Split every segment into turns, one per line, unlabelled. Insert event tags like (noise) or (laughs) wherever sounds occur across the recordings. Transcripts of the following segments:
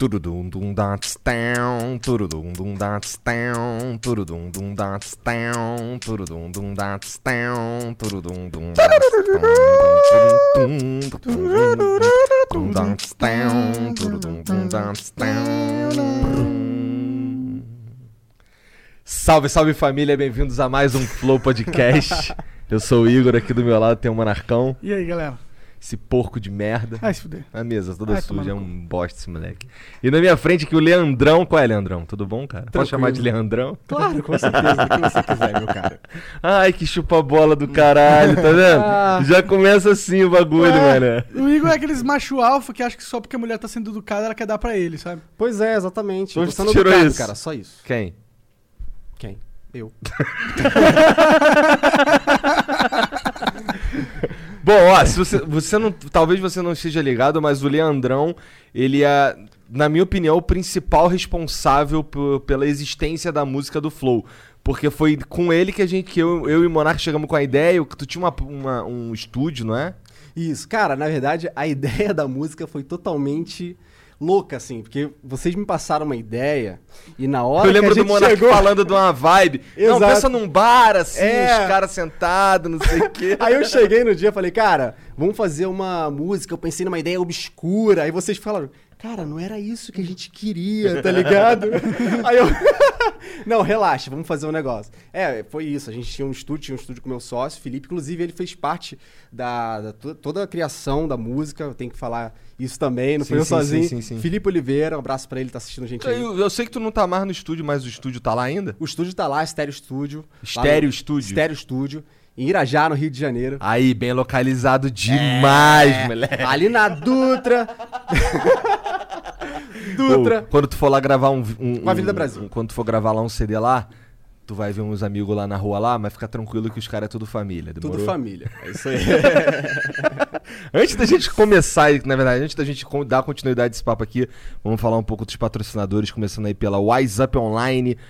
Turudum dum dats down, turudum dum dats down, turudum dum dats down, turudum dum dats down, turudum dum dats down, dum dats down, turudum dum dats down. Salve, salve família, bem-vindos a mais um Flow Podcast. Eu sou o Igor, aqui do meu lado tem o Monarcão,
E aí, galera?
esse porco de merda.
Ai, se fuder.
A mesa toda
Ai, tomar
suja, é
no
um bosta esse moleque. E na minha frente aqui o Leandrão. Qual é, Leandrão? Tudo bom, cara? Pode
Tranquilo.
chamar de Leandrão?
Claro, com certeza, o que você quiser, meu cara.
Ai, que chupa-bola do caralho, tá vendo?
(laughs) Ah.
Já começa assim o bagulho,
É,
mano.
o Igor é aqueles macho alfa que acha que só porque a mulher tá sendo educada ela quer dar pra ele, sabe?
Pois é, exatamente.
Onde
Eu tô
você tirou
educado,
isso?
cara, só isso.
Quem?
Quem? Eu.
(laughs) Bom, ó, se você, você não, talvez você não esteja ligado, mas o Leandrão, ele é, na minha opinião, o principal responsável p- pela existência da música do Flow. Porque foi com ele que a gente, que eu, eu e o Monark chegamos com a ideia, que tu tinha uma- uma- um estúdio, não é?
Isso, cara, na verdade, a ideia da música foi totalmente louca, assim, porque vocês me passaram uma ideia e na hora
eu lembro
que a
do
gente
Monark
chegou...
falando de uma vibe. Não,
(laughs) Exato.
pensa num bar, assim,
É.
os caras sentados, não
(laughs)
sei o quê.
Aí eu cheguei no dia e falei, cara, vamos fazer uma música, eu pensei numa ideia obscura, aí vocês falaram... Cara, não era isso que a gente queria, tá ligado?
(laughs)
Aí eu. (laughs) não, relaxa, vamos fazer um negócio. É, foi isso. A gente tinha um estúdio, tinha um estúdio com meu sócio, Felipe. Inclusive, ele fez parte da, da to- toda a criação da música. Eu tenho que falar isso também, não
Sim,
foi eu
sim,
sozinho.
sim, sim, sim.
Felipe Oliveira, um abraço pra ele, tá assistindo a gente aí.
Eu, eu sei que tu não tá mais no estúdio, mas o estúdio tá lá ainda?
O estúdio tá lá, Estéreo Estúdio. lá no-
Estéreo Estúdio?
Estéreo Estúdio, em Irajá, no Rio de Janeiro.
Aí, bem localizado demais, (laughs) moleque.
É, Ali na
(laughs)
Dutra.
Ô,
Dutra.
quando tu for lá gravar um. um
Com a Avenida
um-
Brasil.
um- quando tu for gravar lá um CD lá, tu vai ver uns amigos lá na rua lá, mas fica tranquilo que os caras é tudo família. Demorou?
Tudo família.
(laughs)
É isso aí.
Antes da gente começar, na verdade, antes da gente con- dar continuidade a esse papo aqui, vamos falar um pouco dos patrocinadores, começando aí pela wiseuponline.com.br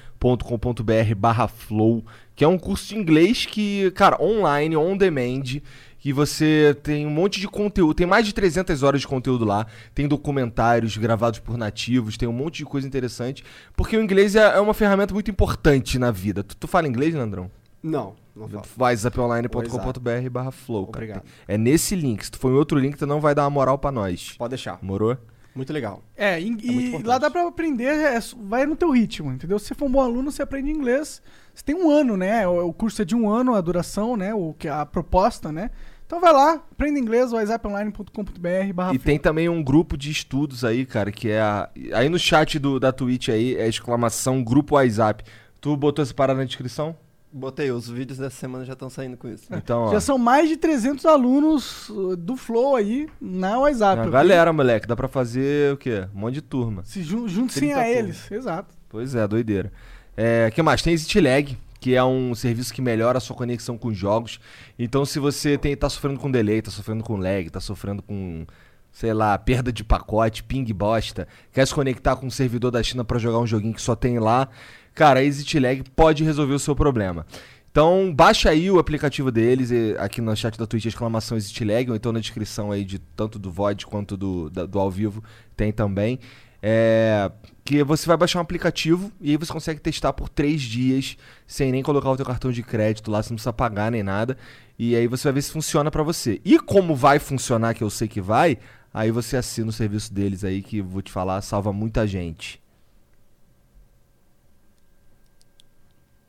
barra flow, que é um curso de inglês que, cara, online, on demand, que você tem um monte de conteúdo, tem mais de 300 horas de conteúdo lá, tem documentários gravados por nativos, tem um monte de coisa interessante, porque o inglês é é uma ferramenta muito importante na vida. Tu, tu fala inglês, Leandrão?
Não, não
Então,
falo.
whatsapponline.com.br barra flow, cara.
Obrigado.
É nesse link. Se tu for em outro link, tu não vai dar uma moral pra nós.
Pode deixar.
Morou?
Muito legal.
É, e, e
muito importante.
lá dá pra aprender, é, s- vai no teu ritmo, entendeu? Se você for um bom aluno, você aprende inglês. Você tem um ano, né? O, o curso é de um ano, a duração, né? O, que- a proposta, né? Então vai lá, aprenda inglês, whatsapponline.com.br barra
E tem também um grupo de estudos aí, cara, que é. a- Aí no chat do, da Twitch aí, é exclamação grupo WhatsApp. Tu botou essa parada na descrição?
Botei, os vídeos dessa semana já estão saindo com
É.
isso.
Então, ó.
Já são mais de 300 alunos uh, do Flow aí na WhatsApp.
a
ok?
galera, moleque, dá pra fazer o quê? Um monte de turma.
Se jun junte-se
30
a
turmas.
eles, exato.
Pois é, doideira. É, que mais? Tem Exit Lag, que é um serviço que melhora a sua conexão com os jogos. Então, se você tem, tá sofrendo com delay, tá sofrendo com lag, tá sofrendo com, sei lá, perda de pacote, ping bosta, quer se conectar com um servidor da China pra jogar um joguinho que só tem lá, cara, a Exit Lag pode resolver o seu problema. Então, baixa aí o aplicativo deles, e aqui no chat da Twitch, exclamação Exit Lag, ou então na descrição aí de tanto do VOD quanto do, da- do ao vivo tem também. É, que você vai baixar um aplicativo e aí você consegue testar por três dias sem nem colocar o teu cartão de crédito lá, você não precisa pagar nem nada. E aí você vai ver se funciona pra você. E como vai funcionar, que eu sei que vai, aí você assina o serviço deles aí que vou te falar, salva muita gente.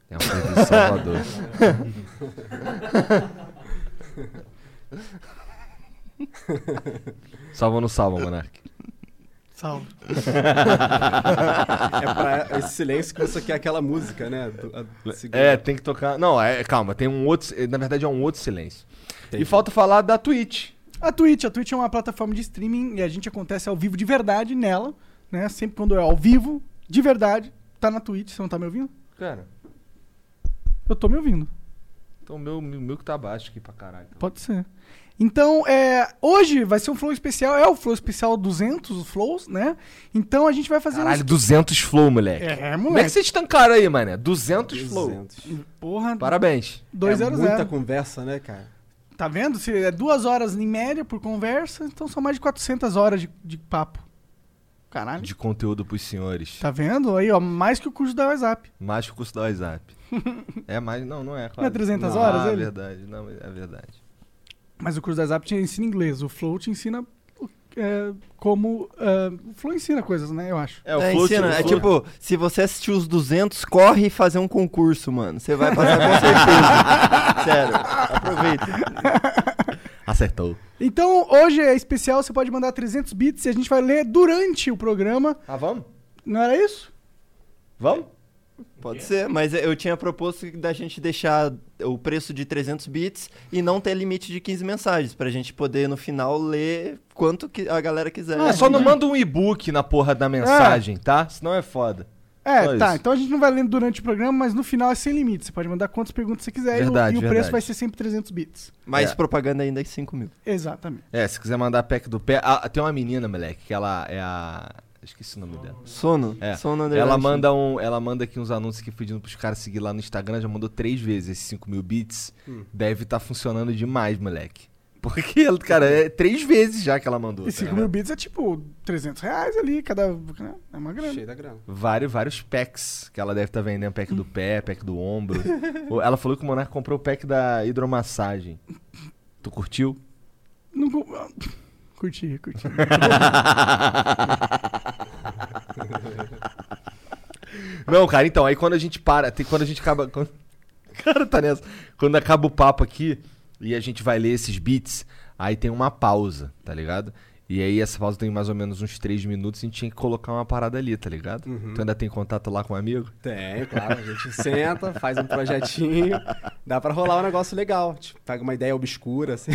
É um serviço salvador. salva ou não salva, Monark?
Salve.
(laughs) É pra esse silêncio que você quer aquela música, né? Do- a- segunda.
É, tem que tocar. Não, é, calma, tem um outro. Na verdade, é um outro silêncio.
Entendi.
E falta falar da Twitch.
A Twitch, a Twitch é uma plataforma de streaming e a gente acontece ao vivo de verdade nela, né? Sempre quando é ao vivo, de verdade, tá na Twitch, você não tá me ouvindo?
Cara,
Eu tô me ouvindo.
então o meu, meu, meu que tá baixo aqui pra caralho.
Pode ser. Então, é, hoje vai ser um flow especial, é o flow especial 200 os flows, né? Então a gente vai fazer
Caralho, 200 flow, moleque.
É,
Como é que
moleque.
vocês tancaram aí, mané? 200, flow.
200.
Porra,
Parabéns.
é
200.
muita conversa, né, cara?
Tá vendo? Se é duas horas em média por conversa, então são mais de 400 horas de, de papo. Caralho.
de conteúdo pros senhores.
Tá vendo? Aí, ó, mais que o curso da WhatsApp.
Mais que o curso da
(laughs)
WhatsApp. é mais. Não, não é, claro.
Não é 300
Não,
horas,
É
ele?
verdade, não, é verdade.
Mas o curso da WhatsApp te ensina inglês. O Flow te ensina o- é, como. é, o Flow ensina coisas, né? Eu acho.
É, o
é,
fluxo-
ensina, é
o fluxo-
tipo, se você assistir os 200, corre e fazer um concurso, mano. Você vai passar
(laughs)
com certeza. Sério, aproveita.
Acertou.
Então, hoje é especial, você pode mandar 300 bits e a gente vai ler durante o programa.
Ah, vamos?
Não era isso?
Vamos?
Pode ser, mas eu tinha proposto da gente deixar o preço de 300 bits e não ter limite de 15 mensagens, pra gente poder no final ler quanto que a galera
É,
quiser.
Ah, só não manda um e-book na porra da mensagem, tá? Senão é foda.
É,
Só
tá.
isso.
Então a gente não vai lendo durante o programa, mas no final é sem limite. Você pode mandar quantas perguntas você quiser e o-
Verdade,
e o, preço
verdade.
vai ser sempre 300 bits.
Mas
É.
propaganda ainda é 5 mil.
Exatamente.
É, se quiser mandar pack do pé. Ah, tem uma menina, moleque, que ela é a. Esqueci o nome dela.
Sono?
É.
Sono
Ela
underline.
manda, um, ela manda aqui uns anúncios que pedindo pros caras seguir lá no Instagram, já mandou três vezes esses 5 mil bits. Deve estar funcionando demais, moleque. Porque, cara, é três vezes já que ela mandou. tá
E 5
ligado?
mil bits é tipo 300 reais ali, cada. né? É uma grana.
Cheio da grana.
Vários, vários packs que ela deve estar vendendo. Pack do pé, pack do ombro. Ou ela falou que o Monark comprou o pack da hidromassagem. Tu curtiu?
Não cu- (laughs) Curti, curti.
Não, cara, então, aí quando a gente para, tem, quando a gente acaba. Quando, (laughs) cara, tá nessa. Quando acaba o papo aqui e a gente vai ler esses beats, aí tem uma pausa, tá ligado? E aí essa pausa tem mais ou menos uns 3 minutos e a gente tinha que colocar uma parada ali, tá ligado?
Uhum.
Tu ainda tem contato lá com um amigo?
Tem, claro. A gente senta, faz um projetinho. Dá pra rolar um negócio legal. Tipo, pega uma ideia obscura, assim.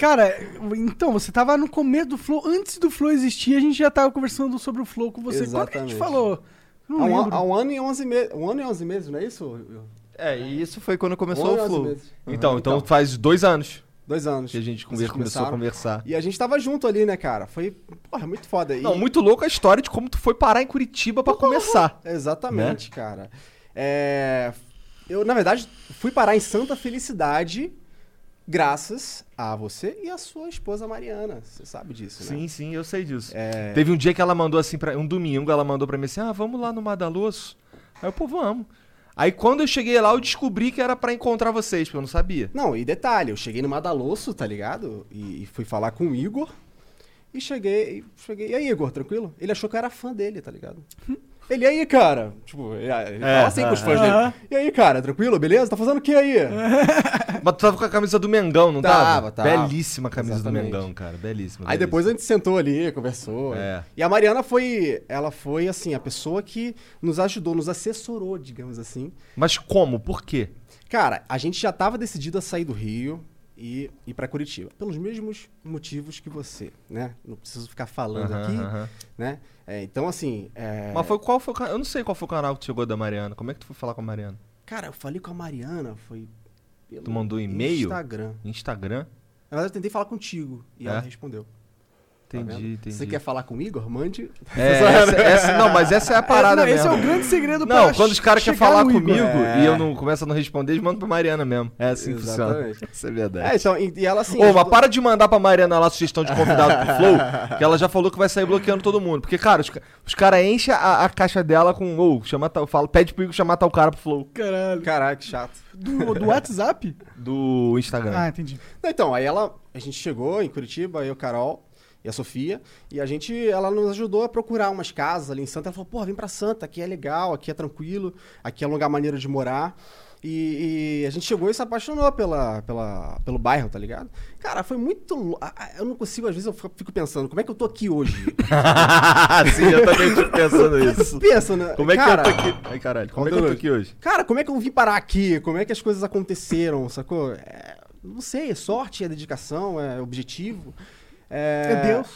Cara, então, você tava no começo do Flow, antes do Flow existir, a gente já tava conversando sobre o Flow com você. Quando que a gente
Exatamente.
falou?
Há
É
Não
um,
lembro.
há um ano e 11 meses. Um ano e 11 meses, não é isso? Will?
É, e isso foi quando
Um
começou
ano e
o
11
Flow.
meses.
então, então, faz dois anos
Dois anos.
que a gente
Vocês
conver- começou a
começaram.
conversar.
E a gente tava junto ali, né, cara? Foi, porra, muito foda. E-
Não, muito louco a história de como tu foi parar em Curitiba pra começar.
Exatamente,
né?
cara. É, Eu, na verdade, fui parar em Santa Felicidade graças a você e a sua esposa Mariana. Você sabe disso, né? É.
Sim, sim, eu sei disso. Teve um dia que ela mandou assim, pra, um domingo, ela mandou pra mim assim: ah, vamos lá no Madaloso. Aí eu, pô, vamos. Aí quando eu cheguei lá, eu descobri que era pra encontrar vocês, porque eu não
(laughs)
sabia.
Não, e detalhe, eu cheguei no Madalosso, tá ligado? E, e fui falar com o Igor. E cheguei, e cheguei. E aí, Igor, tranquilo? Ele achou que eu era fã dele, tá ligado? Ele, e aí, cara? Tipo, ele, ele
É,
fala assim com os fãs
aham.
dele. E aí, cara, tranquilo? Beleza? Tá fazendo o que aí?
Mas tu tava com a camisa do Mengão, não tava?
Tava, tava.
Belíssima camisa
Exatamente.
do Mengão, cara. Belíssima.
Aí depois a gente sentou ali, conversou.
É.
E a Mariana foi, ela foi assim, a pessoa que nos ajudou, nos assessorou, digamos assim.
Mas como? Por quê?
Cara, a gente já tava decidido a sair do Rio e ir pra Curitiba, pelos mesmos motivos que você, né? Não preciso ficar falando
Aham,
aqui,
aham.
né? É, então assim, é,
Mas foi qual foi o canal? Eu não sei qual foi o canal que tu chegou da Mariana. Como é que tu foi falar com a Mariana?
cara, eu falei com a Mariana, foi pelo
Tu mandou e-mail?
Instagram.
Instagram?
Na verdade, eu tentei falar contigo e
É?
ela respondeu. Tá
Entendi,
vendo?
entendi.
Você quer né? falar com o Igor? Mande.
É, essa, essa- não, mas
(laughs)
essa é a parada
É, não,
mesmo.
Esse é o grande segredo pra
Não, quando os caras
chegar
querem falar
no Igor.
comigo
É.
e eu não começo a não responder, eles mandam pra Mariana mesmo. É assim que funciona.
Exatamente.
Isso é verdade.
É, então, e, e ela assim.
Ô, mas
ajudou-
para de mandar pra Mariana lá sugestão de convidado pro Flow, que ela já falou que vai sair bloqueando todo mundo. Porque, cara, os, ca- os caras enchem a, a caixa dela com, ou, chama tal, fala, pede pro Igor chamar tal cara pro Flow.
Caralho.
Caraca, que chato.
Do, do WhatsApp?
Do Instagram.
Ah, entendi.
Não, Então, aí ela, a gente chegou em Curitiba, eu, Carol e a Sofia, e a gente, ela nos ajudou a procurar umas casas ali em Santa. Ela falou, pô, vem pra Santa, aqui é legal, aqui é tranquilo, aqui é um lugar maneiro de morar. E, e a gente chegou e se apaixonou pela, pela, pelo bairro, tá ligado? Cara, foi muito. lo- a- a- Eu não consigo, às vezes eu fico pensando, como é que eu tô aqui
(laughs)
hoje?
Ah, tá
Sim, eu também tô pensando É isso.
Pensa, né?
Como é que
Cara,
eu tô aqui? Ai, caralho, como é que eu tô aqui hoje?
Cara, como é que eu vim parar aqui? Como é que as coisas aconteceram, sacou? É, não sei, é sorte, é dedicação, é objetivo. É,
É Deus.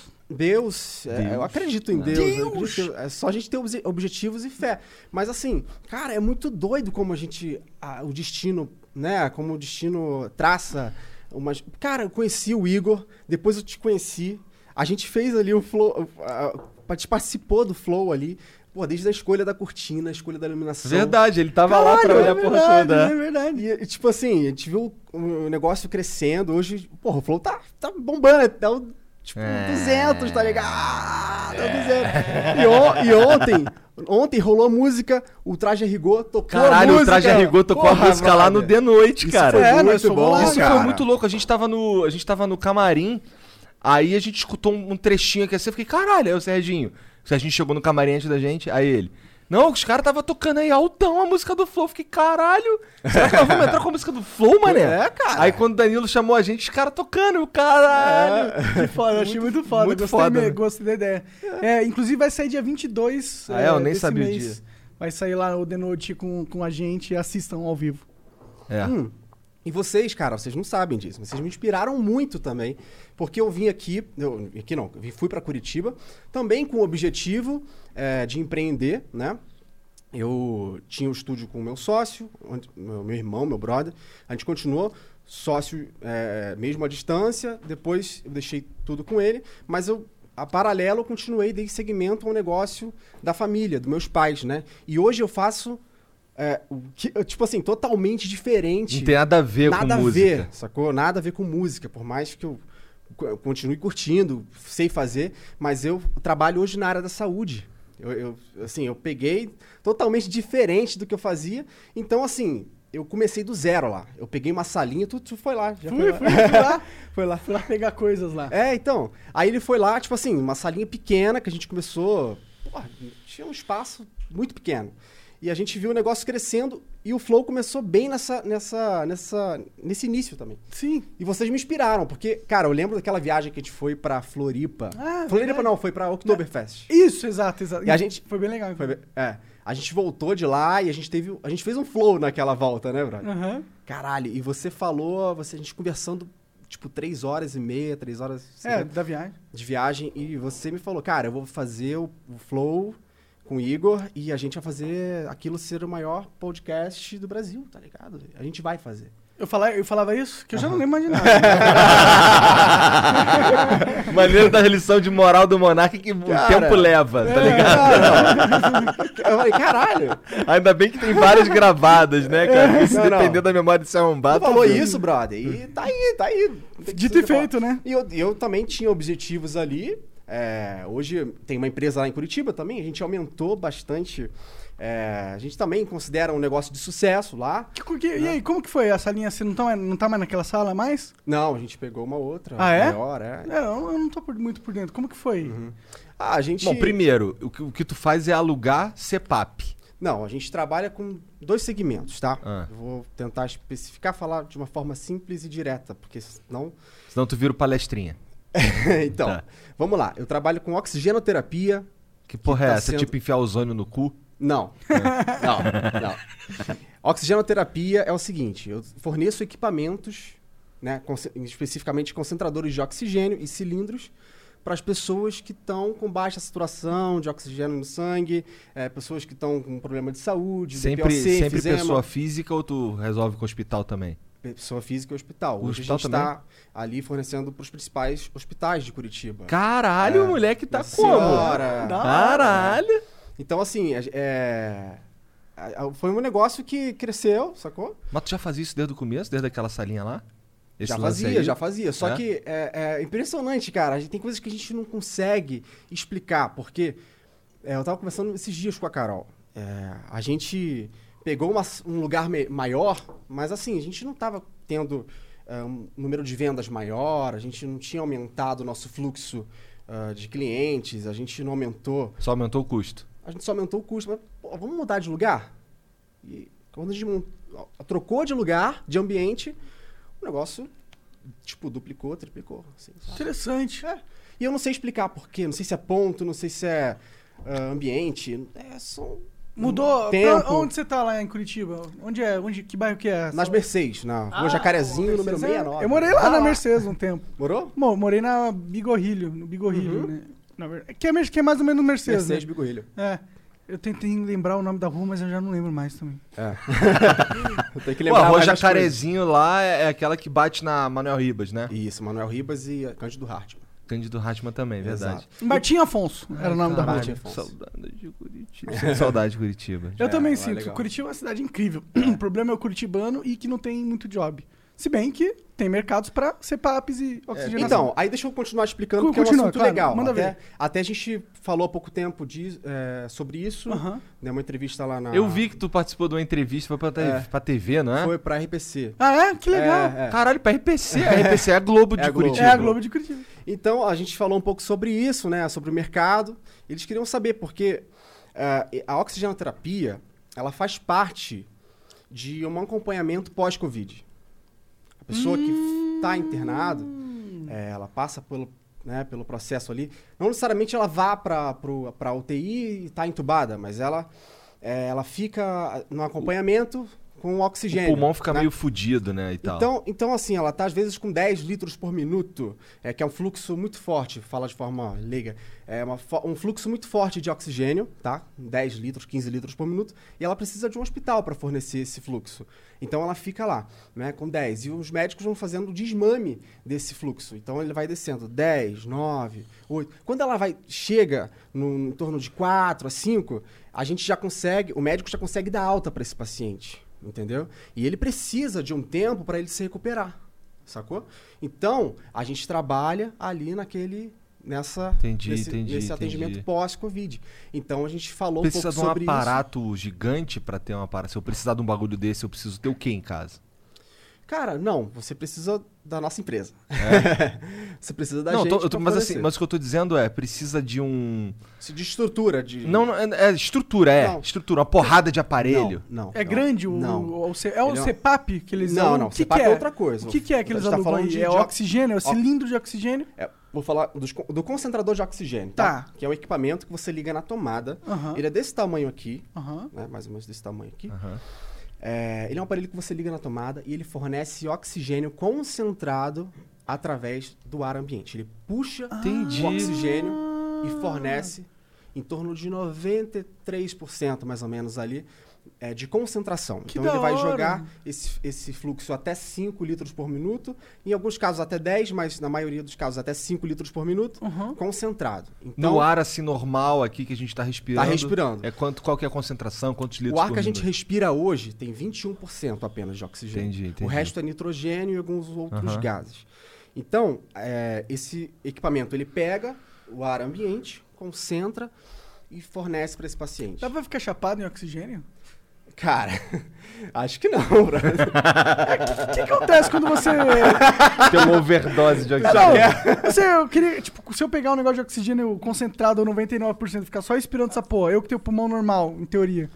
Deus, é,
Deus.
eu acredito em Deus. eu acredito- é só a gente ter obje- objetivos e fé. Mas assim, cara, é muito doido como a gente. a- o destino, né? Como o destino traça. Umas... Cara, eu conheci o Igor, depois eu te conheci. A gente fez ali o Flow. A, a gente participou do Flow ali. Pô, desde a escolha da cortina, a escolha da iluminação.
Verdade, ele tava lá pra olhar a porra toda.
é verdade.
E, e, um, tipo assim, a gente viu o o negócio crescendo. Hoje, porra, o Flow tá, tá bombando. Tá o Tipo,
É.
200, tá ligado? Ah, deu 200. E, on- e ontem, ontem rolou a música, o Traje a Rigor tocou a
Caralho,
música.
o Traje a Rigor tocou a
Porra,
música lá no
brother.
The Noite, cara.
foi
É, nós
muito
somos
bom,
lá,
né? Isso
cara.
foi muito louco. A gente tava no, a gente tava no camarim, aí a gente escutou um, um trechinho aqui assim, eu fiquei, caralho, aí o Serginho. O Serginho chegou no camarim antes da gente, aí ele. Não, os caras tava tocando aí altão a música do Flow. Eu Fiquei, caralho, será que é nós vamos entrar com a música do Flow, mané?
É, cara.
Aí quando o Danilo chamou a gente, os caras tocando, eu, caralho.
Que foda, eu achei muito foda.
muito
gostei,
foda,
me-
né?
gostei da ideia. É, inclusive vai sair dia 22.
Ah, é? Eu nem
desse
sabia o
mês.
dia.
Vai sair lá o The Note com, com a gente. Assistam ao vivo.
É.
Hum. E vocês, cara, vocês não sabem disso, mas vocês me inspiraram muito também, porque eu vim aqui, eu, aqui não, eu fui para Curitiba, também com o objetivo eh, de empreender, né? Eu tinha um estúdio com o meu sócio, onde- meu, meu irmão, meu brother, a gente continuou sócio eh, mesmo à distância, depois eu deixei tudo com ele, mas eu, a paralelo, eu continuei, dei segmento ao negócio da família, dos meus pais, né? E hoje eu faço, eh, o que- tipo assim, totalmente diferente
Não tem nada a ver
nada
com
a
música.
ver, sacou? Nada a ver com música, por mais que eu co- eu continue curtindo, sei fazer, mas eu trabalho hoje na área da saúde. Eu, eu- assim, eu peguei totalmente diferente do que eu fazia. Então, assim, eu comecei do zero lá. Eu peguei uma salinha, tu, tu foi lá. Já
Fui,
lá.
fui, fui (laughs) lá.
foi lá.
Fui lá pegar coisas lá.
É, então. Aí ele foi lá, tipo assim, uma salinha pequena que a gente começou. Porra, tinha um espaço muito pequeno. E a gente viu o negócio crescendo e o flow começou bem nessa, nessa, nessa, nesse início também.
Sim.
E vocês me inspiraram, porque, cara, eu lembro daquela viagem que a gente foi pra Floripa.
Ah,
Floripa
verdade.
não, foi pra Oktoberfest.
Isso, exato, exato.
E a gente-
Foi bem legal.
Foi- é. A gente voltou de lá e a gente teve. A gente fez um flow naquela volta, né, brother?
Aham.
Caralho, e você falou, você, a gente conversando, tipo, três horas e meia, três horas
É,
cinquenta
da viagem.
de viagem, e você me falou, cara, eu vou fazer o, o flow com o Igor e a gente vai fazer aquilo ser o maior podcast do Brasil, tá ligado? A gente vai fazer.
Eu falava, eu falava isso? Que eu já não lembro mais de nada.
(laughs) Maneiro da lição de moral do Monark que o
Cara. É.
tempo leva, tá ligado?
Ah,
Eu falei, caralho!
Ainda bem que tem várias gravadas, né, cara? Porque se
É. Não, não.
depender da memória desse
Tu
arrombado.
falou
tá vendo?
isso, brother. E tá aí, tá aí. Não tem que
Dito
fazer
e feito, né?
E eu, eu também tinha objetivos ali. É, hoje tem uma empresa lá em Curitiba também, a gente aumentou bastante. É, a gente também considera um negócio de sucesso lá.
Que- que- e aí, como que foi essa linha? Você não tá, não tá mais naquela sala mais?
Não, a gente pegou uma outra.
Ah, é?
Maior, é.
É, eu, eu não tô por- muito por dentro. Como que foi?
Ah, a gente.
Bom, primeiro, o que, o que tu faz é alugar CEPAP.
Não, a gente trabalha com dois segmentos, tá?
Ah.
Eu vou tentar especificar, falar de uma forma simples e direta, porque senão (laughs)
Senão tu vira o palestrinha.
então,
Tá.
vamos lá. Eu trabalho com oxigenoterapia.
Que porra é
tá
essa?
sendo-
Tipo enfiar ozônio no cu?
Não. (laughs) não, não. Oxigenoterapia é o seguinte: eu forneço equipamentos, né, conce- especificamente concentradores de oxigênio e cilindros, para as pessoas que estão com baixa saturação de oxigênio no sangue, eh, pessoas que estão com problema de saúde,
Sempre,
DPOC,
sempre
enfisema.
pessoa física ou tu resolve com o hospital também?
Pessoa física e hospital.
O
Hoje
hospital
a gente está ali fornecendo para os principais hospitais de Curitiba. É.
Caralho, o moleque tá
Nossa
como?
senhora.
Da hora.
Caralho!
Então, assim, a- é... a- a- foi um negócio que cresceu, sacou?
Mas tu já fazia isso desde o começo, desde aquela salinha lá? Esse
já
lance
fazia,
aí?
já fazia. Só
É?
que é, é impressionante, cara. A gente tem coisas que a gente não consegue explicar, porque é, eu tava conversando esses dias com a Carol. É, a gente pegou uma s- um lugar me- maior, mas assim, a gente não tava tendo é, um número de vendas maior, a gente não tinha aumentado o nosso fluxo ah, de clientes, a gente não aumentou
Só aumentou o custo.
a gente só aumentou o custo. Mas, pô, vamos mudar de lugar? E quando a gente mon- trocou de lugar, de ambiente, o negócio, tipo, duplicou, triplicou. assim, sabe?
Interessante.
É. E eu não sei explicar porquê, não sei se é ponto, não sei se é ah, ambiente, é só...
Mudou?
Tempo.
Pra onde você tá lá em Curitiba? Onde é? Onde, que bairro que é?
Nas Mercedes, na rua
Ah,
Jacarezinho,
pô,
número
Mercedes é-
69.
Eu morei lá
Ah,
na Mercedes um tempo.
Morou?
Bom, morei na Bigorrilho, no Bigorrilho,
Uhum.
né? Na verdade, que, é, mer- que é mais ou menos Mercedes,
Mercedes
né?
Bigorrilho.
É. Eu tentei lembrar o nome da rua, mas eu já não lembro mais também.
Eu tenho que
Pô, a
lembrar
rua
mais das
Jacarezinho lá é é aquela que bate na Manuel Ribas, né?
coisas. Isso, Manuel Ribas e Cândido Hartmann.
Cândido Hartmann
É
também, verdade.
Exato.
Martim Afonso era o nome da rua.
caralho. Afonso.
Saudade de Curitiba. Saudade de Curitiba.
Eu
É,
também
lá é
sinto.
legal.
(clears throat) Curitiba é uma cidade incrível. o problema é o curitibano e que não tem muito job. Se bem que tem mercados pra CPAPs e oxigenação.
Então, aí deixa eu continuar explicando,
Co-
porque é um
continua,
assunto
claro,
legal.
manda
até,
ver.
até a gente falou há pouco tempo de, é, sobre isso,
Aham.
deu uma entrevista lá
(laughs)
na...
Eu vi que tu participou de uma entrevista, foi pra, te-
É.
pra TV, não é?
Foi pra RPC.
Ah, é? Que legal.
(laughs) É, é.
Caralho, pra RPC. A RPC é a Globo
É
de
a Globo.
Curitiba.
É a Globo de Curitiba.
Então, a gente falou um pouco sobre isso, né? Sobre o mercado. Eles queriam saber, porque eh, a oxigenoterapia, ela faz parte de um acompanhamento pós-Covid. A pessoa que está internada, eh, ela passa pelo, né, pelo processo ali. Não necessariamente ela vá para a UTI e está entubada, mas ela, eh, ela fica no acompanhamento com
O
oxigênio.
pulmão fica
né?
meio fudido, né? E tal.
Então, então, assim, ela tá às vezes com 10 litros por minuto, é, que é um fluxo muito forte, fala de forma leiga, é uma fo- um fluxo muito forte de oxigênio, tá? 10 litros, 15 litros por minuto, e ela precisa de um hospital para fornecer esse fluxo. Então ela fica lá, né, com 10, e os médicos vão fazendo o desmame desse fluxo. Então ele vai descendo 10, 9, 8. Quando ela vai chega no, em torno de 4 a 5, a gente já consegue, o médico já consegue dar alta para esse paciente entendeu? E ele precisa de um tempo para ele se recuperar, sacou? Então, a gente trabalha ali naquele nessa
Entendi,
nesse,
entendi, entendi.
nesse atendimento pós-Covid. Então a gente falou
Precisa
um
de
pouco
um
sobre
aparato gigante pra ter uma parada. Se eu precisar de um bagulho desse, eu preciso ter o quê em casa?
isso. Cara, não, você precisa da nossa empresa. (laughs) você precisa da
É. não, eu
gente.
tô- eu tô-
pra
mas
fornecer.
assim, mas o que eu tô dizendo é, precisa de um.
Se de estrutura de
Não, não, é, é estrutura, é.
Não.
Estrutura, uma porrada de aparelho.
Não, não,
É
não,
grande o,
não.
o- o- é o
Ele é um-
CPAP que eles
Não,
alugam?
não,
O que
CPAP
que
é outra coisa.
O que, que é que
A
eles
gente tá
alugam
falando
aí?
de-
é
de
o oxigênio, é o cilindro de oxigênio?
É, vou falar dos con- do concentrador de oxigênio, tá?
Tá.
Que é um equipamento que você liga na tomada.
Aham.
Ele é desse tamanho aqui,
Aham.
né? Mais ou menos desse tamanho aqui.
Aham.
É, ele é um aparelho que você liga na tomada e ele fornece oxigênio concentrado através do ar ambiente. Ele puxa
Ah.
Entendi.
o oxigênio e fornece em torno de 93% mais ou menos ali é, de concentração.
Que
então
da
ele vai
hora.
jogar esse, esse fluxo até 5 litros por minuto, em alguns casos até 10, mas na maioria dos casos até 5 litros por minuto,
Uhum.
concentrado. Então,
No ar, assim, normal aqui que a gente tá respirando.
Tá respirando.
É quanto, qual que é a concentração, quantos litros
O ar
por
que a gente
minuto?
respira hoje tem 21% apenas de oxigênio.
Entendi, entendi.
O resto é nitrogênio e alguns outros
Aham.
gases. Então, é, esse equipamento ele pega o ar ambiente, concentra e fornece para esse paciente.
Dá pra ficar chapado em oxigênio?
Cara, (laughs) acho que não, bro.
O que, que acontece quando
(laughs)
você.
Tem uma overdose de oxigênio.
não, você, eu queria. Tipo, se eu pegar um negócio de oxigênio concentrado 99% e ficar só expirando essa porra, eu que tenho pulmão normal, em teoria.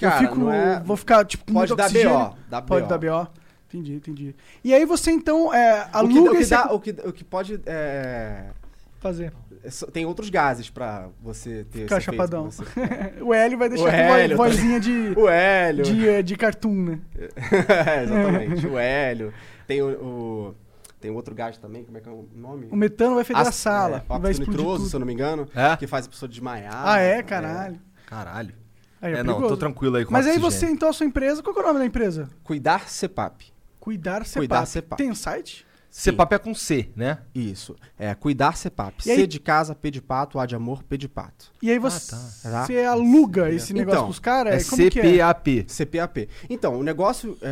Cara,
eu fico.
não é-
Vou ficar, tipo, com
Pode
muito
dar
oxigênio.
BO, dá
Pode
BO.
dar BO. Entendi, entendi. E aí você então é,
O que,
aluga
o, que
esse
dá- o que- o que pode. é,
fazer.
é só- tem outros gases para você ter
Ficar
esse efeito que
chapadão.
você-
(laughs) o Hélio vai deixar
O
com
Hélio, tá
vo- vozinha de,
O hélio.
de, eh, de cartoon, né?
(laughs) É, exatamente. o hélio. Tem o, o- Tem outro gás também, como é que é o nome?
O metano vai feder a
Ácido-
sala.
É,
e vai
óxido
explodir
nitroso,
tudo.
se eu não me engano,
É?
que faz a pessoa desmaiar.
Ah, é? Caralho.
Caralho.
Aí
É, não, tô
perigoso.
tranquilo aí com
Mas aí
oxigênio.
você, então, a sua empresa... Qual que é o nome da empresa?
Cuidar CEPAP.
Cuidar Cepap.
Cuidar Cepap.
Tem um site?
CPAP é com C, né?
Isso. É, cuidar CEPAP.
E aí-
C de casa, P de pato, A de amor, P de pato.
E aí você,
tá.
você aluga esse negócio
Então,
pros caras?
É
como que é?
CPAP.
CPAP. Então, o negócio, é,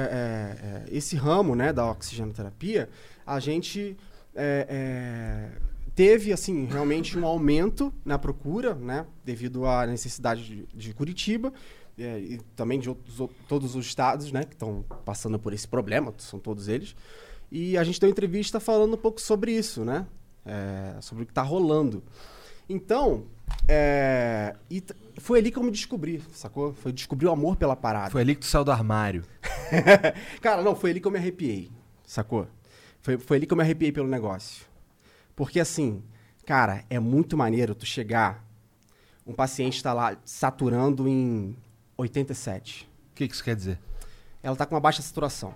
é, é, esse ramo, né, da oxigenoterapia, a gente é, é, teve, assim, realmente um aumento na procura, né, devido à necessidade de, de Curitiba é, e também de outros, ou- todos os estados, né, que estão passando por esse problema, são todos eles. E a gente deu entrevista falando um pouco sobre isso, né, é, sobre o que está rolando. Então, é, e t- foi ali que eu me descobri, sacou? Foi descobrir o amor pela parada.
Foi ali que tu saiu do armário.
(laughs) Cara, não, foi ali que eu me arrepiei, sacou? Foi, foi ali que eu me arrepiei pelo negócio. Porque assim, cara, é muito maneiro tu chegar, um paciente tá lá saturando em 87.
O que, que isso quer dizer?
Ela tá com uma baixa saturação.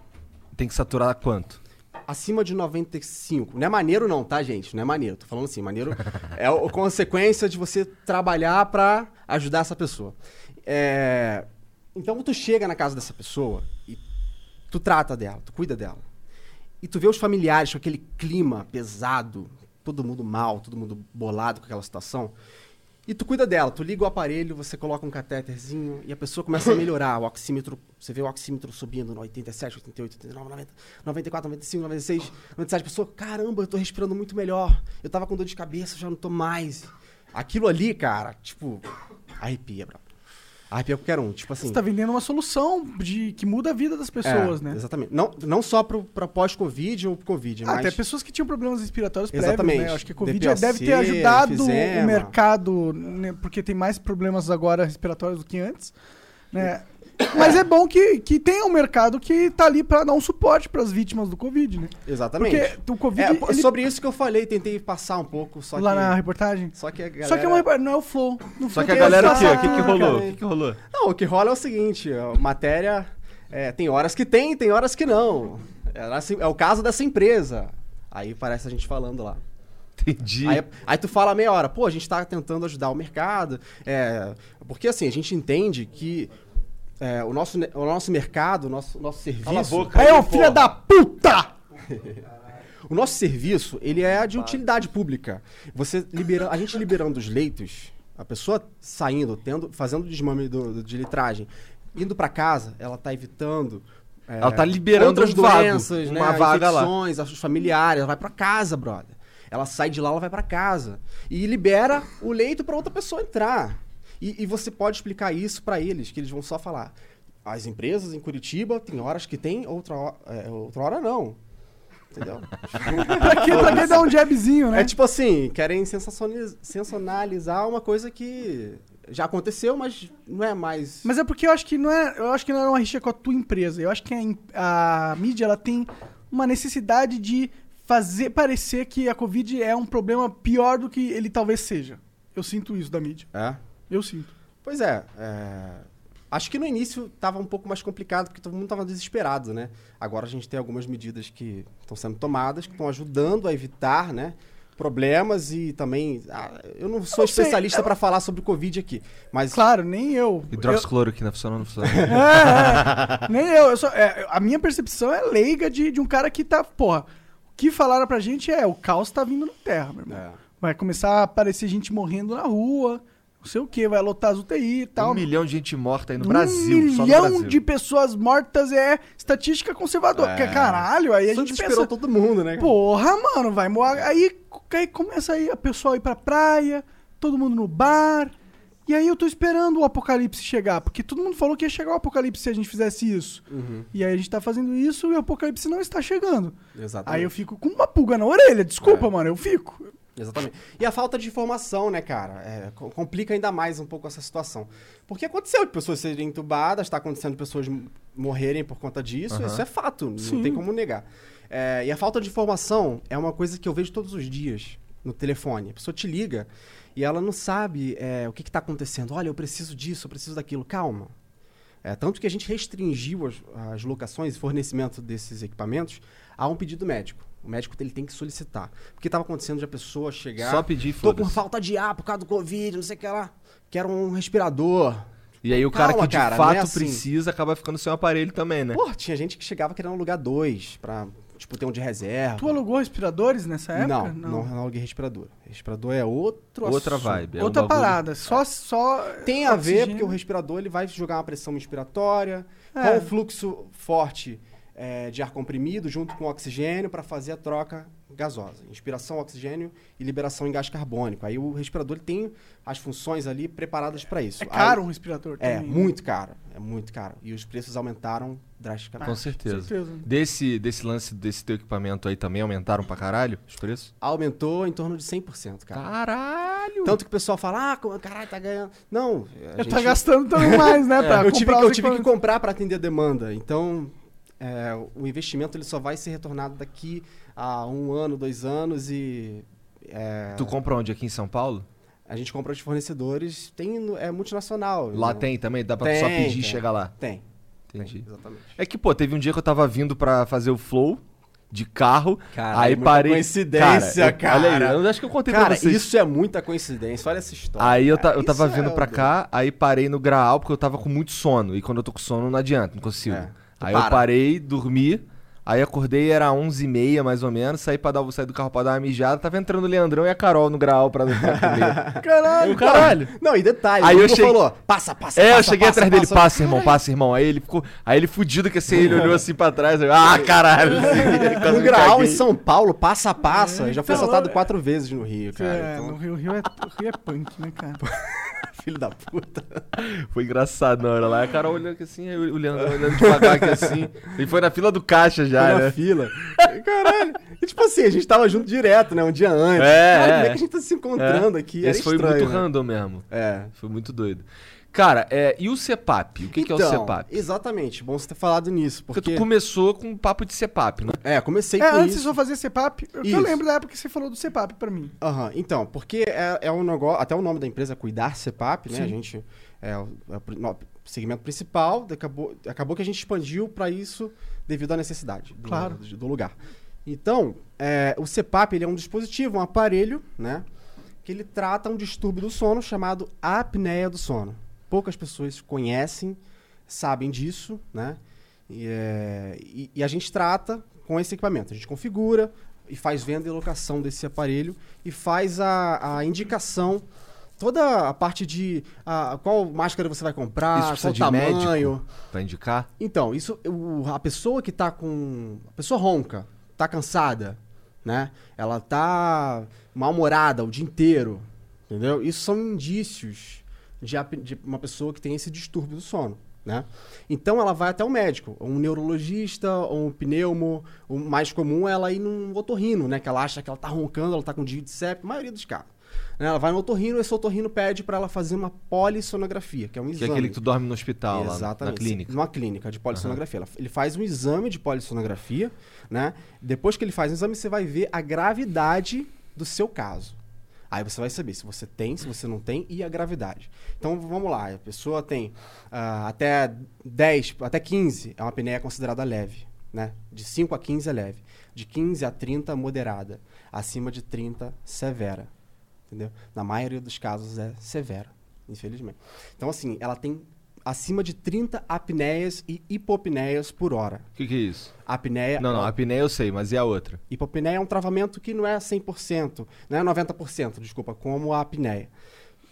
Tem que saturar quanto?
Acima de 95. Não é maneiro não, tá, gente? Não é maneiro. Tô falando assim, maneiro é a consequência de você trabalhar pra ajudar essa pessoa. É, Então tu chega na casa dessa pessoa e tu trata dela, tu cuida dela. E tu vê os familiares com aquele clima pesado, todo mundo mal, todo mundo bolado com aquela situação. E tu cuida dela, tu liga o aparelho, você coloca um catéterzinho e a pessoa começa a melhorar. O oxímetro, você vê o oxímetro subindo no 87, 88, 89, 90, 94, 95, 96, 97. A pessoa, caramba, eu tô respirando muito melhor. Eu tava com dor de cabeça, já não tô mais. Aquilo ali, cara, tipo, arrepia, bro. Arrepia qualquer um. Tipo assim.
Você tá vendendo uma solução de, que muda a vida das pessoas,
É,
né?
Exatamente. Não, não só pro, pra pós-Covid ou pro Covid,
Ah,
mas.
Até pessoas que tinham problemas respiratórios
Exatamente.
prévios, né? Eu Acho que a Covid
DPOC,
deve ter ajudado
enfisema.
o mercado, né? porque tem mais problemas agora respiratórios do que antes, né? Mas é bom que, que tenha um mercado que tá ali pra dar um suporte pras vítimas do Covid, né?
Exatamente.
Porque o Covid,
É, pô,
ele-
sobre isso que eu falei, tentei passar um pouco, só
lá
que.
na reportagem...
Só que a galera...
Só que é uma, reportagem, não é o flow. No
Só
flow
que a
tem
galera
essa-
aqui, o que, que
(laughs)
rolou? O
cara.
que, que rolou?
Não, o que rola é o seguinte, a matéria é, tem horas que tem, tem horas que não. É, na- é o caso dessa empresa. Aí parece a gente falando lá.
Entendi.
Aí, é aí tu fala meia hora, pô, a gente tá tentando ajudar o mercado. é, porque assim, a gente entende que é, o, nosso, ne- o nosso mercado, o nosso, nosso serviço. é
Cala a boca
Aí,
aí,
ô,
pô.
filha da puta!
O nosso serviço, ele é de utilidade pública. Você libera, a gente liberando os leitos, a pessoa saindo, tendo, fazendo o desmame do, do- de litragem, indo para casa, ela tá evitando é,
Ela tá liberando
outras
um vago,
doenças, né,
uma vaga lá.
infecções, as familiares, ela vai para casa, brother. Ela sai de lá, ela vai para casa e libera o leito para outra pessoa entrar. E, e você pode explicar isso para eles, que eles vão só falar. As empresas em Curitiba tem horas que tem, outra, ho- é, outra hora não. Entendeu?
Pra que, pra que dar um jabzinho, né?
É tipo assim, querem sensacionaliz- sensacionalizar uma coisa que já aconteceu, mas não é mais.
Mas é porque eu acho que não é, eu acho que não é uma rixa com a tua empresa. Eu acho que a, em- a mídia ela tem uma necessidade de fazer parecer que a Covid é um problema pior do que ele talvez seja. Eu sinto isso da mídia.
É?
Eu sinto.
Pois é, é, Acho que no início tava um pouco mais complicado, porque todo mundo tava desesperado, né? Agora a gente tem algumas medidas que estão sendo tomadas, que estão ajudando a evitar, né? Problemas e também. ah, eu não sou
não sei,
especialista pra falar sobre o Covid aqui, mas.
Claro, nem eu.
Hidroxicloroquina funciona ou né? não funciona?
Eu- é, (laughs) é. nem eu. eu só, é, a minha percepção é leiga de, de um cara que tá. Porra, o que falaram pra gente é o caos tá vindo na Terra, meu irmão.
É.
Vai começar a aparecer gente morrendo na rua, não sei o que, vai lotar as UTI e
Tá
tal.
Um milhão de gente morta aí no
um
Brasil.
milhão
só no Brasil. É.
de pessoas mortas é estatística conservadora. Que Caralho, aí a
Isso
gente
desesperou
pensa,
todo mundo, né?
porra, mano, vai morrer. Aí, aí começa aí a pessoa a ir pra praia, todo mundo no bar. E aí eu tô esperando o apocalipse chegar, porque todo mundo falou que ia chegar o apocalipse se a gente fizesse isso.
Uhum.
E aí a gente tá fazendo isso e o apocalipse não está chegando.
Exatamente.
Aí eu fico com uma pulga na orelha,
É.
desculpa, mano, eu fico.
Exatamente. E a falta de informação, né, cara? É, co- complica ainda mais um pouco essa situação. Porque aconteceu de pessoas serem entubadas, está acontecendo de pessoas m- morrerem por conta disso,
Aham.
isso é fato,
Sim.
não tem como negar. É, e a falta de informação é uma coisa que eu vejo todos os dias no telefone. A pessoa te liga e ela não sabe é, o que está acontecendo. Olha, eu preciso disso, eu preciso daquilo. Calma. É, tanto que a gente restringiu as, as locações e fornecimento desses equipamentos a um pedido médico. O médico ele tem que solicitar. Porque estava acontecendo de a pessoa chegar.
Só pedir e
Tô com
foda-se.
falta de ar por causa do Covid, não sei o que lá. Quero um respirador.
E aí o cara
Calma,
que de
cara, não é
fato
assim.
precisa acaba ficando sem o aparelho também, né?
Pô, tinha gente que chegava querendo alugar dois pra, tipo, ter um de reserva.
Tu alugou respiradores nessa época?
Não,
é
não, não aluguei respirador. Respirador é outro
Outra
assunto.
vibe. é um
Outra
bagulho-
parada, só, só.
Tem a ver,
oxigênio.
porque o respirador ele vai jogar uma pressão respiratória,
É.
com o fluxo forte é, de ar comprimido junto com oxigênio para fazer a troca gasosa. Inspiração, oxigênio e liberação em gás carbônico. Aí o respirador ele tem as funções ali preparadas para isso.
É caro
Aí-
um respirador
é,
também.
muito caro. É muito caro. E os preços aumentaram drasticamente.
Com certeza.
certeza.
Desse, desse lance desse teu equipamento aí também aumentaram pra caralho os preços?
Aumentou em torno de 100%, cara.
Tá. Caralho!
Tanto que o pessoal fala, ah, co- caralho, tá ganhando. Não, a
Eu
gente- É,
Tá gastando também mais, né? pra
eu tive,
comprar
eu
os
tive que
equipamentos.
comprar para atender a demanda. Então, é, o investimento ele só vai ser retornado daqui a um ano, dois anos e é,
Tu compra onde? Aqui em São Paulo?
a gente compra os fornecedores. Tem no- é multinacional.
Lá
né?
tem também? Dá pra
Tem,
só pedir
tem.
e chegar lá?
Tem.
Entendi.
Tem, exatamente.
É que, pô, teve um dia que eu tava vindo pra fazer o flow de carro, aí
muita
parei...
coincidência,
eu- Olha aí,
cara.
eu acho que eu contei
Cara,
pra vocês.
isso é muita coincidência. Olha essa história.
Aí eu, ta-
cara.
eu tava
Isso
vindo
é
pra
um-
cá, aí parei no graal porque eu tava com muito sono. E quando eu tô com sono, não adianta, não consigo.
É, tu
aí eu
para.
parei, dormi. Aí acordei, era 11h30 mais ou menos, saí, pra dar, saí do carro pra dar uma mijada, tava entrando o Leandrão e a Carol no graal pra, pra comer.
(laughs) Caralho,
Eu, caralho.
Não, e detalhe,
Aí
o
eu
Igor
cheguei-
falou, passa, passa,
É,
passa,
eu cheguei
passa,
atrás dele,
passa.
passa, irmão, passa, irmão. Aí ele ficou. Aí ele fudido que assim, ele olhou assim pra trás. eu, ah,
(laughs)
caralho! assim, quase
No
me
Graal em
caguei.
São Paulo, passa a passa.
É,
já foi
então,
assaltado
é.
quatro vezes no Rio, cara.
é,
então,
no Rio, Rio é, o Rio é punk, né, cara?
(laughs) Filho da puta.
Foi engraçado na hora lá. A Carol olhando aqui assim, aí o Leandrão olhando devagar aqui assim. Ele foi na fila do caixa já,
Foi na
né?
fila. Caralho. E, tipo assim, a gente tava junto direto, né? Um dia antes.
É,
Cara,
é.
como é que a gente tá se encontrando
É.
aqui? Era
Esse foi
estranho,
muito
né?
random mesmo.
É.
Foi muito doido. Cara, é, e o CEPAP? O que, que é o
Então,
CEPAP?
Exatamente, bom você ter falado nisso.
Porque
Porque,
tu começou com um papo de CEPAP, né?
É, comecei
É,
com
antes de
isso.
só fazer CPAP, eu, que
Isso.
eu lembro da época que você falou do CPAP pra mim.
Aham, então, porque é, é um negócio. Até o nome da empresa é Cuidar CEPAP, né? A gente. É, o- é o pri- no- segmento principal, daí acabou, acabou que a gente expandiu para isso devido à necessidade do,
Claro.
do, do lugar. Então, é, o CEPAP ele é um dispositivo, um aparelho, né? Que ele trata um distúrbio do sono chamado apneia do sono. Poucas pessoas conhecem, sabem disso, né? E, é, e- e a gente trata com esse equipamento. A gente configura e faz venda e locação desse aparelho e faz a, a indicação, toda a parte de ah, qual máscara você vai comprar,
Isso precisa
qual
de
tamanho.
médico pra indicar?
Então, isso o- a pessoa que tá com. A pessoa ronca, tá cansada, né? Ela tá mal-humorada o dia inteiro, entendeu? Isso são indícios de, ap- de uma pessoa que tem esse distúrbio do sono, né? Então ela vai até o médico, um neurologista, ou um pneumo. O mais comum é ela ir num otorrino, né? Que ela acha que ela tá roncando, ela tá com DIDCEP, a maioria dos casos. né? Ela vai no otorrino, esse otorrino pede para ela fazer uma polissonografia, que é um
Que é
exame.
aquele que tu dorme no hospital, lá, na clínica.
Numa clínica de polissonografia. Ela- Ele faz um exame de polissonografia, né? Depois que ele faz o exame, você vai ver a gravidade do seu caso. Aí você vai saber se você tem, se você não tem e a gravidade. Então vamos lá, a pessoa tem ah, até 10, até 15 é uma apneia considerada leve, né? De 5 a 15 é leve, de 15 a 30 moderada, acima de 30 severa. Entendeu? Na maioria dos casos é severa, infelizmente. Então assim, ela tem acima de 30 apneias e hipopneias por hora.
O que, que é isso?
Apneia
Não, não, a apneia eu sei, mas e a outra?
Hipopneia é um travamento que não é 100%, não é 90%, desculpa, como a apneia.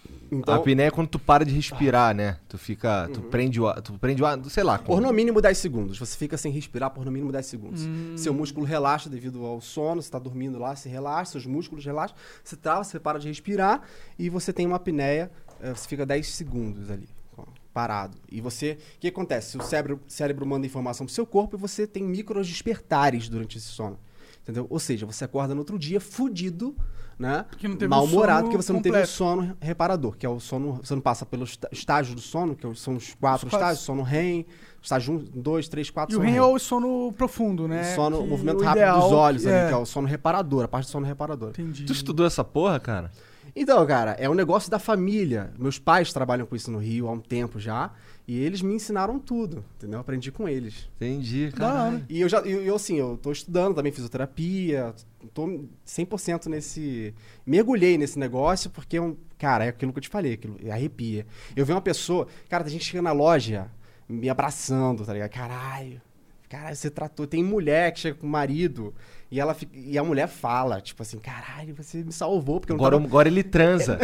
a
Então, Uhum.
apneia é quando tu para de respirar, né? Tu fica. Tu prende o ar. Tu prende o ar. Sei lá. como.
por no mínimo 10 segundos. Você fica sem respirar por no mínimo 10 segundos.
Hum.
Seu músculo relaxa devido ao sono, você está dormindo lá, se relaxa, seus músculos relaxam, você trava, você para de respirar e você tem uma apneia, eh, você fica 10 segundos ali, ó, parado. E você, o que acontece? O cérebro, cérebro manda informação para seu corpo e você tem micros despertares durante esse sono. Entendeu? Ou seja, você acorda no outro dia fudido, né?
Porque não teve um
Mal-humorado,
sono
porque você não teve o
completo.
sono reparador, que é o sono. Você não passa pelos esta- estágios do sono, que é são os quatro
Os quatro.
estágios: sono REM, um, estágio 1, 2, 3, 4.
E o REM é o sono profundo, né?
sono,
Que
o movimento
o
rápido dos
ideal
olhos ali,
é-
que é o sono reparador, a parte do sono reparador.
Entendi.
Tu estudou essa porra, cara?
Então, cara, é um negócio da família. Meus pais trabalham com isso no Rio há um tempo já, e eles me ensinaram tudo, entendeu? Eu aprendi com eles.
Entendi, cara.
Da hora.
E eu já, eu, eu, assim, eu tô estudando também fisioterapia, tô 100% nesse. Mergulhei nesse negócio, porque, é um- cara, é aquilo que eu te falei, aquilo, arrepia. Eu vi uma pessoa, cara, tem gente que chega na loja me abraçando, tá ligado? Caralho, caralho, você tratou. Tem mulher que chega com o marido e, ela fica- e a mulher fala, tipo assim, caralho, você me salvou, porque eu não
Agora, agora ele
(laughs)
transa.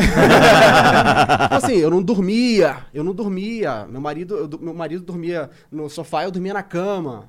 Tipo assim, eu não dormia, eu não dormia. Meu marido, eu do- meu marido dormia no sofá, eu dormia na cama.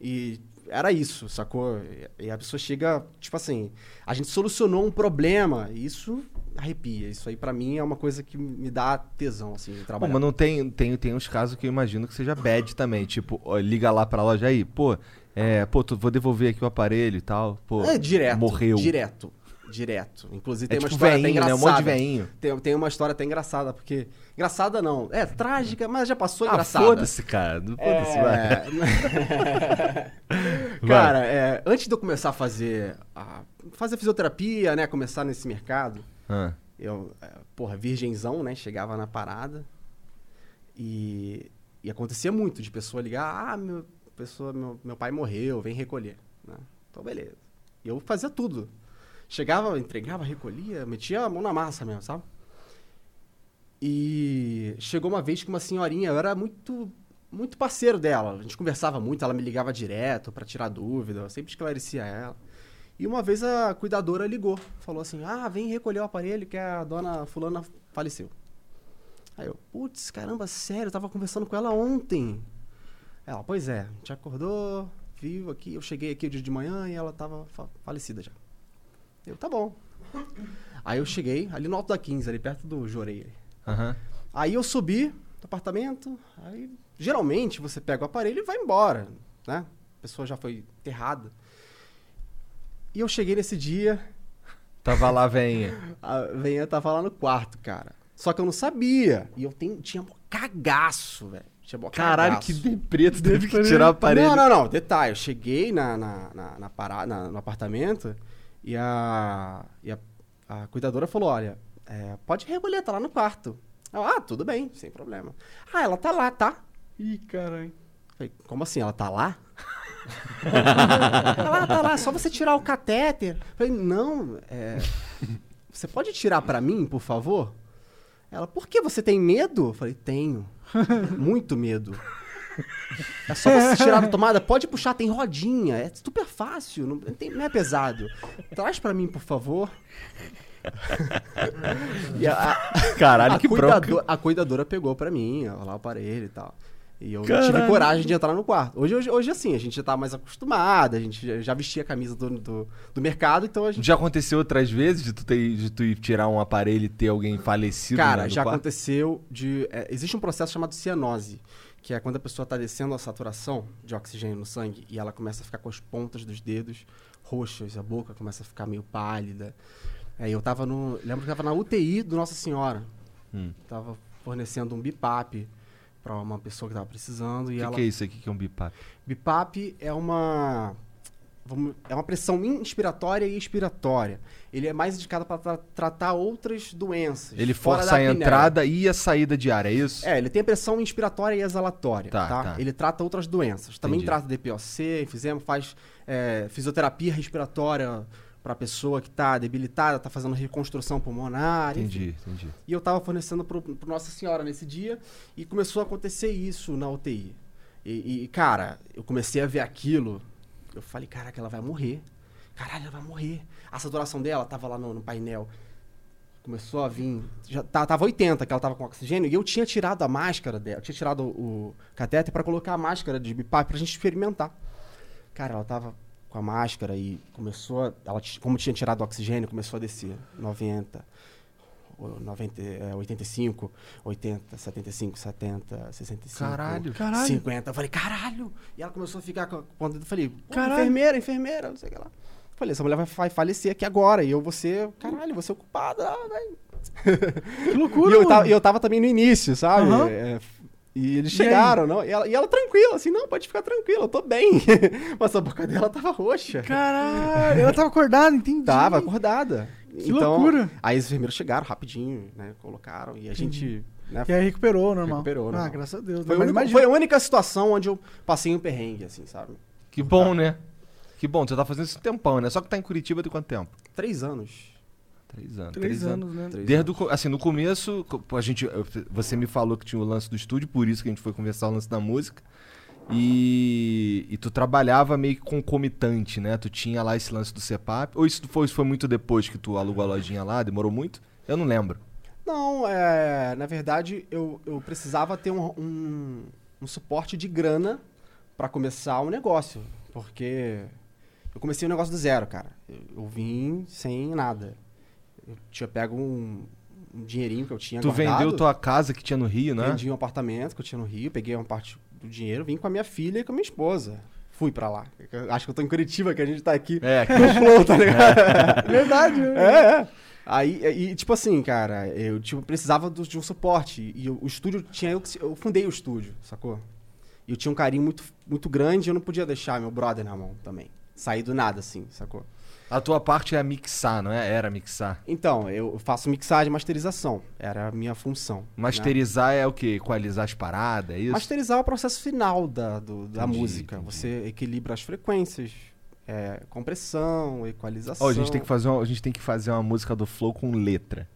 E era isso, sacou? E, e a pessoa chega, tipo assim, a gente solucionou um problema, e isso arrepia. Isso aí pra mim é uma coisa que me dá tesão assim de
Pô,
trabalhar.
mas não tem, tem, tem uns casos que eu imagino que seja bad também. Tipo, ó, liga lá pra loja aí, pô, é, pô, tu, vou devolver aqui o aparelho e tal. Pô,
é direto.
morreu.
Direto. Direto. Inclusive tem
é
uma
tipo
história
veinho,
até
né? Um
engraçada.
monte de veinho.
Tem, tem uma história até engraçada, porque. Engraçada não. É, trágica, mas já passou
Ah,
engraçada.
foda-se, cara. Não Foda-se, vai.
(laughs) É. Cara, é, antes de eu começar a fazer a, fazer fisioterapia, né, começar nesse mercado,
Ah,
eu, é, porra, virgenzão, né, chegava na parada e, e acontecia muito de pessoa ligar, ah, meu, pessoa, meu, meu pai morreu, vem recolher, né? Então, beleza. E eu fazia tudo. Chegava, entregava, recolhia, metia a mão na massa mesmo, sabe? E chegou uma vez que uma senhorinha, eu era muito muito parceiro dela. A gente conversava muito, ela me ligava direto pra tirar dúvida, eu sempre esclarecia ela. E uma vez a cuidadora ligou, falou assim: "Ah, vem recolher o aparelho que a dona fulana faleceu". Aí eu, putz, caramba, sério, eu tava conversando com ela ontem. Ela, pois é, a gente acordou, viu aqui, eu cheguei aqui o dia de manhã e ela tava fa- falecida já. Eu, tá bom. Aí eu cheguei, ali no alto da 15, ali perto do Jorei. ali.
Aham.
Aí eu subi do apartamento, aí geralmente você pega o aparelho e vai embora, né? A pessoa já foi enterrada. E eu cheguei nesse dia,
Tava lá, venha.
a Venha tava lá no quarto, cara. Só que eu não sabia. E eu tenho, tinha mó cagaço, velho. Tinha mó
Caralho, que
cagaço.
deprê, tu teve que tirar o aparelho.
Não, não, não. Detalhe, eu cheguei na, na, na, na parada, na- no apartamento e a, e a, a cuidadora falou, olha, é, pode recolher, tá lá no quarto. Eu, ah, tudo bem, sem problema. Ah, ela tá lá, tá?
Ih, caralho.
Falei, como assim, ela tá lá? tá lá, tá lá, só você tirar o catéter. Falei, não, é, você pode tirar pra mim, por favor? Ela, por que você tem medo? Falei, tenho. Muito medo. É só você tirar da tomada, pode puxar, tem rodinha, é super fácil, não, tem- não é pesado. Traz pra mim, por favor. (laughs) e a,
Caralho,
a,
que bronca.
Ah, cuidado- a cuidadora pegou pra mim, ó, lá o aparelho e tal. E eu não
Caralho.
tive coragem de entrar no quarto. Hoje, hoje, hoje, assim, a gente já tá mais acostumada, a gente já, já vestia a camisa do, do, do mercado, então a gente.
Já aconteceu outras vezes de tu, ter, de tu ir tirar um aparelho e ter alguém falecido? né,
Cara,
no
já
quarto?
aconteceu de. é, existe um processo chamado cianose, que é quando a pessoa tá descendo a saturação de oxigênio no sangue e ela começa a ficar com as pontas dos dedos roxas, a boca começa a ficar meio pálida. Aí eu tava no. Lembro que eu tava na UTI do Nossa Senhora.
Hum.
Tava fornecendo um BIPAP pra uma pessoa que tava precisando e
O que,
ela.
que é isso aqui que é um bipap?
BIPAP é uma vamos- é uma pressão inspiratória e expiratória. Ele é mais indicado para tratar outras doenças.
Ele
fora
força
da
a
apneia.
entrada e a saída de ar, é isso?
É, ele tem pressão inspiratória e exalatória,
Tá,
tá?
tá.
Ele trata outras doenças. Também
Entendi.
trata DPOC, fizemos, faz é, fisioterapia respiratória para pessoa que está debilitada, está fazendo reconstrução pulmonar. Ah, enfim.
Entendi, entendi.
E eu tava fornecendo pro, pro Nossa Senhora nesse dia e começou a acontecer isso na UTI. E, e, cara, eu comecei a ver aquilo. Eu falei, caraca, ela vai morrer. Caralho, ela vai morrer. A saturação dela tava lá no, no painel. Começou a vir. Já tá- tava 80, que ela tava com oxigênio, e eu tinha tirado a máscara dela. Eu tinha tirado o, o catéter pra colocar a máscara de BIPAP pra gente experimentar. Cara, ela tava com a máscara e começou a, ela ti- como tinha tirado o oxigênio, começou a descer 90, o- 90, é, 85, 80, 75, 70, 65.
Caralho.
Caralho.
50. Eu falei, caralho. E ela começou a ficar com a ponta do falei, "Pô,
Caralho.
enfermeira, enfermeira, não sei o que lá. Eu Falei, essa mulher vai fa- falecer aqui agora. E eu vou ser, caralho, vou ser o culpado. Ah, velho.
Que loucura,
e eu
mano.
tava, e eu tava também no início, sabe?
Aham.
É, e eles
E
chegaram, não? E ela, e ela tranquila, assim, não, pode ficar tranquila, eu tô bem. (laughs) Mas a boca dela tava roxa.
Caralho, ela tava acordada, entendi.
Tava acordada. Então,
Que loucura.
Aí os enfermeiros chegaram rapidinho, né? Colocaram e a gente. Né,
E aí recuperou, normal.
Recuperou,
Ah,
normal.
graças a Deus.
foi,
Mas
o único-
imagina.
foi a única situação onde eu passei um perrengue, assim, sabe?
Que bom, né? Que bom, você tá fazendo isso um tempão, né? Só que tá em Curitiba tem quanto tempo?
Três anos.
Três anos.
Três anos, né?
Três
Desde o, co- assim, no começo, co- a gente, eu- você me falou que tinha o lance do estúdio, por isso que a gente foi conversar o lance da música. E, e tu trabalhava meio que concomitante, né? Tu tinha lá esse lance do CEPAP. Ou isso foi, isso foi muito depois que tu alugou a lojinha lá? Demorou muito? Eu não lembro.
Não, é, na verdade, eu, eu precisava ter um, um, um suporte de grana pra começar o negócio. Porque eu comecei o negócio do zero, cara. Eu, eu vim sem nada. Eu tinha pego um, um dinheirinho que eu tinha
tu
guardado.
vendeu tua casa que tinha no Rio, né?
Vendi um apartamento que eu tinha no Rio, peguei uma parte do dinheiro, vim com a minha filha e com a minha esposa. Fui pra lá. Eu Acho que eu tô em Curitiba, que a gente tá aqui
É, que-
no flow, tá ligado?
Verdade, né?
É, é. Aí, e, tipo assim, cara, eu tipo, precisava do- de um suporte. E eu- o estúdio tinha. Eu, que se- eu fundei o estúdio, sacou? E eu tinha um carinho muito, muito grande e eu não podia deixar meu brother na mão também. Sair do nada, assim, sacou?
a tua parte é mixar, não é? Era mixar.
Então, eu faço mixagem e masterização. Era a minha função. né?
Masterizar é o quê? Equalizar as paradas, é isso?
Masterizar é o processo final da, do- da
Entendi,
música.
entendi.
Você equilibra as frequências, é, compressão, equalização.
Ó, a, gente tem que fazer uma, a gente tem que fazer uma música do Flow com letra.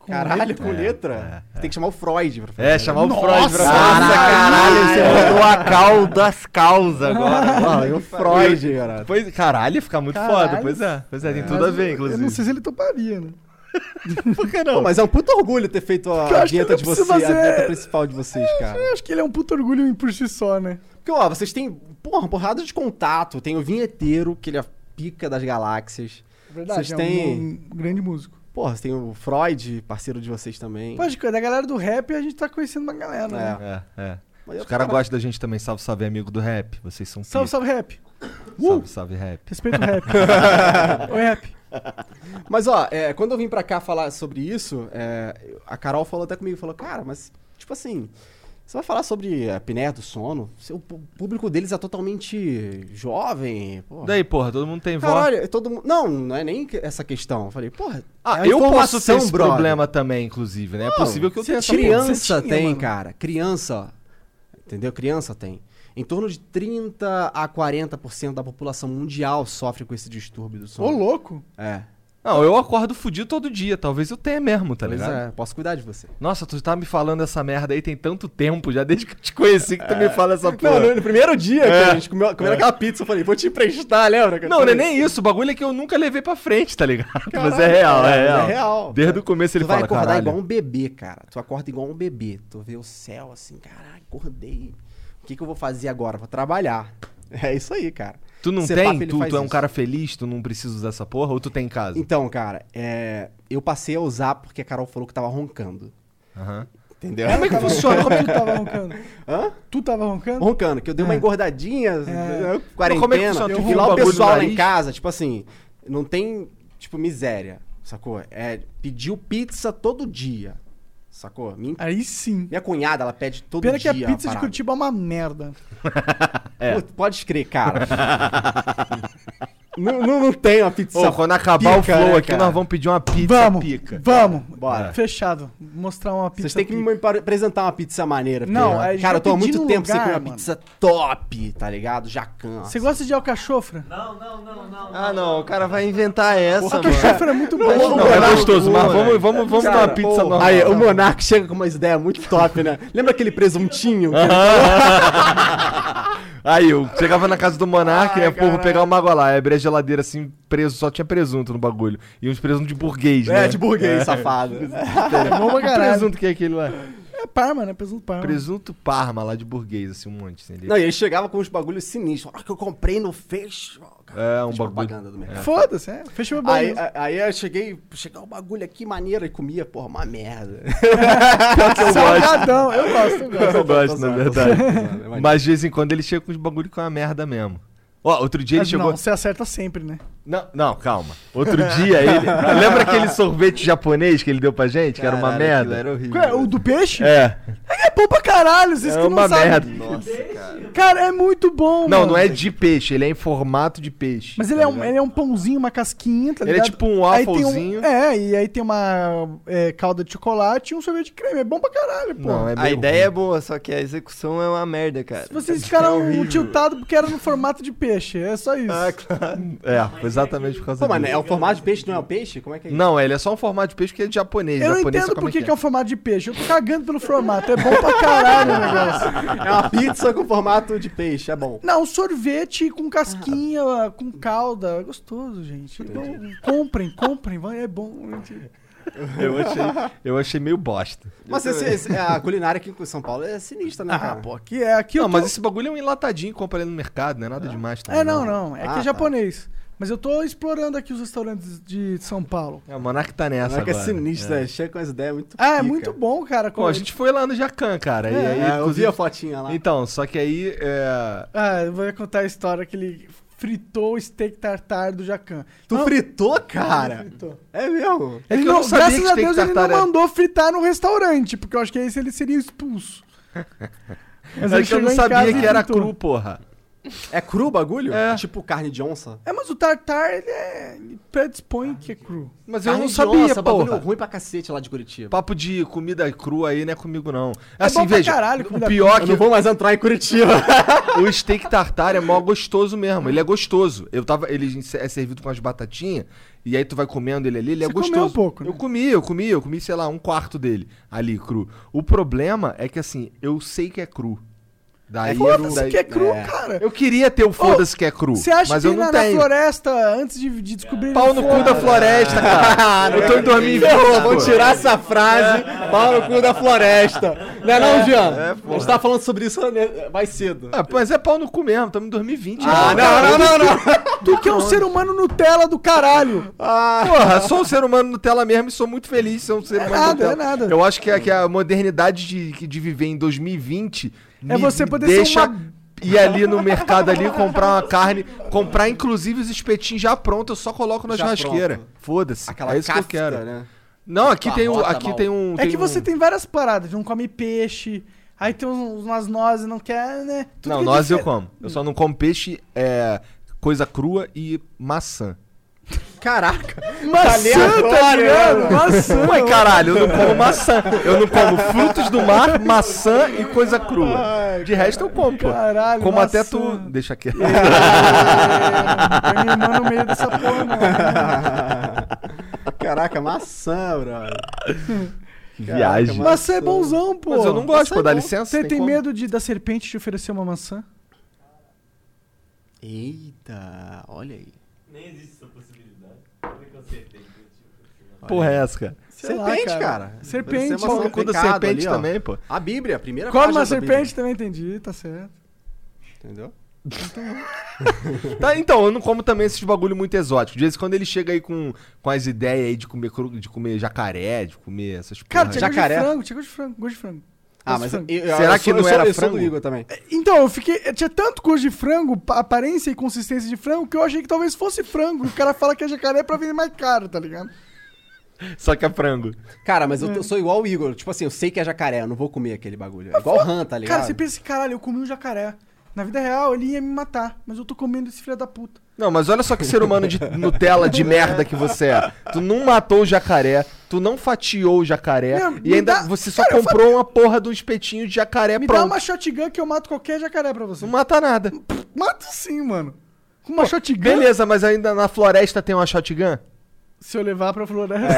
com um
Caralho,
letra.
com letra? Tem que chamar o Freud pra fazer.
É, chamar o
Nossa,
Freud pra
Nossa, caralho,
você
é (laughs)
mandou a cal das causas agora.
Mano, o Freud, cara.
Pois, caralho, fica muito
Caralho.
foda. Pois é, pois é, tem tudo a ver,
Eu
inclusive.
não sei se ele toparia, né?
por que não.
Pô, mas é um puto orgulho ter feito
Porque eu
a
acho que
dieta
não
de
precisa
vocês, a
fazer-
dieta principal de vocês, cara.
Eu acho que ele é um puto orgulho por si só, né?
Porque, ó, vocês têm, porra, uma porrada de contato. Tem o vinheteiro, que ele é a pica das galáxias. Vocês
é um
têm-
bom- um grande músico.
Porra, você tem o Freud, parceiro de vocês também.
Pô, acho que da galera do rap a gente tá conhecendo uma galera, né?
É, é.
Mas
Os
eu-
caras gostam da gente também, salve, salve, amigo do rap. Vocês são
Salve,
pica.
salve, rap.
salve, salve, rap.
Respeita o rap. Oi, rap.
Mas, ó, é, quando eu vim pra cá falar sobre isso, é, eu- a Carol falou até comigo, falou, cara, mas, tipo assim, você vai falar sobre a apneia do sono? Seu pú- público deles é totalmente jovem, porra.
Daí, porra, todo mundo tem voz.
Caralho, todo mundo... Não, não é nem que- essa questão. Eu falei, porra,
Ah,
é
eu posso ter
informação,
esse
brother.
problema também, inclusive, né? é
Não,
possível que eu
se
tenha essa porra.
Criança
Você tinha,
tem,
mano.
cara. Criança, entendeu? Criança tem. Em torno de 30 a 40% da população mundial sofre com esse distúrbio do sono.
Ô, louco.
É.
Não, eu acordo fudido todo dia. Talvez eu tenha mesmo, tá
Pois
ligado?
é, posso cuidar de você.
Nossa, tu tá me falando essa merda aí tem tanto tempo, já desde que eu te conheci que tu
É.
me fala
(laughs)
essa porra.
no primeiro dia
É.
que a gente comeu, comeu aquela pizza, eu falei, vou te emprestar, lembra?
Não, não é nem isso. O bagulho é que eu nunca levei pra frente, tá ligado? Mas é real, é, real.
É real.
Desde o começo ele
tu vai
fala,
acordar
caralho.
igual um bebê, cara. Tu acorda igual um bebê. Tu vê o céu assim, caralho, acordei. O que, que eu vou fazer agora? Vou trabalhar. É isso aí, cara.
Tu não
Cê papo,
tem?
ele
Tu,
faz
tu é um
isso.
cara feliz? Tu não precisa usar essa porra? Ou tu tem em casa?
Então, cara, é, eu passei a usar porque a Carol falou que tava roncando.
Aham.
Entendeu?
Como é que funciona? Como é que tu tava roncando?
Hã?
Tu tava roncando?
Roncando, que eu dei uma
É.
engordadinha, eu- quarentena.
como é que funciona? Tu
eu vi
viu
lá
um
o
bagulho no
pessoal lá
nariz?
em casa, tipo assim, não tem, tipo, miséria, sacou? É, pediu pizza todo dia, sacou? Minha,
Aí sim.
minha cunhada, ela pede todo
Pena que
dia
a pizza de
parada.
Curitiba é uma merda.
Pô, Pode crer, (laughs) cara. não, não, não tem uma pizza
Ô, quando acabar o
pica,
flow
né,
aqui,
cara?
nós vamos pedir uma pizza
Vamos,
pica.
vamos.
Bora.
Fechado. Mostrar uma pizza
Vocês têm que
pica.
me par- apresentar uma pizza maneira. porque,
Não, a gente
cara,
vai
eu tô há
pedir
muito
no
tempo sem
lugar,
comer uma
mano.
pizza top, tá ligado? Jacan.
Você gosta de alcachofra?
Ah, não, o cara vai inventar essa,
(laughs)
mano.
Alcachofra é muito
Não,
bom.
não, é gostoso, mas vamos, vamos, vamos dar uma pizza normal. né?
Aí, o Monark chega com umas ideias muito top, né? Lembra aquele (laughs) presuntinho?
(laughs) Aí eu chegava na casa do Monark, né? Porra, vou pegar uma água lá. Aí abri a geladeira assim, preso, só tinha presunto no bagulho. E uns presuntos de burguês, né?
é, de burguês, safado.
É bom pra
Que
caralho.
presunto que é aquele lá?
É parma, né? Presunto parma.
Presunto parma lá de burguês, assim, um monte. Assim, ali.
Não, e ele chegava com uns bagulhos sinistros. Ah, que eu comprei no Face.
É, um
Fez
bagulho.
propaganda do mercado.
Foda-se, é. Fecha meu
Aí,
banho.
a- aí eu cheguei, chegar o bagulho aqui maneiro e comia, porra, uma merda.
Salgadão. Eu gosto, eu gosto.
Eu gosto, na verdade.
verdade.
Mas de vez em quando ele chega com uns bagulho que é uma merda mesmo. Ó, outro dia ele
Mas
chegou.
Não, você acerta sempre, né?
Não, não, calma. Outro dia ele. Lembra aquele sorvete japonês que ele deu pra gente? que era uma
Caralho, aquilo
merda?
Era horrível.
Ué, é? o do peixe?
É.
É bom pra caralho, vocês
É
que
uma
não sabem.
merda.
Nossa, cara.
Cara, é muito bom,
Não,
mano.
não é de peixe, ele é em formato de peixe.
Mas
tá
ele é, um,
ligado?
ele é um pãozinho, uma casquinha, tá
Ele é
ligado?
tipo um
Aí tem
wafflezinho.
é, e aí tem uma é, calda de chocolate e um sorvete de creme. É bom pra caralho, pô.
Não, é
A
meio
ideia é
ruim.
boa, só que a execução é uma merda, cara.
Vocês ficaram
horrível.
tiltados porque era no formato de peixe. É só isso.
Ah, claro.
É, foi exatamente por causa
Pô, mas
disso.
é o formato de peixe, não é o peixe? Como é que é isso?
Não, ele é só um formato de peixe que é de japonês.
Eu não
japonês
entendo
sabe como
por que,
é.
que é o formato de peixe. Eu tô cagando pelo formato. É bom pra caralho o negócio.
É uma pizza com formato de peixe, é bom.
Não, sorvete com casquinha, com calda. É gostoso, gente. É bom. Comprem, comprem. Vai, é bom. gente.
é?
um-
Eu achei, eu achei meio bosta.
Mas esse- esse- a culinária aqui em São Paulo é sinistra, né,
Ah,
cara?
pô, aqui é aqui. eu
Não,
tô-
mas esse bagulho é um enlatadinho que compra ali no mercado, não é nada demais também.
É, não, não. É
Ah,
que
tá.
é japonês. Mas eu tô explorando aqui os restaurantes de São Paulo.
É, o Monark tá
A
nessa
Monarca é
agora.
sinistra, chega com as ideias muito
Ah, é
pica.
muito bom, cara.
Pô, a gente foi lá no Jacan, cara. e aí,
É, eu vi
inclusive-
a fotinha lá.
Então, só que aí. É...
Ah, eu vou contar a história que ele fritou o steak tartar do Jacan.
Tu
Não,
fritou, cara?
ele fritou.
É mesmo?
É que
Ele
eu
não,
não sabia
graças
que
a
steak
Deus ele não
tartar é-
mandou fritar no restaurante,
(laughs)
porque eu acho que aí ele seria expulso. Mas
é que eu não
chegou em
sabia
casa e
que era
fritou.
cru, porra.
É cru o bagulho?
É.
Tipo carne de onça?
É, mas o tartar, ele, é... ele
Ah,
predispõe que é cru.
Mas eu
carne
não
de
sabia,
onça, é um bagulho
porra.
ruim pra cacete lá de Curitiba.
Papo de comida crua aí não é comigo, não.
É
Assim,
bom pra
veja,
caralho,
o
comida
pior é
Eu
que
não vou mais entrar em Curitiba.
o steak tartar é mó gostoso mesmo. Ele é gostoso. Eu tava, ele é servido com as batatinhas, e aí tu vai comendo ele ali, ele é
Você comeu
gostoso.
um pouco, né?
Eu comi, eu comi, eu comi, sei lá, um quarto dele ali, cru. O problema é que, assim, eu sei que é cru. Daí eu,
Foda-se
daí...
que é cru,
é.
cara.
eu queria ter o foda-se que é cru,
Você acha
né? mas
que
eu não
na, na
tenho.
floresta, é antes de, de descobrir...
Pau no cu da floresta,
(laughs)
Ah,
cara. eu tô em 2020.
Ferrou, vou
Ah, pô.
tirar essa frase, pau no cu da floresta. (laughs) Não é não, Jean? a gente tava falando sobre isso né, mais cedo.
Ah, mas é pau no cu mesmo, tamo em 2020.
Ah,
né?
não, não, não, não.
Tu que é um ser humano Nutella do caralho.
Porra, sou um ser humano Nutella mesmo e sou muito feliz de ser um ser humano
nada,
Nutella.
é nada.
Eu acho que a, que a modernidade de, que- de viver em 2020
É
me-
você
me
poder ser
deixa
uma-
ir ali no mercado ali, comprar uma carne, comprar inclusive os espetinhos já prontos, eu só coloco na
Já
churrasqueira.
pronto.
Foda-se,
Aquela
é isso que eu quero.
Né?
Não, aqui tem, o,
Barrota
aqui
mal.
tem um...
É
tem
que
um-
você tem várias paradas. de Um come peixe, aí tem uns- umas nozes, não quer, né? Tudo
Não,
que é
nós eu
difer-
como. Eu só não como peixe, é, coisa crua e maçã.
Caraca. (laughs)
Maçã, tá
Aleatório,
ligado?
mano.
(laughs)
Maçã.
Mãe, caralho, eu não como maçã. Eu não como frutos do mar, maçã e coisa crua. De resto eu como, pô.
Caralho,
Como
maçã.
até tu. Deixa aqui.
É, Não tem minha irmã no meio dessa porra, não.
(laughs) Caraca, maçã, brother.
(laughs) Viagem.
Mas-
Maçã é bonzão, pô. é
Mas eu não gosto, pô, dá licença.
Você tem
como?
medo de, da serpente te oferecer uma maçã?
Eita, olha aí.
Nem existe essa possibilidade. Como é que eu acertei?
Porra, é essa, cara.
Sei lá,
serpente,
cara.
cara.
Serpente,
Deve ser
pau
Pau
maçã
no
do
cu da
pecado
serpente
ali, ó.
também, pô.
A Bíblia, a primeira
Come
página
uma
da
serpente também, entendi, tá certo.
Bíblia, Entendeu?
Tá, então, eu não como também esses bagulho muito exótico. De vez em quando ele chega aí com, com as ideias aí de comer, cru- de comer jacaré, de comer essas
Cara,
porra.
tinha gosto de
Jacaré.
frango, tinha gosto de frango, gosto de frango.
Ah, mas eu,
frango.
eu-
Será
eu
que
sou-
não
eu sou-
era
eu sou do
frango?
Igor também.
Então, eu fiquei. eu tinha tanto gosto de frango, a aparência e consistência de frango, que eu achei que talvez fosse frango. E o cara fala que é jacaré pra vender mais caro, tá ligado?
Só que é frango.
Cara, mas
É.
eu tô- sou igual o Igor. Tipo assim, eu sei que é jacaré, eu não vou comer aquele bagulho. É igual rã, tá ligado?
Ah, Cara, você pensa, caralho, eu comi um jacaré. Na vida real, ele ia me matar, mas eu tô comendo esse filho da puta.
Não, mas olha só que ser humano de Nutella de merda que você é. Tu não matou o jacaré, tu não fatiou o jacaré
Não,
e
me
ainda
dá-
você só comprou uma porra de um espetinho de jacaré
Me dá
pronto.
uma shotgun que eu mato qualquer jacaré pra você.
Hum.
Não mata nada.
Mato sim, mano. Com uma shotgun,
Beleza, mas ainda na floresta tem uma shotgun?
se eu levar pra
É.
floresta.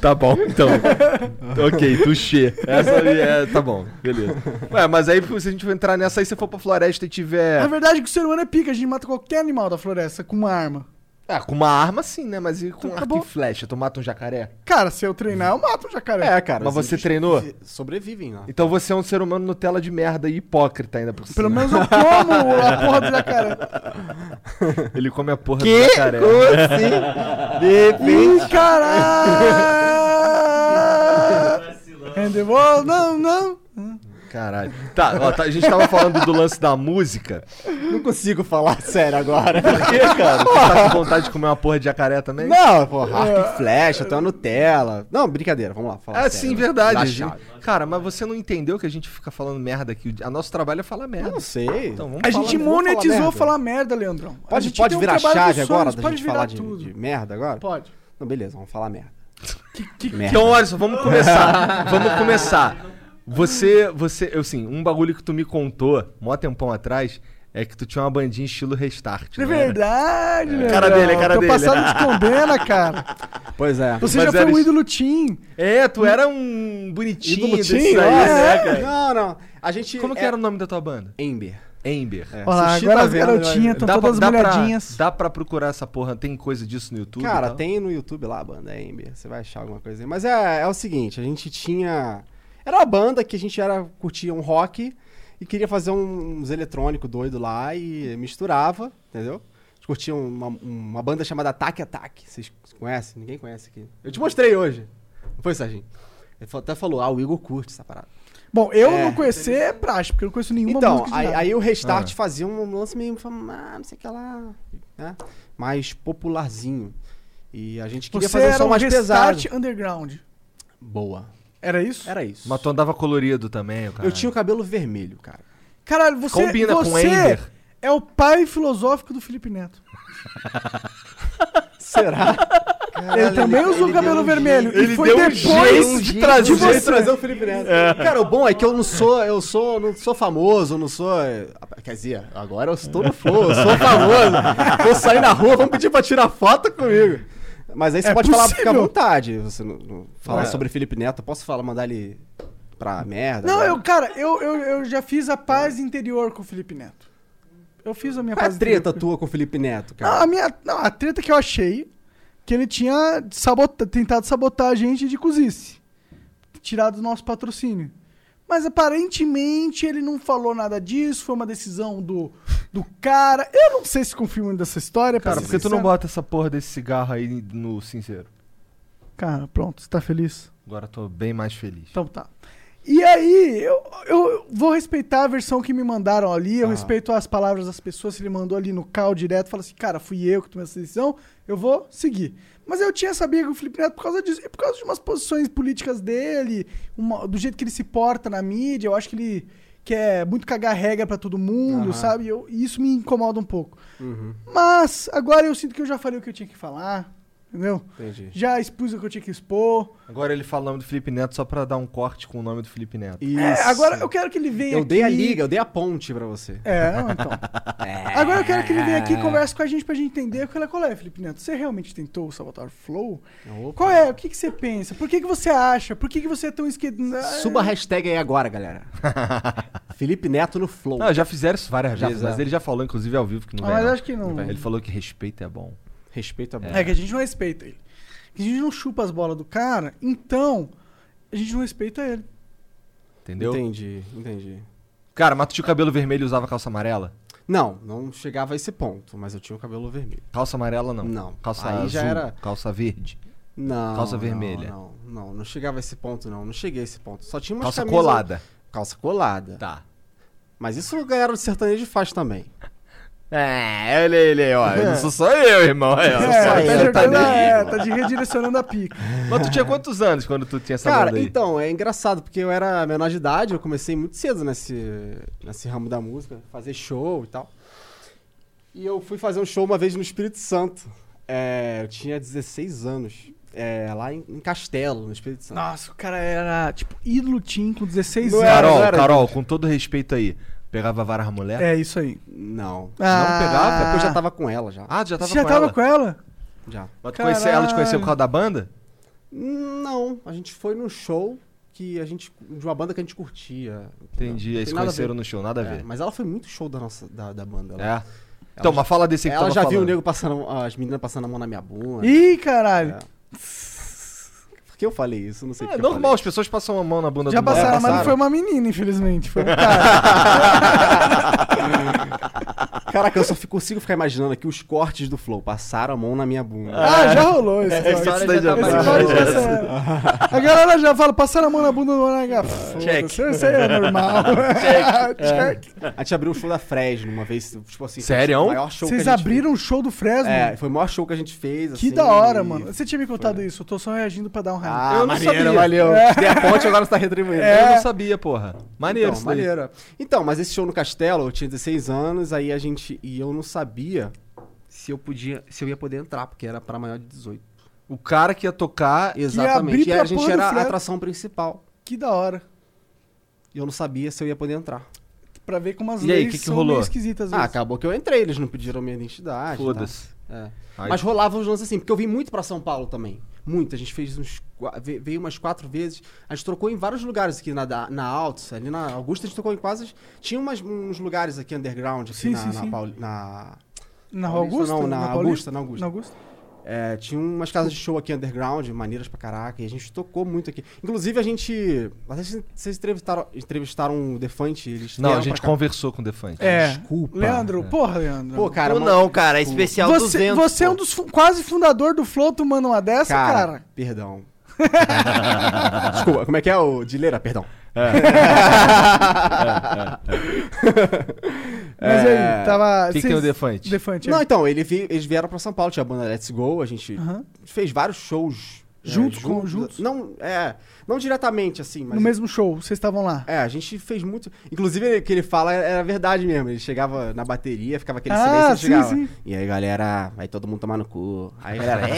Tá bom, então. (laughs) ok, tuxê. Essa aí é. Tá bom, beleza. Ué, mas aí se a gente for entrar nessa aí, se for pra floresta e
Na
tiver.
verdade, é que o ser humano é pica, a gente mata qualquer animal da floresta com uma arma.
Ah, com uma arma sim, né? Mas e com
Então tá
arco
bom.
e flecha? Tu mata um jacaré?
Cara, se eu treinar, eu mato um jacaré.
É, cara.
Mas
os
você
bichos
treinou?
se- Sobrevivem lá.
Então você é um ser humano Nutella de merda e hipócrita ainda por cima.
Pelo menos eu como a porra do jacaré.
Ele come a porra
Que?
do jacaré.
É. Como assim?
Ih, caralho!
Vacilão.
Handebol, não, não.
Caralho. Tá, ó, tá, a gente tava falando do lance da música.
Não consigo falar (laughs) sério agora.
Por
(laughs)
que, cara? Tu tá com vontade de comer uma porra de jacaré também?
Não,
É.
pô, arco e flecha, tá Nutella. Não, brincadeira, vamos lá.
Ah,
Falar
É
sério.
sim, verdade.
Dá
A gente-
chave.
Cara, mas você não entendeu que a gente fica falando merda aqui. A nosso trabalho é falar
Eu
merda.
não sei.
Então vamos
A
falar
gente
merda.
monetizou
merda.
falar merda, Leandrão. a
pode
gente
pode
tem um
virar
trabalho
chave
dos
agora
sonhos,
da
pode
gente
virar
falar de,
tudo.
de merda agora?
Pode.
Não, beleza, vamos falar merda.
Que- é que-
merda.
Então, olha só, vamos começar. vamos começar. Você, você, eu sim, um bagulho que tu me contou, mó tempão atrás, é que tu tinha uma bandinha estilo restart.
né?
É
não era?
verdade, Leandrão.
Cara dele, é cara
Teu
dele.
passado te condena, cara.
Pois é.
Você
Mas
já foi
era
um
isso.
ídolo Tim.
É, tu era um bonitinho
Ídolo
desse aí,
Tim, é.
né, cara?
Não, não. A gente. é-
Como que era o nome da tua banda?
Ember.
Amber.
É.
Olha lá,
Sushi
agora
tá
as
vendo,
garotinhas
né?
Então
estão todas
dá
molhadinhas.
Pra, dá pra procurar essa porra? Tem coisa disso no YouTube? e
Cara,
tal?
tem no YouTube lá a banda Ember. Você vai achar alguma coisa aí. Mas é, é o seguinte, a gente tinha. Era uma banda que a gente era, curtia um rock e queria fazer um- uns eletrônicos doido lá e misturava, entendeu? A gente curtia uma, uma banda chamada Ataque Ataque. Vocês conhecem? Ninguém conhece aqui. Eu te mostrei hoje. Não foi, Serginho? Ele fa- até falou, ah, o Igor curte essa parada.
Bom, eu
É.
não conhecer é praxe, porque eu não conheço nenhuma
Então,
música de
aí,
nada.
aí o Restart
Ah.
fazia um lance meio, fam- ah, não sei o que lá, né? Mais popularzinho. E a gente queria
Você
fazer um
era
som
um
mais pesado.
restart underground.
Boa.
Era isso?
Era isso.
Mas tu andava colorido também, cara.
Eu tinha um o cabelo vermelho, cara.
Caralho, você,
Combina com
você
Ender.
é o pai filosófico do Felipe Neto.
Será?
(laughs) ele também usou o
um
cabelo vermelho. e foi depois
jeito
de
de
trazer
Eu vou
você.
trazer o Felipe Neto. Cara, o bom é que eu não sou, eu sou, não sou famoso, não sou. é, Quer dizer, agora eu estou no flow, eu sou famoso. Vou sair na rua, vão pedir pra tirar foto comigo. Mas aí você
É
pode falar, fica à
possível. É.
vontade. Você não, não- falar sobre Felipe Neto, eu posso falar, mandar ele pra merda?
Não,
né?
eu, cara, eu, eu, eu já fiz a paz interior com o Felipe Neto. Eu fiz a minha
Qual é
paz
a treta
interior.
tua com o Felipe Neto,
Não,
cara?
a minha, não, a treta que eu achei que ele tinha sabota- tentado sabotar a gente de cozice. Tirar do nosso patrocínio. Mas aparentemente ele não falou nada disso, foi uma decisão do, do cara. Eu não sei se confio muito dessa história. pra
Cara,
ser
por que tu não
sincero.
bota essa porra desse cigarro aí no cinzeiro?
Cara, pronto, você tá feliz?
Agora eu tô bem mais feliz.
Então tá. E aí, eu, eu vou respeitar a versão que me mandaram ali, eu respeito as palavras das pessoas, se ele mandou ali no cal direto, fala assim, cara, fui eu que tomei essa decisão, eu vou seguir. Mas eu tinha sabido que o Felipe Neto, por causa disso, e por causa de umas posições políticas dele, uma- do jeito que ele se porta na mídia, eu acho que ele quer muito cagar regra pra todo mundo,
Aham.
sabe? Eu- e isso me incomoda um pouco.
Uhum,
Mas agora eu sinto que eu já falei o que eu tinha que falar, entendeu?
entendi.
Já expus o que eu tinha que expor.
Agora ele fala o nome do Felipe Neto só pra dar um corte com o nome do Felipe Neto.
Isso.
É, agora eu quero que ele venha
Eu dei a
aqui-
liga, eu dei a ponte pra você.
É,
(laughs)
então.
É.
Agora eu quero que ele venha aqui e converse com a gente pra gente entender qual é, qual é, Felipe Neto. Você realmente tentou sabotar o Flow?
Opa.
Qual é? O que, que você pensa? Por que, que você acha? Por que, que você é tão esquerdo?
Suba a hashtag aí agora,
(laughs)
galera. Felipe Neto no Flow.
Não, já fizeram isso várias
Já
vezes,
fizeram.
mas ele já falou, inclusive, ao vivo que não
Ah,
vai.
mas
não.
acho que não.
Ele falou que respeito é bom.
Respeita a bola.
É que a gente não respeita ele. A gente não chupa as bolas do cara, então a gente não respeita ele.
Entendeu?
Entendi, entendi.
Cara, mas tu tinha o cabelo vermelho e usava calça amarela?
Não, não chegava a esse ponto, mas eu tinha o cabelo vermelho.
Calça amarela não.
Não.
Calça
Aí
azul,
já era-
calça verde,
Não.
Calça
não,
vermelha.
Não, não, não chegava a esse ponto, não. Não cheguei a esse ponto. Só tinha uma
calça colada.
Calça colada.
Tá.
Mas isso a galera do sertanejo faz também.
É, olha ele, ó. Eu não sou só eu, irmão. Eu
É,
não sou
só
tá,
ele,
eu,
tá
jogando,
nem aí,
é,
irmão.
tá de redirecionando a pica.
Mas tu tinha quantos anos quando tu tinha essa banda
Cara,
aí?
então, é engraçado, porque eu era menor de idade, eu comecei muito cedo nesse, nesse ramo da música, fazer show e tal. E eu fui fazer um show uma vez no Espírito Santo. É, eu tinha 16 anos. É, lá em, em Castelo, no Espírito Santo.
Nossa, o cara era tipo ídolo Tim com 16
Não
anos.
era,
Carol,
não era,
Carol, com todo respeito aí, pegava várias mulher?
É isso aí.
Não.
Ah.
Não pegava, porque eu já tava com ela já.
Ah, tu já tava
Você já
com
tava
ela?
com ela?
Já.
Mas tu conheceu, ela te conheceu por causa da banda?
Não, a gente foi num show que a gente. de uma banda que a gente curtia.
Entendi, eles conheceram no show, nada a
show.
ver.
É, mas ela foi muito show da nossa da, da banda.
É.
Ela,
Então, mas fala desse que
ela
tava
já viu o
falando.
nego passando. As meninas passando a mão na minha bunda.
Ih, caralho.
É. Por que eu falei isso? Não sei
É
porque eu
normal, as pessoas passam a mão na bunda
Já
do maluco.
passaram,
É,
mas não
passaram.
foi uma menina, infelizmente. Foi um cara.
falei. (laughs) Caraca, eu só fico- consigo ficar imaginando aqui os cortes do Flow. Passaram a mão na minha bunda.
ah, já rolou
É,
esse
Essa
corte.
história já tá
Esse
mais
corte
velha. (laughs)
já saiu. A galera já fala, passaram a mão na bunda do Monaga.
Check.
Isso aí é
(laughs)
normal. (laughs) Check.
A gente abriu o show da Fresno uma vez, tipo assim.
Sério?
O maior show
Vocês
que a gente
abriram o show do Fresno?
É, foi o maior show que a gente fez.
que
assim,
da hora,
e-
mano. Você tinha me contado isso, eu tô só reagindo pra dar um hype.
Ah,
Eu não
maneiro,
sabia. É.
valeu. Tem a ponte, agora você tá retribuindo.
Eu não sabia, porra. Maneiro
então,
isso daí.
maneiro. Então, mas esse show no Castelo, eu tinha 16 anos, aí a gente. E eu não sabia se eu podia. Se eu ia poder entrar, porque era pra maior de 18.
O cara que ia tocar...
Exatamente. E
pra
a gente
porra do
era a
Fred.
atração principal.
Que da hora.
E eu não sabia se eu ia poder entrar.
Pra ver como as
E aí,
leis
que que
são
rolou?
meio esquisitas. às
Ah,
vezes.
acabou que eu entrei, eles não pediram minha identidade. e
Foda-se.
tal. É.
Aí-
Ah, Mas rolava uns lances assim, porque eu vim muito pra São Paulo também. Muito. A gente fez uns. qua- ve- Veio umas quatro vezes. A gente trocou em vários lugares aqui na, da- na Altos, ali na Augusta, a gente trocou em quase. Tinha umas- uns lugares aqui underground, aqui
Sim,
na,
sim,
na
sim.
Pauli- na-
Na Rua
Paulista,
Augusta?
Não, na,
Paulista?
Augusta, na Augusta.
Na Augusta?
É, tinha umas casas de show aqui underground, maneiras pra caraca, e a gente tocou muito aqui. Inclusive, a gente. Vocês, vocês entrevistaram, entrevistaram o Defante, eles
Não, a
vieram
gente
pra cá.
conversou com o Defante.
É.
Ah, Desculpa.
Leandro, porra, Leandro.
Pô, cara,
Ou
uma-
não, cara, é especial
você,
200.
você é um dos fu- quase fundador do Flow, tu manda uma dessa,
Cara,
cara.
perdão. (laughs) Desculpa, como é que é o Dileira? Perdão.
Mas aí, tava.
O que, que
vocês-
tem o Defante?
Defante, é.
Não, então, ele vi- eles vieram pra São Paulo, tinha a banda Let's Go, a gente
Aham.
fez vários shows é,
Juntos Ah. com- juntos?
Não, é, não diretamente, assim, mas...
No mesmo show, vocês estavam lá.
É, a gente fez muito... Inclusive, o que ele fala era verdade mesmo. Ele chegava na bateria, ficava aquele
Ah,
silêncio, ele
sim,
chegava...
sim.
E aí, galera, aí todo mundo tomar no cu.
(laughs)
Aí, a galera...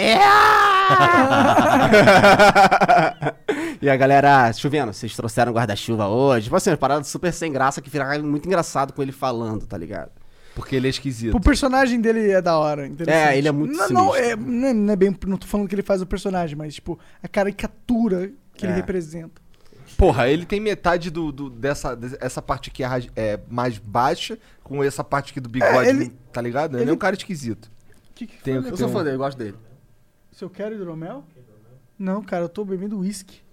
e a galera, chovendo, vocês trouxeram guarda-chuva hoje? Tipo assim, uma parada super sem graça que fica muito engraçado com ele falando, tá ligado?
Porque ele é esquisito.
O personagem dele é da hora, interessante.
É, ele é muito
não, não,
sinistro.
é, não, é, não é bem, não tô falando que ele faz o personagem, mas tipo, a caricatura que ele
É.
representa.
Porra, ele tem metade do, do- dessa des- essa parte aqui é, ra- é mais baixa, com essa parte aqui do bigode,
É, ele-
tá ligado? Ele, é
ele-
um cara esquisito.
Que que
Tem-
foi,
tem um-
fã dele, eu gosto dele.
Se eu quero hidromel? Não, cara, eu tô bebendo uísque.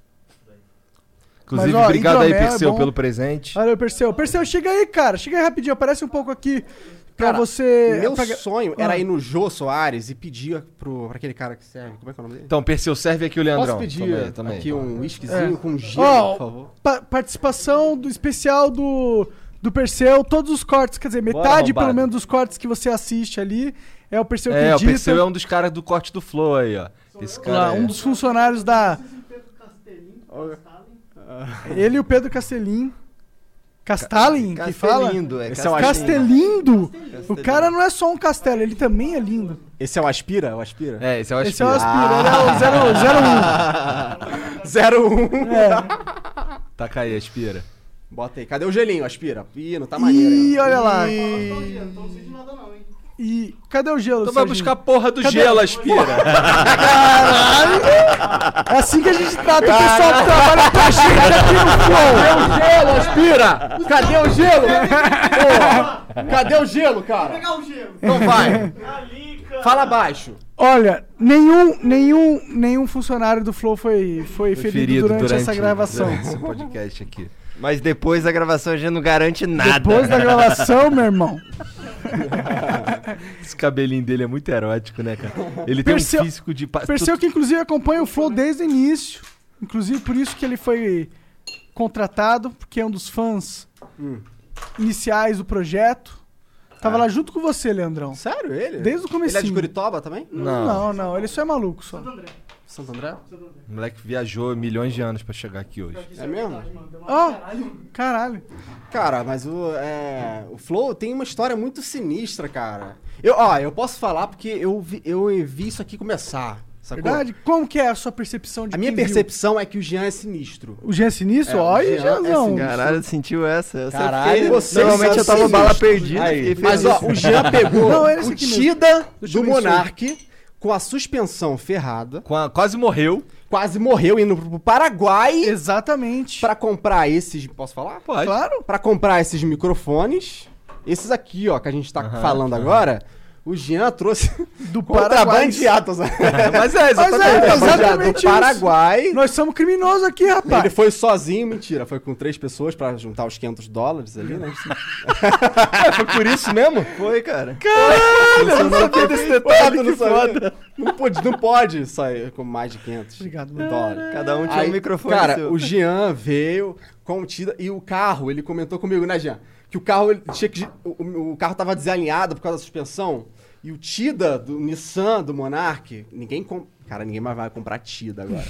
Inclusive,
ó,
obrigado aí,
hidromel é
Perseu,
bom. Ah.
pelo presente.
Olha, Perseu. Perseu, chega aí, cara. Chega aí rapidinho. Aparece um pouco aqui pra
Cara,
você...
"É, Meu
É, pra-
sonho era
Ah.
ir no Jô Soares e pedir pro, pra aquele cara que serve. Como é que é o nome dele?
Então, Perseu, serve aqui o Leandrão.
Posso pedir
também, também.
aqui um whiskyzinho
É.
com gelo,
Ó,
por favor?
pa- participação do especial do, do Perseu. Todos os cortes, quer dizer, metade
arrombado.
pelo menos dos cortes que você assiste ali é o Perseu que
É, o
edita.
Perseu é um dos caras do corte do Flow aí, ó. Esse cara
Lá,
é.
um dos funcionários da. Ele e o Pedro Castelin. Castalin, que fala?
Castelindo, é.
Esse é o
Castel-
Castelindo! O
Castelindo.
cara não é só um castelo, ele também é lindo.
Esse é o Aspira? O Aspira?
É, esse é Ah. o
Esse é o
Aspira.
Aspira, ele é
(laughs)
o 01.
01.
Taca Ah, tá, aí, Aspira.
É.
Então
Bota aí. Cadê o gelinho, Aspira? Ih, não tá maneiro.
Ih,
hein?
olha lá.
Não sei de nada não, hein?
E cadê o gelo?
Tu Então vai
Serginho?
buscar a porra do
Cadê?
gelo, Aspira.
É assim que a gente trata o pessoal que trabalha com a gente aqui
(laughs)
no Flow.
Gelo, Aspira! Cadê o gelo? Pô, Cadê o gelo, cara?
Pegar o gelo!
Não
Então
vai.
Ali, cara!
Fala baixo.
Olha, nenhum, nenhum, nenhum funcionário do Flow foi, foi, ferido, durante, essa
(laughs)
gravação.
durante (laughs) esse podcast aqui.
(laughs) Mas depois da gravação a gente não garante nada.
Depois da gravação, meu irmão.
Esse cabelinho dele é muito erótico, né, cara? Ele tem
Perseu-
um físico de... pa-
Perseu que inclusive acompanha o Flow desde o início. Inclusive por isso que ele foi contratado, porque é um dos fãs
Hum.
iniciais do projeto.
É.
Tava lá junto com você, Leandrão.
Sério,
Desde
ele?
o
Ele é de
comecinho.
Curitiba também?
Não.
não, não, ele só é maluco só.
Santo André?
O moleque viajou milhões de anos pra chegar aqui hoje.
É mesmo?
Ó, caralho.
Tá Cara, mas o, é, o Flow tem uma história muito sinistra, cara. Eu, ó, eu posso falar porque eu vi, eu vi isso aqui começar, sacou?
Verdade? Como que é a sua percepção de
A minha
quem viu?
percepção é que o Jean é sinistro.
O Jean é sinistro?
É, o
Olha,
Jean é
Jeanzão.
sinistro.
Caralho, sentiu essa? essa eu
Caralho,
fiquei-
vocês
é Normalmente
são
eu tava bala
sinistros.
perdida.
Aí.
fiquei
Mas
feliz.
ó, o Jean pegou
Não, era esse
o
aqui mesmo.
Tida
Deixa eu
do
ver isso aí.
Monark com a suspensão ferrada,
Qua- Quase morreu.
quase morreu indo pro Paraguai
Exatamente.
pra comprar esses, posso falar?
Pode.
Claro.
Pra comprar esses microfones, esses aqui, ó, que a gente tá
Aham,
falando
aham.
agora. O Jean trouxe
Do Paraguai.
contrabandeado.
Mas é,
Mas é,
exatamente.
exatamente
né? Exatamente
isso.
do Paraguai.
Nós somos criminosos aqui,
Ele
rapaz.
foi sozinho, mentira, foi com três pessoas pra juntar os 500 dólares ali, né?
é, Foi por isso (laughs) mesmo?
Foi, cara.
Eu não sabia desse detalhe,
não,
que
sabe?
foda.
não pode, não pode sair com mais de 500
Obrigado, mano.
dólares.
Cada um tinha
Aí,
um microfone
Cara,
seu.
o Jean veio com o Tida e o carro, ele comentou comigo, né, Jean? Que o carro ele tinha que. O, o carro tava desalinhado por causa da suspensão. E o Tida do Nissan, do Monark, ninguém. Com... Cara, ninguém mais vai comprar Tida agora.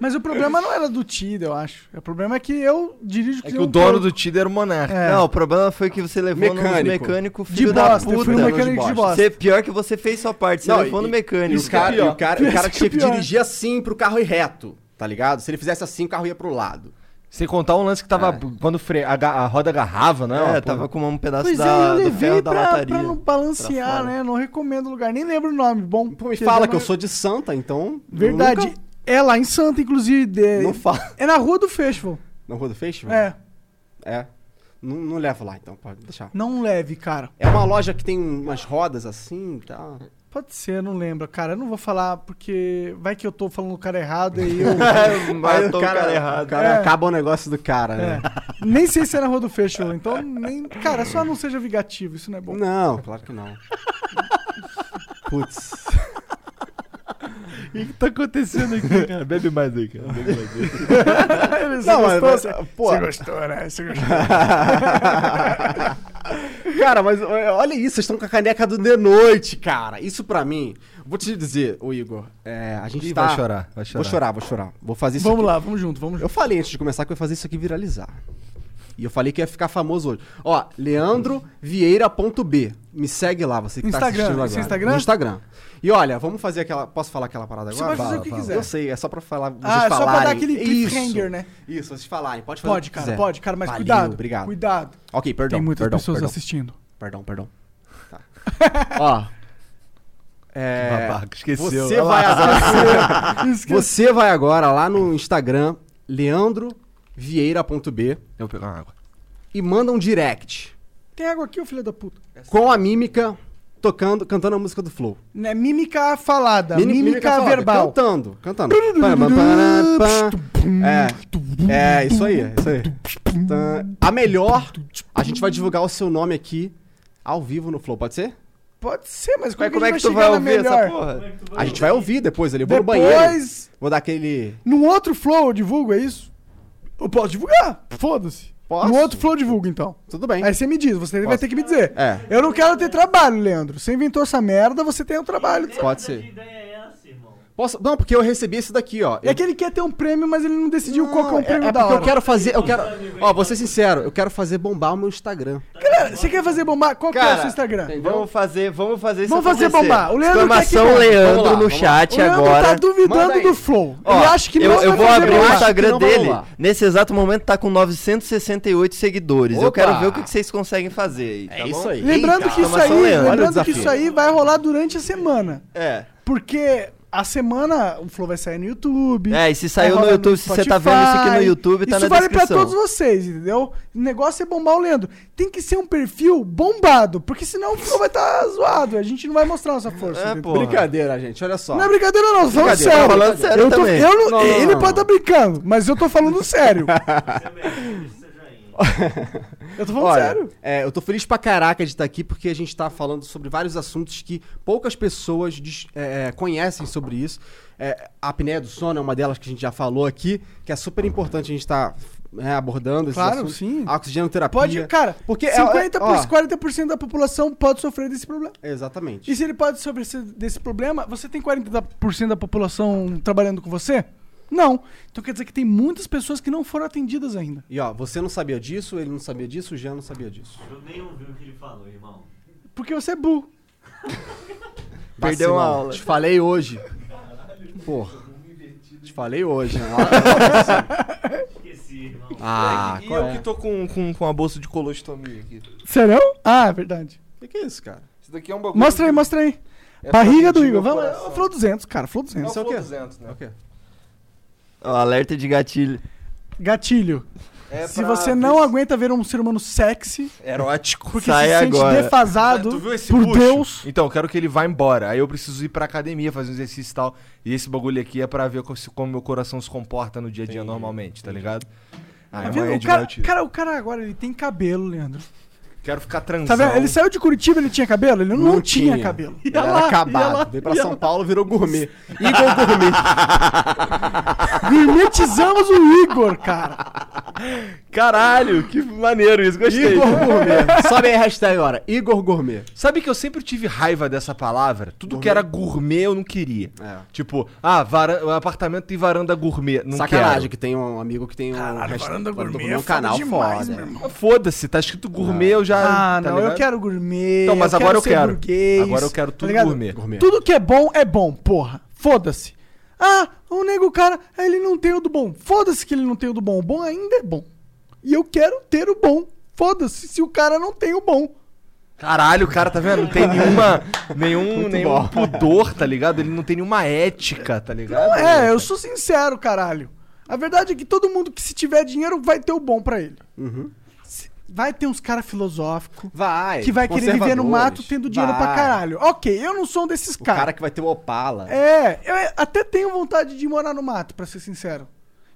Mas o problema não era do Tida, eu acho. O problema é que um eu dirijo
É que o dono do Tinder era o Monarca.
É.
Não, o problema foi que você levou nos
Mecânico.
mecânico filho
de
da
bosta. Eu
puta.
fui um mecânico
de
de
bosta.
bosta.
Você pior que você fez sua parte, você
Não,
levou no
e-
mecânico.
E, o cara,
que é
e
pior.
o cara, o
Isso
cara
que é
tinha que
pior.
dirigir assim pro carro ir reto, tá ligado? Se ele fizesse assim, o carro ia pro lado.
Sem contar um lance que tava.
É.
Quando fre... a, ga- a roda agarrava, né?
É,
Uma
tava
(laughs) porra.
com um pedaço
Pois é, eu
da, do
levei
ferro da
pra,
lataria.
pra não
pra
balancear,
fora.
né? Não recomendo o lugar. Nem lembro o nome. Bom,
Pô, me
porque
fala
já
que
não-
eu sou de Santa, então.
Verdade.
nunca-
É lá em Santa, inclusive. de-
Não Hum. fala.
É na rua do Festival.
Na Rua do Festival?
É.
É. Não, não leva lá, então, pode deixar.
Não leve, cara.
É uma loja que tem umas rodas assim e tal.
Pode ser, eu não lembro, cara. Eu não vou falar porque vai que eu tô falando o cara errado e
(laughs)
eu. né?
Aí
Matou o cara errado.
O cara
É.
acaba o negócio do cara, né?
É. Nem sei se é na rua do Festival, então nem. Cara, só não seja vingativo, isso não é bom.
(laughs) Não, claro
(laughs)
que não. Putz. (laughs)
O que, que tá acontecendo aqui, cara? Bebe mais aí, cara. Bebe mais aí.
Você
Não, mas-
gostou? Você-
pô.
Você gostou, né? Você gostou.
Cara, mas ó, olha isso, vocês estão com a caneca do de noite, cara. Isso pra mim. Vou te dizer, ô Igor, é, a gente
Ih,
tá.
vai chorar, vai chorar.
Vou chorar, vou chorar. Vou fazer isso
(laughs) Vamos
aqui.
lá, vamos junto, vamos
Eu
junto.
falei antes de começar que eu ia fazer isso aqui viralizar. E eu falei que ia ficar famoso hoje. Ó, leandrovieira.b. Me segue lá, você que tá
Instagram,
assistindo agora.
esse Instagram?
No Instagram. E olha, vamos fazer aquela... Posso falar aquela parada
Você
agora?
pode fazer o que
Fala, fala.
quiser.
Eu sei, é só pra falar, vocês
Ah, é só pra dar
falarem.
aquele cliffhanger,
Isso.
né?
Isso, vocês falarem. Pode fazer o
Pode,
que
cara,
quiser.
pode, cara, mas
Valeu,
cuidado.
obrigado.
Cuidado.
Ok, perdão,
Tem muitas
perdão,
pessoas
perdão. (laughs)
assistindo.
Perdão,
(laughs)
perdão. Tá. Ó. É,
Babaca, esqueceu.
Você
(laughs)
vai, agora, você vai agora lá no Instagram, leandrovieira.b,
Eu vou pegar uma água.
e manda um direct
Tem água aqui, ô filho da puta?
com a mímica tocando, cantando a música do Flow.
Né, mímica falada,
Mini-
mímica,
falada, Então,
verbal.
Cantando, cantando. É, é, isso aí, é isso aí. Tá, A melhor, a gente vai divulgar o seu nome aqui ao vivo no Flow, pode ser?
Pode ser, mas como,
Mas
é
como
que, a gente vai chegar na melhor?
porra?
A gente vai ouvir depois ali. Eu vou no banheiro.
Depois,
Vou dar aquele.
num outro flow eu divulgo, é isso? Eu posso divulgar, foda-se.
Posso?
No outro flow eu divulgo, então.
Tudo bem.
Aí você me diz, você vai
Posso.
ter que me dizer.
É.
Eu não quero ter trabalho, Leandro. Você inventou essa merda, você tem um trabalho.
Pode
Que
ser.
ideia é essa, irmão?
Posso? Não, porque eu recebi esse daqui, ó.
É que ele quer ter um prêmio, mas ele não decidiu
Não,
qual que é o prêmio
é, é
da
porque
hora.
eu quero fazer. Eu quero. Ó, vou ser sincero, eu quero fazer bombar o meu Instagram.
Cara, você quer fazer bombar? Qual que é o seu Instagram?
Vamos fazer, vamos fazer isso
Vamos fazer
acontecer.
bombar. O Leandro tá quer que
Exclamação
ganhe.
Leandro
Vamos lá,
no
vamos lá.
chat
o Leandro
agora.
tá duvidando
Manda aí.
do flow.
Ó,
ele acha que
eu,
não
eu
vai
vou
fazer
abrir o
bombar.
acho que
Instagram
não vai
dele.
rolar.
Nesse exato momento tá com 968 seguidores. Eu
Opa!
quero ver o que que vocês conseguem fazer aí, tá
É
bom?
isso aí.
Lembrando
Eita,
que isso aí,
exclamação Leandro.
Olha
lembrando
o
que
desafio.
isso aí vai rolar durante a semana.
É.
Porque a semana o Flow vai sair no YouTube.
É, e se saiu
vai
no
rolar
YouTube, se você tá vendo isso aqui no
Spotify.
YouTube, tá
isso
na
vale
descrição.
pra todos vocês, entendeu? O negócio é bombar o Leandro. Tem que ser um perfil bombado, porque senão o Flow vai estar zoado. A gente não vai mostrar nossa força.
É,
entendeu?
pô.
Brincadeira, gente, olha só.
Não é brincadeira não, tô falando
Brincadeira,
sério.
tá falando sério
eu tô,
também.
eu não-
Não, não,
ele
não,
pode estar brincando, mas eu tô
(laughs)
falando sério.
Você merece, deixa você já indo.
Eu tô falando
Olha,
sério.
é, eu tô feliz pra caraca de estar aqui porque a gente tá falando sobre vários assuntos que poucas pessoas des- é, é, conhecem sobre isso. É, a apneia do sono é uma delas que a gente já falou aqui, que é super importante a gente estar abordando esses
Claro,
assuntos.
sim.
A oxigenoterapia.
Pode, cara, porque
Porque é-
50%,
ó.
40% da população pode sofrer desse problema.
Exatamente.
E se ele pode sofrer esse- desse problema, você tem 40% da população trabalhando com você? Não. Então quer dizer que tem muitas pessoas que não foram atendidas ainda.
E ó, você não sabia disso, ele não sabia disso, o Jean não sabia disso.
Eu nem ouvi o que ele falou, irmão.
Porque você é burro.
Perdeu
Vacilão.
uma aula.
Te falei hoje. Porra. Te falei hoje. né?
Esqueci, irmão. Tá
Ah,
E
qual
eu
é?
que tô com, com, com a bolsa de colostomia aqui.
Sério? Ah, é verdade.
Que que é isso, cara?
Isso daqui é um bagulho.
Mostra aí,
que-
mostra aí.
é pra
Barriga do
sentir
Igor.
meu
Vamos,
coração.
lá. Flow 200, cara.
É
Flow
o
200.
Isso é o
Flow
quê?
200,
É
né?
o quê?
Ó, alerta de gatilho.
Gatilho.
É
Se
pra-
você não aguenta ver um ser humano sexy,
Erótico.
porque
Sai
se sente
agora.
defasado
É, tu viu esse
por
bucho?
Deus.
Então, eu quero que ele vá embora. Aí eu preciso ir pra academia fazer um exercício e tal. E esse bagulho aqui é pra ver co- se- como meu coração se comporta no dia a dia normalmente, tá ligado? Aí
Tá
amanhã
vendo?
é
O
de
cara,
noite.
cara, o cara agora ele tem cabelo, Leandro.
Quero ficar
Tá
transando.
vendo? Ele saiu de Curitiba, ele tinha cabelo? Ele não, tinha. cabelo.
Ele era acabado. Veio pra São Paulo, virou gourmet. (laughs) Igor Gourmet.
Mimetizamos o Igor, cara.
Caralho, que maneiro isso, gostei.
Igor Gourmet. Sobe aí a hashtag agora. Igor Gourmet.
Sabe que eu sempre tive raiva dessa palavra? Tudo que era gourmet eu não queria.
É.
Tipo, ah, varan- o apartamento tem varanda gourmet. Não
Sacanagem que tem um amigo que tem um.
Caralho,
hashtag-
varanda gourmet
é
é
um canal
foda demais,
foda.
meu irmão.
quero. Foda-se, tá escrito gourmet, eu já.
Ah,
tá
não, eu
ligado?
quero gourmet.
Então, mas agora eu
ser
quero.
burguês,
Agora eu quero
tá
tudo
ligado?
gourmet.
Gourmet.
Tudo que é bom é bom, porra. Foda-se. Ah, o nego cara, ele não tem o do bom. Foda-se que ele não tem o do bom. O bom ainda é bom. E eu quero ter o bom. Foda-se se o cara não tem o bom.
Caralho, o cara, tá vendo? Não tem (laughs) nenhuma. nenhum nenhum
bom.
pudor, tá ligado? Ele não tem nenhuma ética, tá ligado?
Não é, eu sou sincero, caralho. A verdade é que todo mundo que se tiver dinheiro vai ter o bom pra ele.
Uhum.
Se- Vai ter uns cara filosófico
Vai.
que vai querer viver no mato
conservadores.
tendo dinheiro pra
Vai.
caralho. Ok, eu não sou um desses
O
caras.
cara que vai ter o Opala.
É, eu até tenho vontade de morar no mato, pra ser sincero.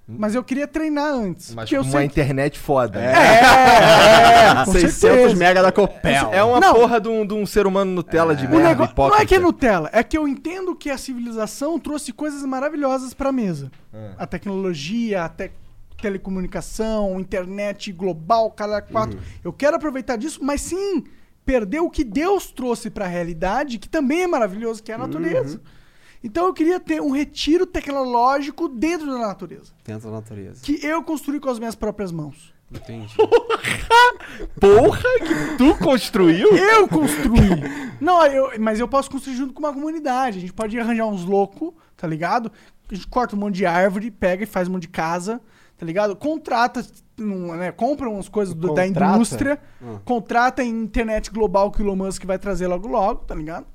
Mas eu queria treinar antes.
Mas
porque
com
eu
uma
sei...
internet foda. né?
(laughs)
É, com
600
certeza.
mega
(laughs)
da Copel.
É uma
Não.
porra de um, de um ser humano Nutella de
O
merda,
negócio não
hipócrita.
é que é Nutella, é que eu entendo que a civilização trouxe coisas maravilhosas pra mesa.
É.
A tecnologia, a te- telecomunicação, internet global, cada quatro. Eu quero aproveitar disso, mas sim perdeu o que Deus trouxe pra realidade, que também é maravilhoso, que é a natureza.
Uhum.
Então eu queria ter um retiro tecnológico dentro da natureza,
Dentro da natureza.
que eu construí com as minhas próprias mãos.
Entendi.
Porra que tu construiu? (laughs)
Eu construí. Não, eu- mas eu posso construir junto com uma comunidade. A gente pode arranjar uns loucos, tá ligado? A gente corta um monte de árvore, pega e faz um monte de casa, tá ligado? Contrata, num, né, compra umas coisas do- da
Contrata?
indústria,
Ah.
contrata em internet global que o Elon Musk vai trazer logo logo, tá ligado?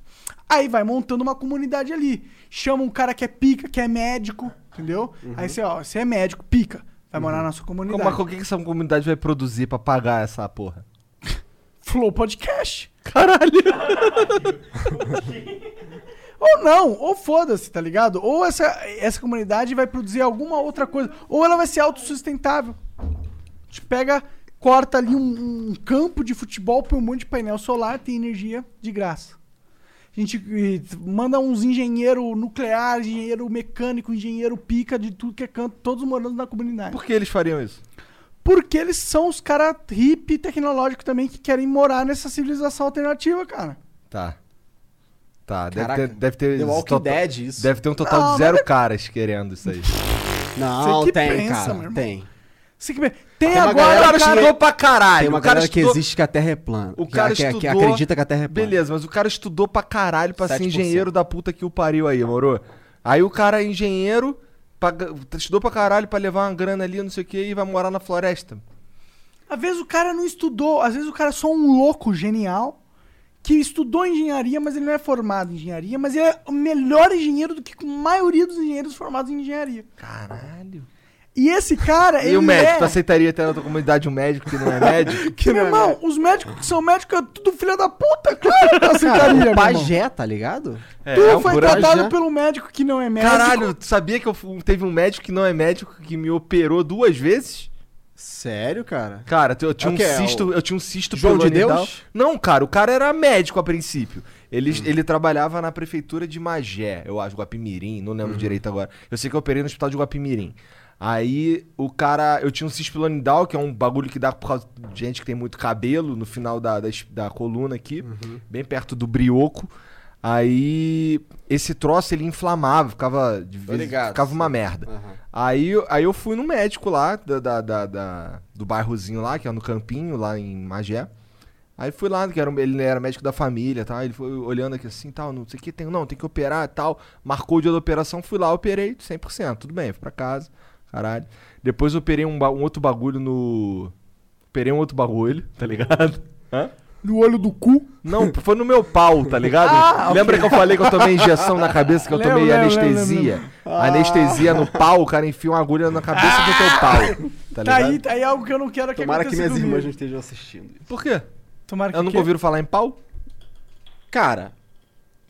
Aí vai montando uma comunidade ali. Chama um cara que é pica, que é médico, entendeu? Aí você, ó, você é médico, pica. Vai morar na sua
Como,
comunidade.
mas o que que essa comunidade vai produzir pra pagar essa porra?
Flow Podcast.
Caralho!
(laughs) Ou não, ou foda-se, tá ligado? Ou essa, essa comunidade vai produzir alguma outra coisa, ou ela vai ser autossustentável. A gente pega, corta ali um, um campo de futebol, põe um monte de painel solar, tem energia de graça. A gente eh, manda uns engenheiro nuclear, engenheiro mecânico, engenheiro pica de tudo que é canto, todos morando na comunidade.
Por que eles fariam isso?
Porque eles são os caras hippie tecnológico também que querem morar nessa civilização alternativa, cara.
Tá. Tá, deve
Caraca.
ter, deve ter.
The Walking
total-
Dead, isso.
Deve ter um total
Não,
de zero caras querendo isso aí.
Não,
Você que
tem,
pensa, meu
cara.
irmão.
Tem.
Você que- Tem
uma
agora.
galera
o cara-
estudou pra caralho.
Tem uma
o cara
galera que
estudou-
existe que a Terra é plana.
O
que-
cara
que, que,
estudou-
acredita que a Terra é plana.
Beleza, mas o cara estudou pra caralho pra ser
7%.
engenheiro da puta que o pariu aí, moro? Aí o cara é engenheiro, paga- estudou pra caralho pra levar uma grana ali, não sei o que, e vai morar na floresta.
Às vezes o cara não estudou, às vezes o cara é só um louco genial que estudou engenharia, mas ele não é formado em engenharia, mas ele é o melhor engenheiro do que a maioria dos engenheiros formados em engenharia.
Caralho.
E esse cara,
(laughs) E
ele
o médico? tá
é...
Tu aceitaria ter na tua comunidade um médico que não é
(laughs)
médico?
Que meu irmão, os médicos que são médicos é tudo filha da puta, claro que eu aceitaria, meu
Cara,
irmão.
o pajé, tá ligado?
É,
Tu
é um
foi
buraco.
tratado
já.
pelo médico que não é médico.
Caralho, tu sabia que eu fu- teve um médico que não é médico que me operou duas vezes?
Sério, cara?
Cara, eu tinha
É o quê?
um
É
cisto,
o-
eu tinha um cisto
João de
pilonidal.
Deus? Hum.
Não, cara, o cara era médico a princípio. Ele, ele trabalhava na prefeitura de Magé, eu acho, Guapimirim, não
Uhum.
lembro direito agora. Eu sei que eu operei no hospital de Guapimirim. Aí o cara, eu tinha um cispilonidal, que é um bagulho que dá por causa de gente que tem muito cabelo no final da, da, es- da coluna aqui,
Uhum.
bem perto do brioco. Aí esse troço ele inflamava, ficava de vez-
ligado. Ah.
ficava uma merda. Aí, eu- aí eu fui no médico lá, da, da- da- da- do bairrozinho lá, que é no Campinho, lá em Magé. Aí fui lá, que era, um- ele era médico da família, tá? Ele foi olhando aqui assim, tal, não sei o que, tem, não, tem que operar e tal. Marcou o dia da operação, fui lá, operei 100%, tudo bem, fui pra casa, caralho. Depois eu operei um, ba- um outro bagulho no... Operei um outro bagulho, (laughs) tá ligado? Hã?
No olho do cu.
Não, foi no meu pau, tá ligado?
Ah, ok.
Lembra que eu falei que eu tomei injeção na cabeça, que eu
Lembro,
tomei
lembro,
anestesia?
lembro, Ah.
Anestesia no pau, o cara enfia uma agulha na cabeça do teu
(laughs)
pau. Tá,
Tá
ligado?
aí, tá aí algo que eu não quero que
Tomara que
aconteça
minhas
comigo.
irmãs não estejam assistindo.
Por quê?
Tomara que
Eu nunca
que-
ouviram falar em pau?
Cara,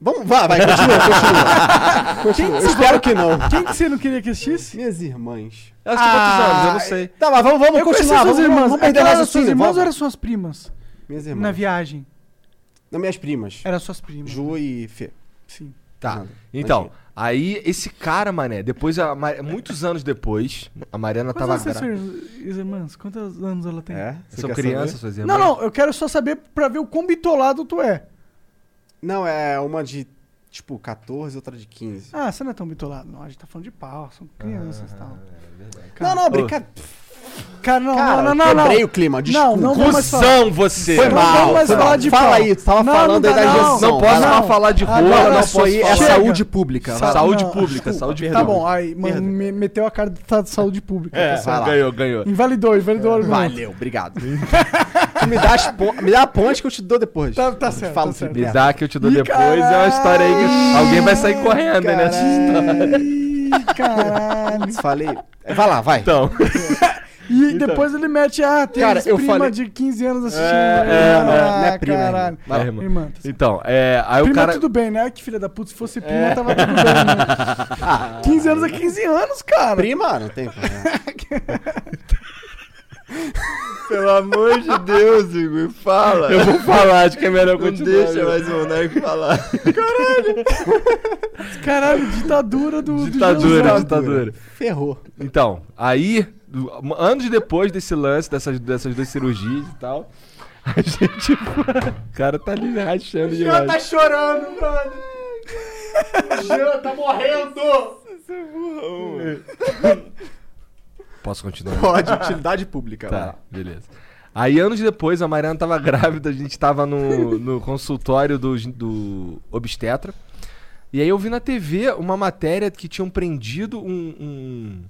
vamos. Vá, vai, continua, continua. (laughs) continua. Eu espero que não.
Quem que você não queria que assistisse?
Minhas irmãs.
Elas têm
Ah,
quantos anos? Eu não sei.
Tá, mas vamos, vamos
Eu conheci
continuar.
suas
Vamos,
irmãs.
vamos, vamos perder
Aquela
mais
era
o
suas
filme.
irmãs
Vamos.
ou eram suas primas?
Minhas
Na É.
irmãs.
viagem.
Não, minhas primas.
Eram suas primas.
Ju e Fê.
Sim.
Tá.
Nada.
Então,
Imagina.
aí esse cara, mané, depois, a Mar- muitos anos depois, a Mariana
Quantos anos
tava
tem
grávida.
suas irmãs? Quantos anos ela tem?
É? Você
São
quer
crianças,
saber?
suas irmãs?
Não, não, eu quero só saber pra ver o quão bitolado tu é.
Não, é uma de tipo 14 outra de 15.
Ah, você não é tão bitolado. Não, a gente tá falando de pau, são crianças e
Ah,
tal.
Não, não, brincadeira.
Cara, não,
é Cara,
não, não, não.
quebrei
não.
o clima, desculpa.
Não, não vou mais falar.
Cusão você!
Foi
Não
mal.
vou mais
foi
falar
mal.
de
Fala
pau.
aí, tu tava
Não, não
falando
dá,
aí da
não.
injeção.
Não posso
vai lá.
mais falar de
Agora
rola,
não,
não
isso aí
posso
é
falar.
Chega.
saúde pública. vai lá.
Saúde
Não,
pública,
desculpa,
saúde
perdão.
Tá
pública.
bom, aí, mano,
Perdão.
me meteu a cara do estado de saúde pública. tá
É,
Vai lá.
ganhou, ganhou.
Invalidou, invalidou. o argumento.
Valeu, obrigado. Tu me, dá as pon- me dá a ponte que eu te dou depois.
Tá, tá certo.
Fala
tá
sobre
certo.
Me dá que eu te dou
Ih,
depois, é uma história aí que alguém vai sair correndo né, nessa história.
Ih,
(laughs)
caralho.
Falei. "É, Vai lá, vai.
Então,
E depois ele mete, ah, tem
Cara,
as
eu
prima
falei-
de 15 anos assistindo.
É, é,
ah,
não é prima, é irmã.
caralho.
Vai lá, irmã.
Irmã, tá certo.
então, é, aí o
prima
cara... É.
tudo bem, né? Que filha da puta, se fosse prima, tava tudo bem, né?
(laughs)
15 anos é 15 anos, cara.
Prima, não tem problema.
Pelo amor de Deus, Igor, fala.
Eu vou falar, acho que é melhor
Não
continuar.
deixa
viu?
mais o Monark falar.
(laughs) Caralho, ditadura do... do
Ditadura,
Janzão.
ditadura.
(laughs) Ferrou.
Então, aí, anos depois desse lance, dessas, dessas duas cirurgias e tal, (laughs) A gente. O cara tá ali rachando demais.
tá
chorando, mano. Jean tá morrendo.
Posso continuar?
Pode, utilidade pública. vai
Tá,
lá.
beleza. Aí, anos depois, a Mariana tava grávida, a gente tava no, no consultório do, gin- do obstetra. E aí eu vi na TV uma matéria que tinham prendido um, um,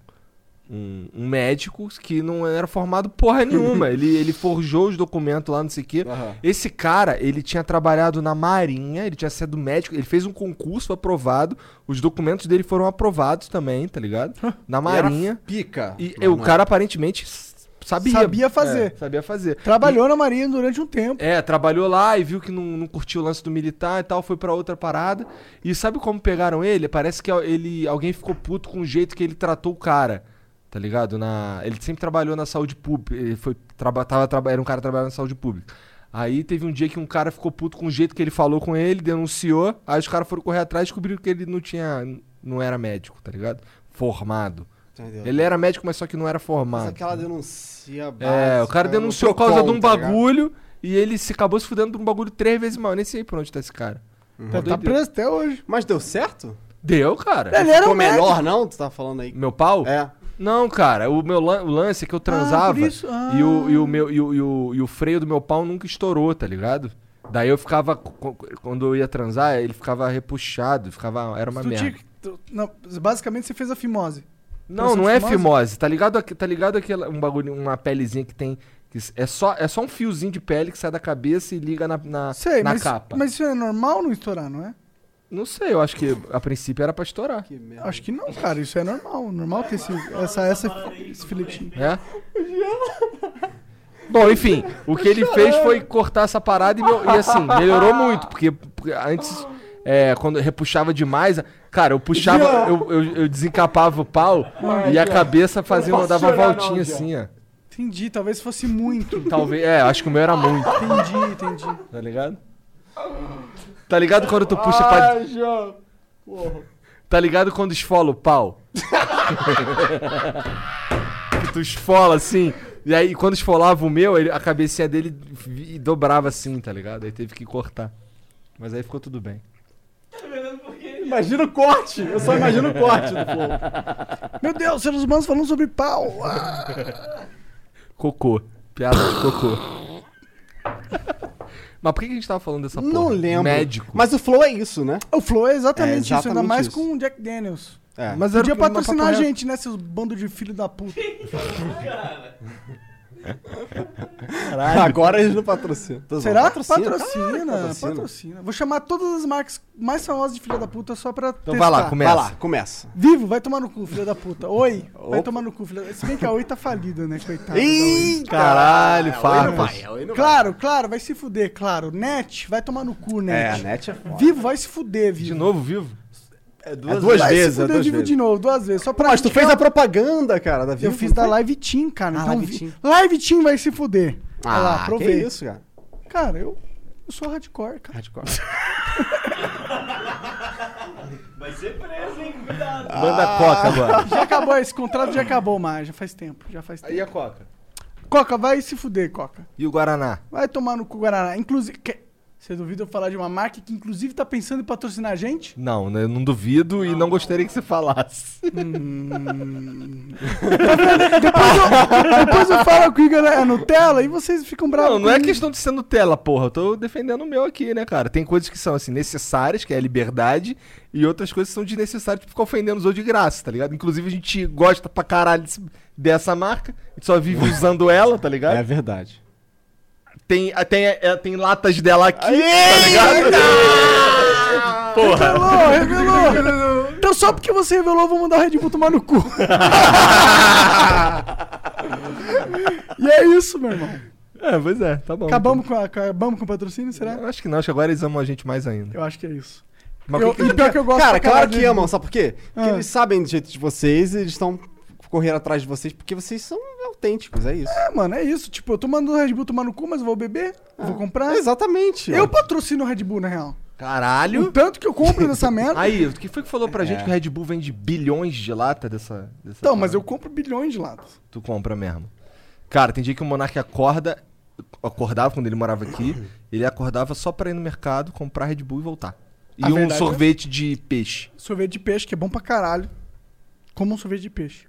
um- um médico que não era formado porra nenhuma. ele, ele forjou os documentos lá, não sei o quê.
Aham.
Esse cara, ele tinha trabalhado na Marinha, ele tinha sido médico, ele fez um concurso aprovado, os documentos dele foram aprovados também, tá ligado? Na
E era
Marinha.
Pica.
E
Não,
o
não é.
cara aparentemente s- sabia.
Sabia fazer.
É, sabia fazer.
Trabalhou na Marinha durante um tempo.
E- é, trabalhou lá e viu que não, não curtiu o lance do militar e tal, foi pra outra parada. E sabe como pegaram ele? Parece que ele, alguém ficou puto com o jeito que ele tratou o cara. Tá ligado? Na, ele sempre trabalhou na saúde pública. Ele foi, traba, tava, traba- era um cara trabalhando na saúde pública. Aí teve um dia que um cara ficou puto com o jeito que ele falou com ele, denunciou. Aí os caras foram correr atrás e descobriram que ele não tinha. não era médico, tá ligado? Formado.
Entendeu?
Ele era médico, mas só que não era
É. Mas
formado.
aquela denuncia
É,
básica,
o cara
no
denunciou por causa de
Procon,
um
tá ligado?
bagulho e ele se acabou se fudendo por um bagulho três vezes maior. Eu Nem sei por onde tá esse cara.
Tá, tá
Doideira.
preso até hoje.
Mas deu certo?
Deu, cara.
Ele era
Ficou
um médico.
melhor, não? Tu tá falando aí.
Meu pau?
É.
Não, cara. O meu lan- o lance é que eu transava
por isso? Ah.
e, o, e o meu, e, o, e o- e o freio do meu pau nunca estourou, tá ligado? Daí eu ficava. co- co- Quando eu ia transar, ele ficava repuxado, ficava. Era uma
Tu
merda.
tinha que- tu- não, basicamente você fez a fimose.
Não, não é
Fimose?
fimose, tá ligado? aqui- Tá ligado aquela um bagulho, uma pelezinha que tem. que s- é, só, é só um fiozinho de pele que sai da cabeça e liga na, na,
Sei,
na
mas,
capa.
mas isso é normal não estourar, não é?
Não sei, eu acho que a princípio era pra estourar.
Que merda.
Acho que não, cara. Isso é normal. Normal ter esse, essa, essa, esse filetinho.
(laughs)
né? Bom, enfim, o que ele fez foi cortar essa parada e, meu- e, assim, melhorou muito, porque, porque antes, é, quando repuxava demais, cara, eu puxava, eu, eu, eu desencapava o pau e a cabeça fazia,
posso
dava uma
chorar não,
voltinha
Jean.
assim, ó.
Entendi, talvez fosse muito.
Talvez, é, acho que o meu era muito,
Entendi, entendi.
tá ligado? Tá ligado quando tu puxa pra...
João. Porra.
Tá ligado quando esfola o pau? que tu esfola assim. E aí, quando esfolava o meu, ele- a cabecinha dele vi- dobrava assim, tá ligado? Aí teve que cortar. Mas aí ficou tudo bem.
Imagina o corte. Eu só imagino o corte do povo.
Meu Deus, seres humanos falando sobre pau. Ah,
Cocô. Piada de cocô. Mas por que que a gente tava falando dessa porra?
(laughs) Não lembro.
Médico.
Mas o flow é isso, né?
o Flow é exatamente,
É,
isso, ainda
exatamente
mais
isso.
com o Jack Daniels.
É.
Mas era
Podia
o que- mas papo
patrocinar a
reto.
gente, né, seus bando de filho da puta.
Agora eles não patrocinam. Tô zoando.
Será?
Patrocina.
Patrocina,
claro,
patrocina, Vou chamar todas as marcas mais famosas de filha da puta só pra
Então vai lá, começa.
Vai lá, começa.
Vivo, vai tomar no cu, filha da puta. Oi, vai
Opa.
tomar no cu, filha da puta. Se bem que a Oi tá falida, né, coitada.
Ih,
é
Caralho, farpas.
Claro, claro, vai se fuder, claro. Net, vai tomar no cu,
É,
Net.
a net é foda.
Vivo, vai se fuder, Vivo.
De novo, vivo?
É
É
duas,
duas
vai
vezes,
se
é
fuder,
duas
Vivo
vezes. é
de novo, duas vezes. Só pra
Mas tu fez
indicar-
a propaganda, cara, da Vivo.
Eu fiz
não
da
foi?
Live Team, cara.
Ah,
então,
Live
vi-
Team.
Live Team vai se fuder. Olha lá,
Ah, que
provei.
isso, cara.
Cara, eu, eu sou hardcore, cara.
Hardcore.
Vai ser preso, hein? Cuidado.
Ah.
Manda a coca agora.
Já acabou esse contrato, já acabou, mas já faz tempo, já faz tempo.
é-
Aí a coca.
Coca, vai se fuder, Coca.
E o Guaraná?
Vai tomar no cu Guaraná. Inclusive, que- você duvida eu falar de uma marca que inclusive tá pensando em patrocinar a gente?
Não, né, eu não duvido e não gostaria que você falasse. (laughs)
Depois eu falo que o Igor é Nutella e vocês ficam bravos.
Não, não é
comigo.
questão de ser Nutella, porra. Eu tô defendendo o meu aqui, né, cara? Tem coisas que são, assim, necessárias, que é a liberdade, e outras coisas que são desnecessárias pra ficar ofendendo os outros de graça, tá ligado? Inclusive, a gente gosta pra caralho desse- dessa marca, a gente só (laughs) vive usando ela, tá ligado?
É verdade.
Tem, ah, tem, é, tem latas dela aqui,
Tá
Revelou, revelou. Então só porque você revelou, eu vou mandar o Red Bull tomar no
(laughs)
cu. e é isso, meu irmão.
É, pois é, tá bom.
Acabamos com, a- acabamos com o patrocínio, será?
Eu acho que não, acho que agora eles amam a gente mais ainda.
Eu acho que é isso.
Mas
Eu-
o que que-
e pior que eu gosto
Cara,
pra
claro
caralho
que
de-
amam, sabe por quê? Porque
Ah.
eles sabem do jeito de vocês e eles estão correndo atrás de vocês porque vocês são autênticos, é isso.
É, mano, é isso. Tipo, eu tô mandando o Red Bull tomar no cu, mas eu vou beber, eu
Ah,
vou comprar.
Exatamente.
Ah. Eu patrocino o Red Bull, na real. O
Caralho!
tanto que eu
(laughs)
compro dessa merda.
Aí, o que foi que falou pra gente
É.
que o Red Bull vende bilhões de lata dessa. dessa
Então, mas
parada?
eu compro bilhões de latas.
Tu compra mesmo. Cara, tem dia que o Monark acorda. acordava quando ele morava aqui, ele acordava só pra ir no mercado, comprar Red Bull e voltar. E
A
um
verdade é-
sorvete de peixe.
Sorvete de peixe, que é bom pra caralho. Como um sorvete de peixe.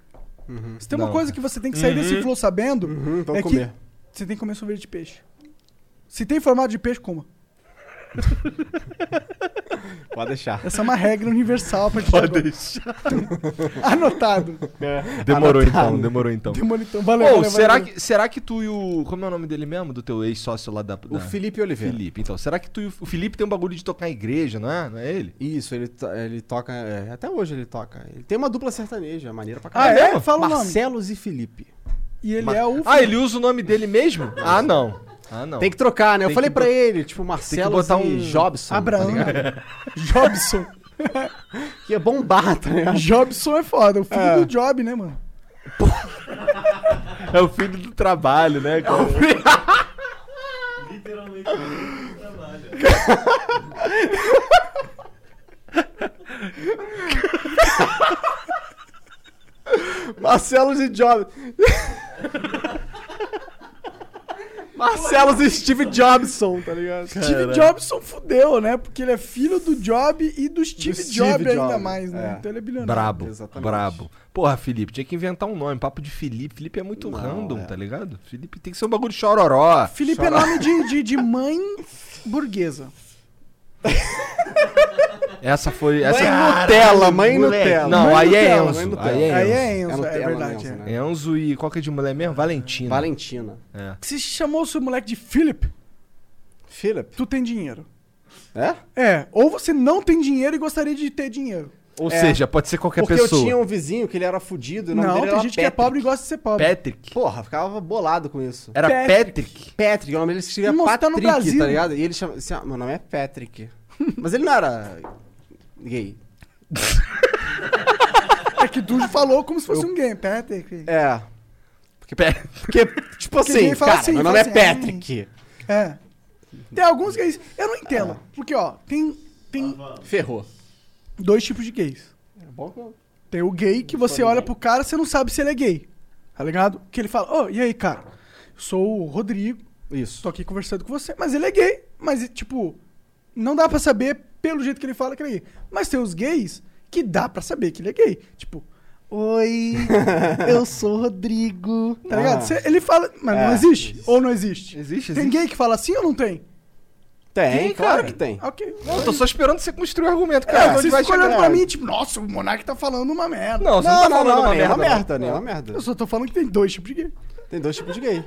Se tem uma
Não,
coisa que você tem que sair desse flow sabendo,
Uhum, então
é
comer.
que você tem que comer sorvete de peixe. Se tem formato de peixe, coma.
Pode deixar.
Essa é uma regra universal pra gente agora. Ah, Anotado.
Demorou
Anotado.
então, demorou então.
Demolitão. Valeu,
Ou
valeu,
será,
valeu.
que, será que tu e o. Como é o nome dele mesmo? Do teu ex-sócio lá da.
O
da-
Felipe Oliveira.
Felipe. Então, será que tu e o. O Felipe tem um bagulho de tocar em igreja, não é? Não é ele?
Isso, ele, to- ele toca. é, até hoje ele toca. Ele tem uma dupla sertaneja, maneira pra
Ah,
caralho.
é? Fala o nome.
Marcelos e Felipe.
Então,
E ele
Mas-
é o...
Ah, ele usa o nome dele mesmo? Ah, não. Ah, não.
Tem que trocar, né? Eu
Tem
falei
que
pra
bot-
ele, tipo, Marcelos
botar
e
um-
Jobson.
Abraão.
Tá ligado?
Jobson.
que é bombar, tá ligado?
Jobson é foda. O filho do Job, né, mano?
É o filho do trabalho, né? cara?
Literalmente, não trabalha.
Marcelos e Jobs. Marcelos e Steve Jobson, tá ligado?
É
Steve Jobson fudeu, né? Porque ele é filho do Job e do Steve,
Steve
Jobs ainda
Jobs,
mais, né?
é.
Então ele é bilionário.
Brabo,
Exatamente.
brabo. Porra, Felipe, tinha que inventar um nome. Papo de Felipe. Felipe é muito
Não,
random,
é.
tá ligado? Felipe tem que ser um bagulho de chororó.
Felipe é nome de, de, de mãe burguesa.
Essa foi. Essa... é
Nutella, mãe
moleque.
Nutella.
Não,
mãe
aí é
Nutella,
Enzo,
mãe Nutella.
aí é
Aí
Enzo.
é Enzo, é,
Nutella,
verdade.
Enzo,
é.
né?
Enzo e qual que é de mulher mesmo? Valentina.
Valentina.
É.
Se chamou o seu moleque de Philip,
Philip.
tu tem dinheiro.
É?
É, ou você não tem dinheiro e gostaria de ter dinheiro.
Ou
É.
seja, pode ser qualquer
Porque
pessoa.
eu tinha um vizinho que ele era fudido. e o nome
Não,
dele
tem gente que
era
é
Patrick.
pobre e gosta de ser pobre.
Patrick.
Porra, ficava bolado com isso.
Era
Patrick.
Patrick.
É Patrick, o nome dele se escrevia
Irmão, você tá
Patrick,
no
tá,
Brasil.
ligado? E ele chama. assim, ah, meu nome é (laughs) Patrick. Mas ele não era gay.
É que tu falou como se fosse um game. Patrick.
É. Porque, porque tipo assim,
ninguém fala
cara,
assim,
meu
fala
nome é
assim, ah,
Patrick.
É. Tem alguns gays. Eu não entendo.
É.
Porque, ó, tem, tem
Ferrou.
dois tipos de gays.
É
Tem o gay que você olha pro cara você não sabe se ele é gay. Tá ligado? Que ele fala, ô, e aí, cara? Eu sou o Rodrigo,
Isso.
tô aqui conversando com você. Mas ele é gay. Mas, tipo, não dá pra saber pelo jeito que ele fala que ele é gay. Mas tem os gays que dá pra saber que ele é gay. Tipo, oi, (laughs) eu sou o Rodrigo. Tá
Ah.
ligado? Você- ele fala, mas não
É,
existe. Ou não existe.
Existe,
Tem gay que fala assim ou não tem?
Tem,
Tem,
claro
cara.
que tem.
Ok.
Eu tô só esperando você construir o argumento,
É,
cara. onde
vocês
vai
ficam olhando
chegar?
pra mim, tipo, nossa, o Monark tá falando uma merda.
Não, você não, tá falando uma
nem
merda.
é uma merda,
não.
nem uma merda.
Eu só tô falando que tem dois tipos de gay.
Tem dois tipos
(laughs)
de gay.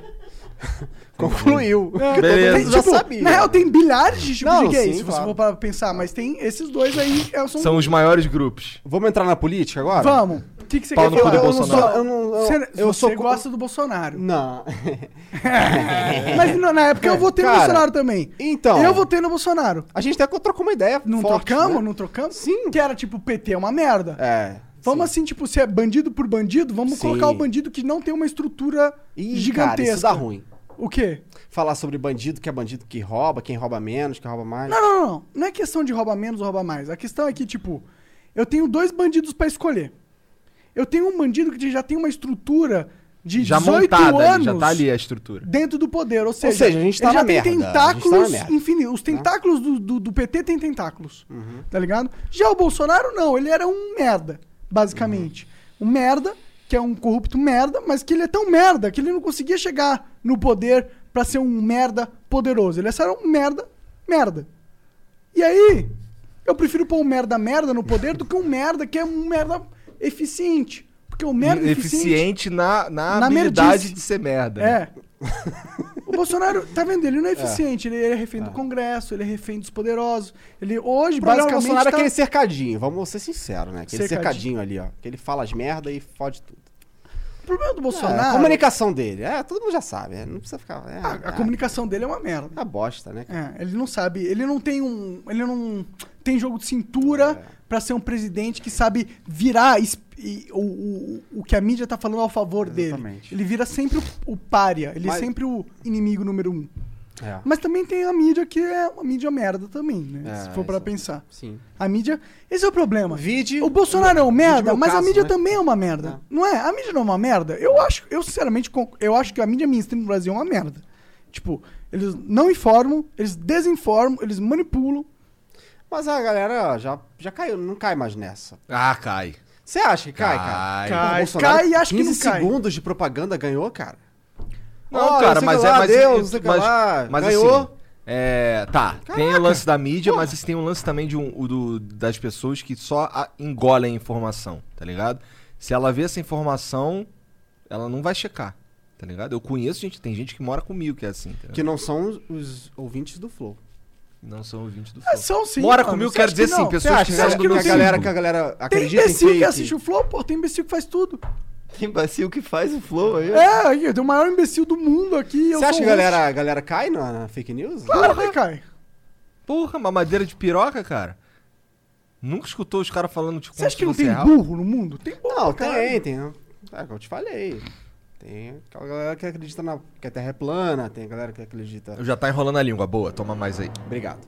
Concluiu.
Beleza.
Todo
Tem,
mundo já
É. tipo,
sabia.
Na real, tem bilhares de tipos
Não,
de gay, se
sim,
você
claro.
for parar pra pensar. Mas tem esses dois aí, é, são...
São os maiores grupos.
Vamos entrar na política agora?
Vamos. O que, que você
Pau
quer
no cu
falar?
do
Eu não sou...
Bolsonaro.
Eu não- eu-
Você-
eu
você
sou co-
gosta do Bolsonaro.
Não. (laughs)
(laughs) Mas na- na época eu votei no
Cara,
Bolsonaro também.
Então.
Eu votei no Bolsonaro.
A gente até trocou uma ideia.
Não
forte,
trocamos?
né?
Não trocamos?
Sim.
Que era tipo, o PT é uma merda.
É.
Vamos assim, tipo, se é bandido por bandido, vamos
Sim.
colocar o bandido que não tem uma estrutura
Ih,
gigantesca.
Cara, isso dá ruim.
O quê?
Falar sobre bandido que é bandido que rouba, quem rouba menos, quem rouba mais.
Não, não, não, não. Não é questão de roubar menos ou roubar mais. A questão é que, tipo, eu tenho dois bandidos pra escolher. Eu tenho um bandido que já tem uma estrutura de
Já
18
montada, ali,
anos
já tá ali a estrutura.
dentro do poder. Ou seja,
seja, a gente tá
ele já
na
tem
merda. A
tentáculos
gente tá na merda.
infinitos. Os tentáculos do, do, do PT tem tentáculos.
Uhum.
Tá ligado? Já o Bolsonaro, não. Ele era um merda, basicamente.
Uhum.
Um merda, que é um corrupto merda, mas que ele é tão merda que ele não conseguia chegar no poder pra ser um merda poderoso. Ele era um merda, merda. E aí, eu prefiro pôr um merda merda no poder do que um merda que é um merda eficiente. Porque o merda eficiente
Eficiente na, na,
Na
habilidade
merdice.
de ser merda. né?
é. o Bolsonaro, tá vendo? Ele não é eficiente. Ele é refém do Congresso, ele é refém dos poderosos. Ele hoje,
O problema do
basicamente.
Bolsonaro é
tá-
aquele cercadinho, vamos ser sinceros, né? Aquele
Cercadinho.
cercadinho, ali, ó. Que ele fala as merda e fode tudo.
O problema do
É, a
Bolsonaro. É,
comunicação dele, é, todo mundo já sabe, é, não precisa ficar. É,
a, a comunicação dele é uma merda.
é uma bosta, né? cara?
É, ele não sabe. Ele não tem um. Ele não tem jogo de cintura
É.
pra ser um presidente que sabe virar es- e- o, o, o que a mídia tá falando ao favor
Exatamente.
dele. Ele vira sempre o, o pária, ele
Mas-
é sempre o inimigo número um.
É.
Mas também tem a mídia que é uma mídia merda também, né?
É,
Se for pra
exato.
pensar.
Sim.
A mídia. Esse é o problema.
Vide-
O Bolsonaro é um merda,
meu
mas a
caso,
mídia
né?
também é uma merda. Não é? A mídia não é uma merda. Eu acho, eu sinceramente, con- eu acho que a mídia mainstream no Brasil é uma merda. Tipo, Eles não informam, eles desinformam, eles manipulam.
Mas a galera já, já caiu, não cai mais nessa.
Ah, cai.
Você acha que cai,
Cai.
cara? Pô, o
Cai,
Bolsonaro,
cai e acho que
15
não cai.
segundos de propaganda ganhou, cara.
Não,
Olha,
cara,
sei
mas
lá,
é. Mas,
Deus,
mas-
sei que
mas,
lá,
mas
ganhou.
assim. É, tá, tem o lance da mídia, mas isso tem um lance também de um, o do- das pessoas que só a- engolem a informação, tá ligado? Se ela vê essa informação, ela não vai checar, tá ligado? Eu conheço gente, tem gente que mora comigo que é assim, tá ligado?
Que não são os, os ouvintes do Flow.
não são ouvintes do
É,
Flow.
são sim.
Mora
mano.
comigo,
Você
quero
acha que
dizer sim,
não?
Você
pessoas
acha,
que
você acha
fizeram
que,
do
a galera,
mesmo.
que a galera
Tem
acredita em
imbecil
fake?
que assiste o Flow, pô, tem imbecil que faz tudo.
Tem vacilo que faz o flow aí.
É, aí, eu tenho o maior imbecil do mundo aqui. eu
Você acha
sou
que a
host.
galera, a galera cai na na fake news?
Claro que cai.
Porra, mamadeira de piroca, cara. Nunca escutou os caras falando de
Você acha que não
você
tem
é alto?
burro no mundo? Tem burro.
Não,
pra
tem,
caralho.
tem. É o que eu te falei. Tem aquela galera que acredita na, que a Terra é plana, tem a galera que acredita.
Já tá enrolando a língua, boa, toma mais aí.
Obrigado.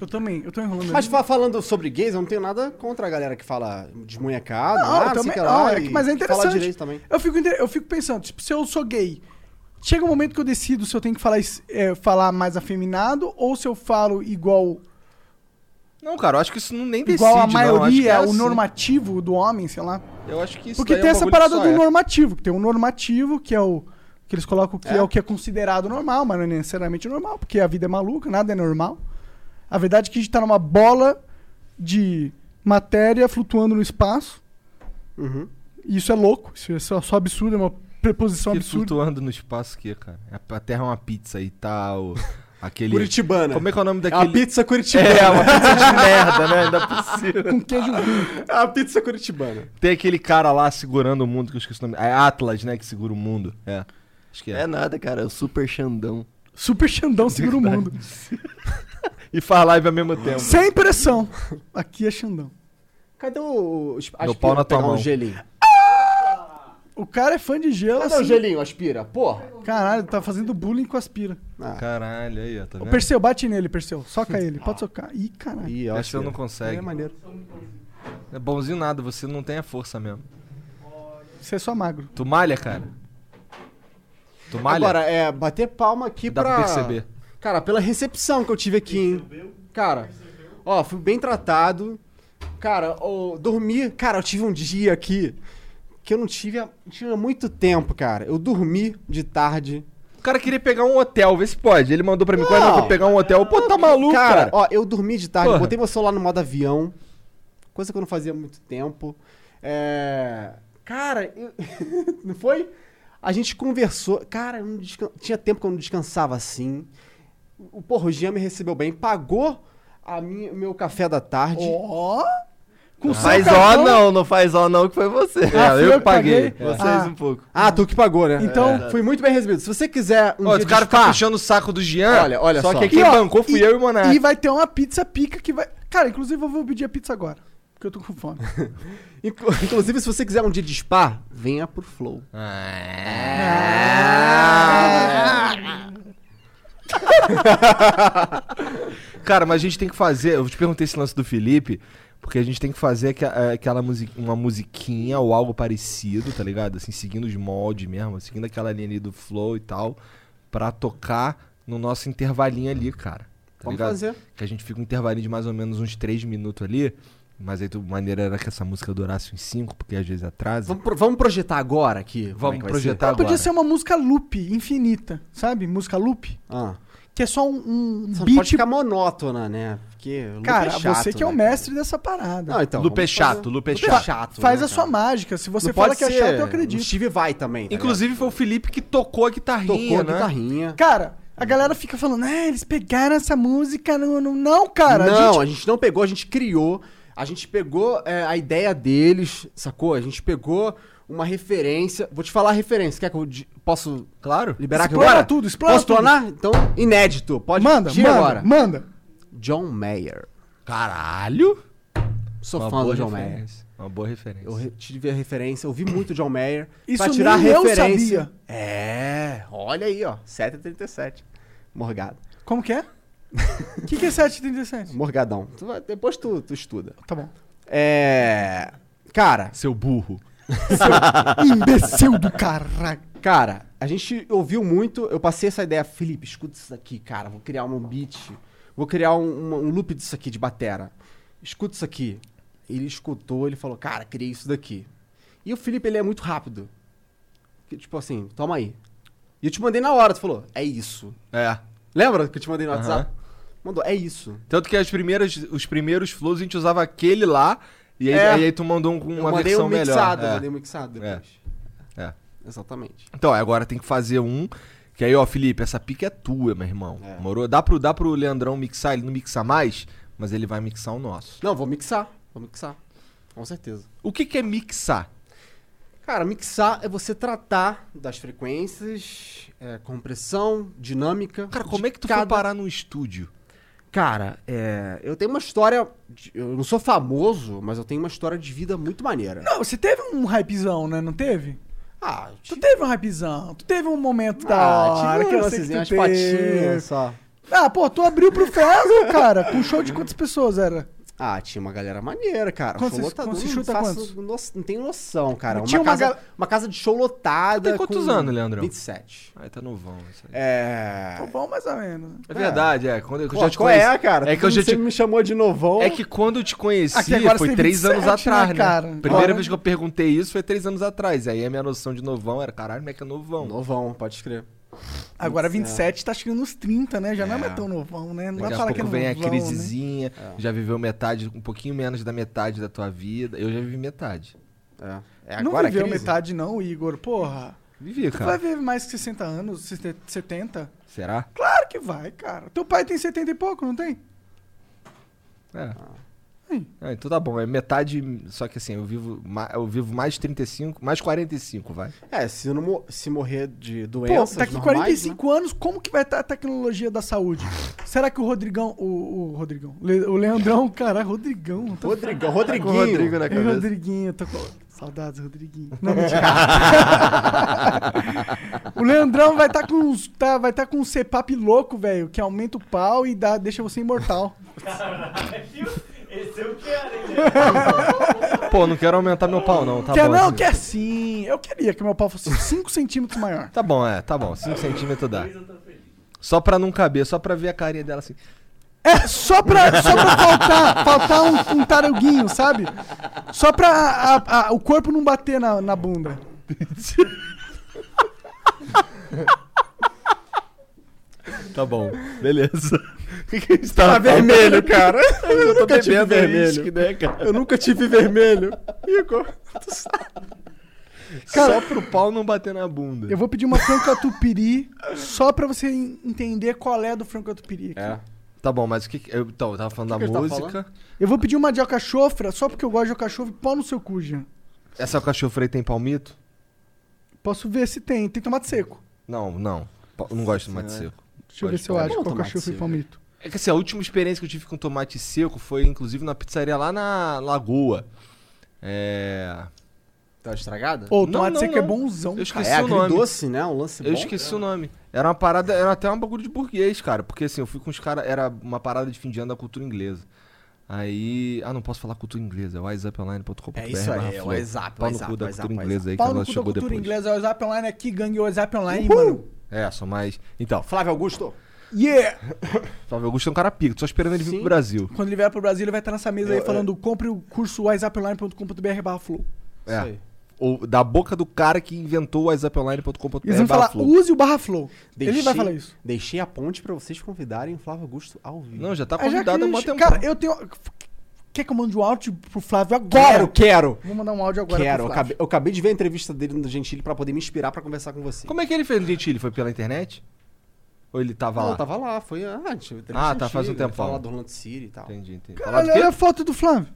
Eu também, eu tô enrolando.
Mas
ali.
fa- falando sobre gays, eu não tenho nada contra a galera que fala desmunhecado.
Não, eu
ah, sei
também
que
não,
lá,
é
e
que- mas é
Fala
interessante.
direito também.
Eu fico, inte- eu fico pensando, tipo, se eu sou gay, chega um momento que eu decido se eu tenho que falar, es- é, falar mais afeminado ou se eu falo igual,
Não, cara, eu acho que isso não nem decide,
igual a
não. Eu acho que
maioria,
é
o
assim.
normativo do homem, sei lá.
Eu acho que isso
Porque
daí
tem
é um
essa
bagulho
parada
que
do
só é.
normativo, que tem o normativo, que é o. que eles colocam que é.
É.
o que é considerado normal, mas não é necessariamente normal, porque a vida é maluca, nada é normal. A verdade é que a gente tá numa bola de matéria flutuando no espaço,
Uhum.
e isso é louco, isso é só, só absurdo, é uma preposição
Que
absurda.
flutuando no espaço aqui, cara. A- A Terra é uma pizza e (laughs) tal. Aquele.
Curitibana.
Como é que é o nome
É uma
daquele.
pizza curitibana.
É, uma (laughs) pizza de merda, né? Ainda por cima.
Com queijo ruim.
(laughs) É uma pizza curitibana.
Tem aquele cara lá segurando o mundo, que eu esqueci o nome. É Atlas, né? Que segura o mundo. É. Acho que é.
É nada, cara. É o super Xandão.
Super Xandão segura o mundo.
E faz live ao mesmo tempo.
Sem pressão. Aqui é Xandão.
Cadê o. o asp-
Meu
aspira
pau na
pra pegar
tua
um
mão.
gelinho.
O cara é fã de gelo,
Cadê o
assim.
gelinho, aspira? Porra.
Caralho, tá fazendo bullying com aspira.
é um
Ah,
Caralho, aí, ó. Tá
Ô,
vendo?
Perseu, bate nele, Perseu. Soca ele. Pode socar. Ih, caralho.
Ih, eu
Essa eu não
É
consegue.
maneiro.
É bonzinho nada, você não tem a força mesmo.
Você é só magro.
Tu malha, cara? Tu malha?
Agora, é, bater palma aqui
Dá pra
pra.
perceber.
Cara, pela recepção que eu tive aqui, hein? Cara, ó, fui bem tratado. Cara, ó, dormi. Cara, eu tive um dia aqui que eu não tive há, tinha muito tempo, cara. Eu dormi de tarde.
O cara queria pegar um hotel, vê se pode. Ele mandou pra mim, quase
Não.
eu vou pegar um hotel. Pô, tá maluco, cara.
ó, eu dormi de tarde,
Porra.
botei meu celular no modo avião. Coisa que eu não fazia há muito tempo. É. Cara, eu- (laughs) não foi? A gente conversou. Cara, eu não descan- tinha tempo que eu não descansava assim. O porra, o Jean me recebeu bem, pagou a minha, meu café da tarde.
Ó! Com seu
Faz ó
cartão.
não, não faz ó não, que foi você.
É,
fui
eu
eu
que
que
paguei.
paguei.
Vocês
Ah.
um pouco.
Ah, tu que pagou, né?
Então-
É. fui muito bem recebido. Se você quiser um
Ó,
dia
o cara
de
tá
spa-
puxando o saco do Jean.
Olha, olha
só.
só.
que quem
E, ó,
bancou fui eu e o
né?
Monark.
E vai ter uma pizza pica que vai. Cara, inclusive eu vou pedir a pizza agora. Porque eu tô com fome.
Inclu- Inclusive, se você quiser um dia de spa, venha pro Flow.
Tá Ah. Cara, mas a gente tem que fazer. Eu te perguntei esse lance do Felipe. Porque a gente tem que fazer aqua- eh, aquela musiqui- uma musiquinha ou algo parecido, tá ligado? Assim, seguindo os moldes mesmo, seguindo aquela linha ali do flow e tal, pra tocar no nosso intervalinho ali, cara. Tá
Vamos
ligado?
fazer.
Que a gente fica um intervalinho de mais ou menos uns 3 minutos ali. Mas aí a maneira era que essa música durasse uns 5, porque às vezes atrasa.
Vamos, pro- vamos projetar agora aqui. como
Vamos
é que vai
projetar
Ela
agora.
podia ser uma música loop infinita, sabe? Música loop.
ser? Ah.
Que é só um, um
Só não
beat.
pode ficar monótona, né? Porque loop
Cara,
é chato,
você que é o
né,
mestre dessa parada.
cara? Não, então.
Loop é
vamos
chato,
fazer.
loop é
Loop
chato.
Faz
né,
a sua
cara?
mágica. Se você
Não
fala
pode
que é
ser- um
chato, eu
O
acredito.
Steve vai também. tá
Inclusive foi o Felipe que tocou a
ligado?
guitarrinha,
tocou a
né?
guitarrinha.
Cara, a galera fica falando, ah, eles pegaram essa música. Não, não, não cara. a
não,
gente-
a gente não pegou, a gente criou. A gente pegou é, a ideia deles, sacou? A gente pegou uma referência. Vou te falar a referência. Quer que eu di- posso
Claro.
liberar aqui
Explora
agora?
tudo, explora
Posso
tudo.
explanar? Então, inédito. Pode
Manda,
tira
manda,
agora.
manda.
John Mayer.
Caralho!
Sou fã do John Mayer.
referência. Uma boa referência.
Eu re- tive a referência, eu vi muito John Mayer.
(clears throat) Isso
pra tirar
nem eu
referência.
sabia.
É, olha aí, ó. 737. Morgado.
Como
(laughs)
que é? O que, que é 737?
Morgadão. Tu vai- depois tu, tu estuda.
Tá bom.
É. Cara,
Seu burro.
Seu imbecil do caralho.
Cara, a gente ouviu muito, eu passei essa ideia, Felipe, escuta isso aqui, cara, vou criar um beat, vou criar um, uma- um loop disso aqui de batera. Escuta isso aqui. Ele escutou, ele falou, cara, criei isso daqui. E o Felipe, ele é muito rápido. Que, tipo assim, toma aí. E eu te mandei na hora, tu falou, é isso.
É.
Lembra que eu te mandei no
Aham.
WhatsApp? Mandou, é isso.
Tanto que as primeiras, os primeiros flows a gente usava aquele lá, e aí,
É.
aí- aí tu mandou um,
Eu
uma
mandei
versão
um mixado, eu
melhor. É.
mandei um mixado depois.
É. É.
Exatamente.
Então, agora tem que fazer um. Que aí, ó, Felipe, essa pica é tua, meu irmão.
É.
Morou? Dá pro, dá pro Leandrão mixar, ele não mixa mais, mas ele vai mixar o nosso.
Não, vou mixar, vou mixar. Com certeza.
O que, que é mixar?
Cara, mixar é você tratar das frequências, é, compressão, dinâmica.
Cara,
de
como é que tu
cada-
foi parar num estúdio?
Cara, é, eu tenho uma história. de- Eu não sou famoso, mas eu tenho uma história de vida muito maneira.
Não, você teve um hypezão, né? Não teve?
Ah,
Tu
tive-
teve um hypezão. Tu teve um momento da
ah,
hora
tive
que eu
umas
sei que
umas
tu
patinhas
teve.
só.
Ah, pô, tu abriu pro Fresno, cara. Com um show de quantas pessoas era?
Ah, tinha uma galera maneira, cara.
Quantos-
show lotado.
quantos
eu
chuta
não,
quantos?
no- não tenho noção, cara.
Mas
Uma,
tinha uma
casa,
gal-
uma casa de show lotada.
Tem quantos
com
anos, Leandrão?
27.
Aí tá novão. Isso aí.
É.
Tô bom, mais ou menos.
É verdade, é. Quando eu
Pô,
já te
qual
conheci,
é, cara?
É que eu já
Você
te-
me chamou de novão.
É que quando eu te conheci,
Aqui agora você
foi
tem
três
27,
anos atrás,
né,
né?
cara?
Primeira
Olha.
vez que eu perguntei isso foi três anos atrás. Aí a minha noção de novão era, caralho, como é que é novão?
Novão, pode escrever.
Agora
Putz,
27 tá chegando nos 30, né? Já não é
É.
mais tão novão, né? Não vai
Daqui a
falar
pouco
que é novão,
vem a
né?
crisezinha,
É.
já viveu metade, um pouquinho menos da metade da tua vida. Eu já vivi metade.
É. É
Não
agora a
viveu
crise?
metade não, Igor. Porra.
Vivi,
Tu vai
cara.
viver mais que 60 anos, 60, 70?
Será?
Claro que vai, cara. Teu pai tem 70 e pouco, não tem?
É.
Hum.
Ah, então tá bom, é metade. Só que assim, eu vivo, ma- eu vivo mais 35, mais 45, vai.
É, se, eu não mo- se morrer
Pô,
de
tá
doenças
daqui
normais, né?
45 anos, como que vai estar a tecnologia da saúde? Será que o Rodrigão. O, o Rodrigão. Le- o Leandrão, cara, Rodrigão. não
Né?
tô-
Rodrigão,
Tá com o Rodrigo
Rodriguinho.
na
É
cabeça. (laughs)
Rodriguinho, tô com. Saudades, Rodriguinho. Não, mentira. (laughs) o Leandrão vai estar com uns, tá, vai tá com um CPAP louco, velho, que aumenta o pau e dá, deixa você imortal.
Caralho, esse eu quero, hein?
Pô, não quero aumentar meu pau, não, tá
quer
bom.
é, não?
assim.
Quer sim. Eu queria que meu pau fosse 5 centímetros maior.
Tá bom, é, tá bom. 5 centímetros dá. Só pra não caber, só pra ver a carinha dela assim.
É, só pra, só pra faltar, faltar um, um taruguinho, sabe? Só pra a- a- o corpo não bater na, na bunda.
Tá bom, beleza. (laughs) O que, que a gente tava
Tá vermelho, cara.
(laughs) Eu tô
nunca tive
bebendo
vermelho.
vermelho. né, cara?
Eu nunca tive vermelho. Igor.
Só pro pau não bater na bunda.
Eu vou pedir uma franca tupiri só pra você en- entender qual é do franca tupiri. aqui.
Tá bom, mas o que. que- eu- então, eu tava falando
que
da
que a gente tava
música.
Eu vou pedir uma de alcachofra só porque eu gosto de alcachofra e pau no seu cu, Jean.
Essa alcachofra aí tem palmito?
Posso ver se tem. Tem tomate seco.
Não, não. Pa- eu não gosto de tomate
Senhora.
seco.
Deixa eu
Pode
ver se eu
pôr.
acho
Bom,
qual
tomate
alcachofra e
seco.
palmito.
É que assim, a última experiência que eu tive com tomate seco foi, inclusive, na pizzaria lá na Lagoa. É.
Tá estragada?
Ô,
Não,
tomate
não,
seco é
não.
bonzão.
Eu
Ah,
esqueci
é
o nome.
agridoce, né? Um lance
Eu
bom.
esqueci o nome. Era uma parada, era até um bagulho de burguês, cara. Porque assim, eu fui com os caras, era uma parada de fim de ano da cultura inglesa. Aí. Ah, não posso falar cultura inglesa, é wiseuponline.com.br.
É isso aí,
barra
é
Flow.
WhatsApp,
Pau no
WhatsApp,
cu da
WhatsApp,
cultura inglesa aí, que
Pau
o
no
nosso
cu da
chegou
cultura
depois.
inglesa, é o WhatsApp online aqui, gangue, o WhatsApp online,
Uhul!
mano.
É, só mais. Então,
Flávio Augusto.
Yeah!
Flávio Augusto é um cara pico, tô só esperando ele vir
Sim.
pro Brasil.
Quando ele vier pro Brasil, ele vai estar nessa mesa aí
Eu-
falando: compre o curso whatsapponline.com.br barra flow.
É.
Isso aí.
Ou da boca do cara que inventou o whatsapponline.com.br.
Eles vão
barra
falar:
Flow.
use o barra flow. Ele
Deixei-
vai falar isso.
Deixei a ponte pra vocês convidarem o Flávio Augusto ao vivo.
Não, já tá
Ah, já que
convidado há
a
mó
gente-
tempo.
Cara, eu tenho. Quer que eu mande um áudio pro Flávio agora?
Quero, quero.
Vou mandar um áudio agora
quero. Eu
pro
acabei,
Flávio.
eu acabei de ver a entrevista dele no Gentili pra poder me inspirar pra conversar com você.
Como é que ele fez no Gentili? Foi pela internet? Ou ele tava
Não,
lá?
tava lá, foi antes.
Ah, tá, faz um tempão.
Falar do Orlando City e tal.
Entendi, entendi. Falar
Caralho,
do quê?
olha a foto do Flávio.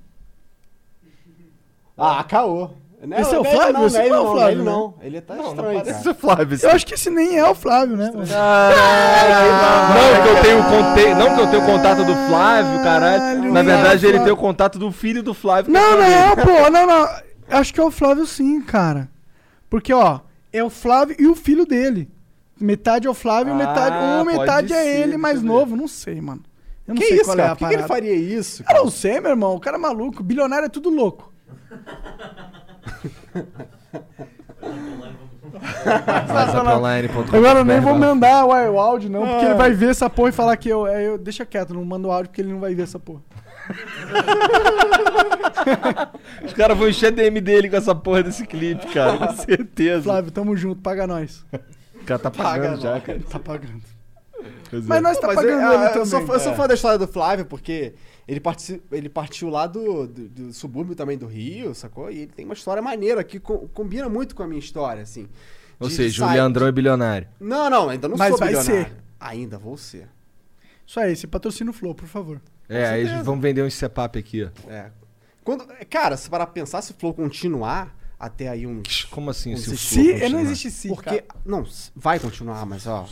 Ah, caô. Não,
Esse é o
não,
Flávio?
Não,
Esse
não, é ele
não é o
não,
Flávio,
ele
né?
não. Ele tá estranho, cara.
Parece o Flávio.
Eu acho que esse nem é o Flávio, né? mano?
é
Não que eu tenho conte... não que eu tenho contato do Flávio,
Caralho,
caralho. Na verdade, ele
Flávio.
tem o contato do filho do Flávio. que é
Não, né?
pra ele.
não, pô, não, não. Acho que é o Flávio sim, cara. Porque, ó, é o Flávio e o filho dele. Metade é o Flávio,
Ah,
metade. Ou
pode
metade é
ser,
ele mais
deixa eu
novo. Não sei, mano. Eu não
Que
sei
isso,
qual
cara?
é a
Por que, que ele
parada.
faria isso?
Eu
cara?
não sei, meu irmão. O cara é maluco. Bilionário é tudo louco.
WhatsApponline.com.br.
Agora eu nem vou mandar uai, o áudio, não,
Ah.
porque ele vai ver essa porra e falar que eu, é, eu. Deixa quieto, não mando o áudio porque ele não vai ver essa porra.
Os caras vão encher DM dele com essa porra desse clipe, cara. Com certeza.
Flávio, tamo junto, paga nós.
O cara tá pagando já, cara.
Tá pagando.
(laughs)
Pois é.
Mas nós tá
Mas
pagando
eu, ah,
ele
eu
também. é.
sou, eu sou fã da história do Flávio, porque ele, parti, ele partiu lá do, do- do subúrbio também do Rio, sacou? E ele tem uma história maneira que co- combina muito com a minha história, assim.
Ou
De
seja, o
sair-
Leandrão é bilionário.
Não, não, ainda não
Mas
sou
vai
bilionário.
ser.
Ainda vou ser.
Isso aí, se patrocina o Flow, por favor.
É, aí eles vão vender uns CEPAP aqui, ó.
É. Quando, cara, se parar pra pensar, se o Flow continuar até aí um uns...
Como assim?
Se
o
Se,
Flow
é, não
continuar?
existe se.
Porque,
cara.
não, s- vai continuar, mas ó,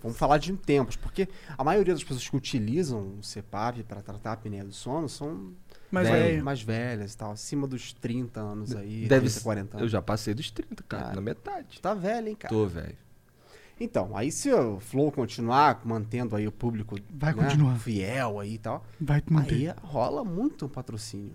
vamos falar de tempos, porque a maioria das pessoas que utilizam o CPAP pra tratar a apneia do sono são
Mas
é,
Bem,
aí.
mais velhas e tal, acima dos 30 anos aí,
Deve
30, 40
Eu
anos.
já passei dos 30, cara.
Cara.
Na metade.
Tá velho, hein, cara?
Tô, velho.
Então, aí se o Flow continuar mantendo aí o público né,
Vai continuar.
fiel aí e tal,
Vai te manter.
aí rola muito um patrocínio.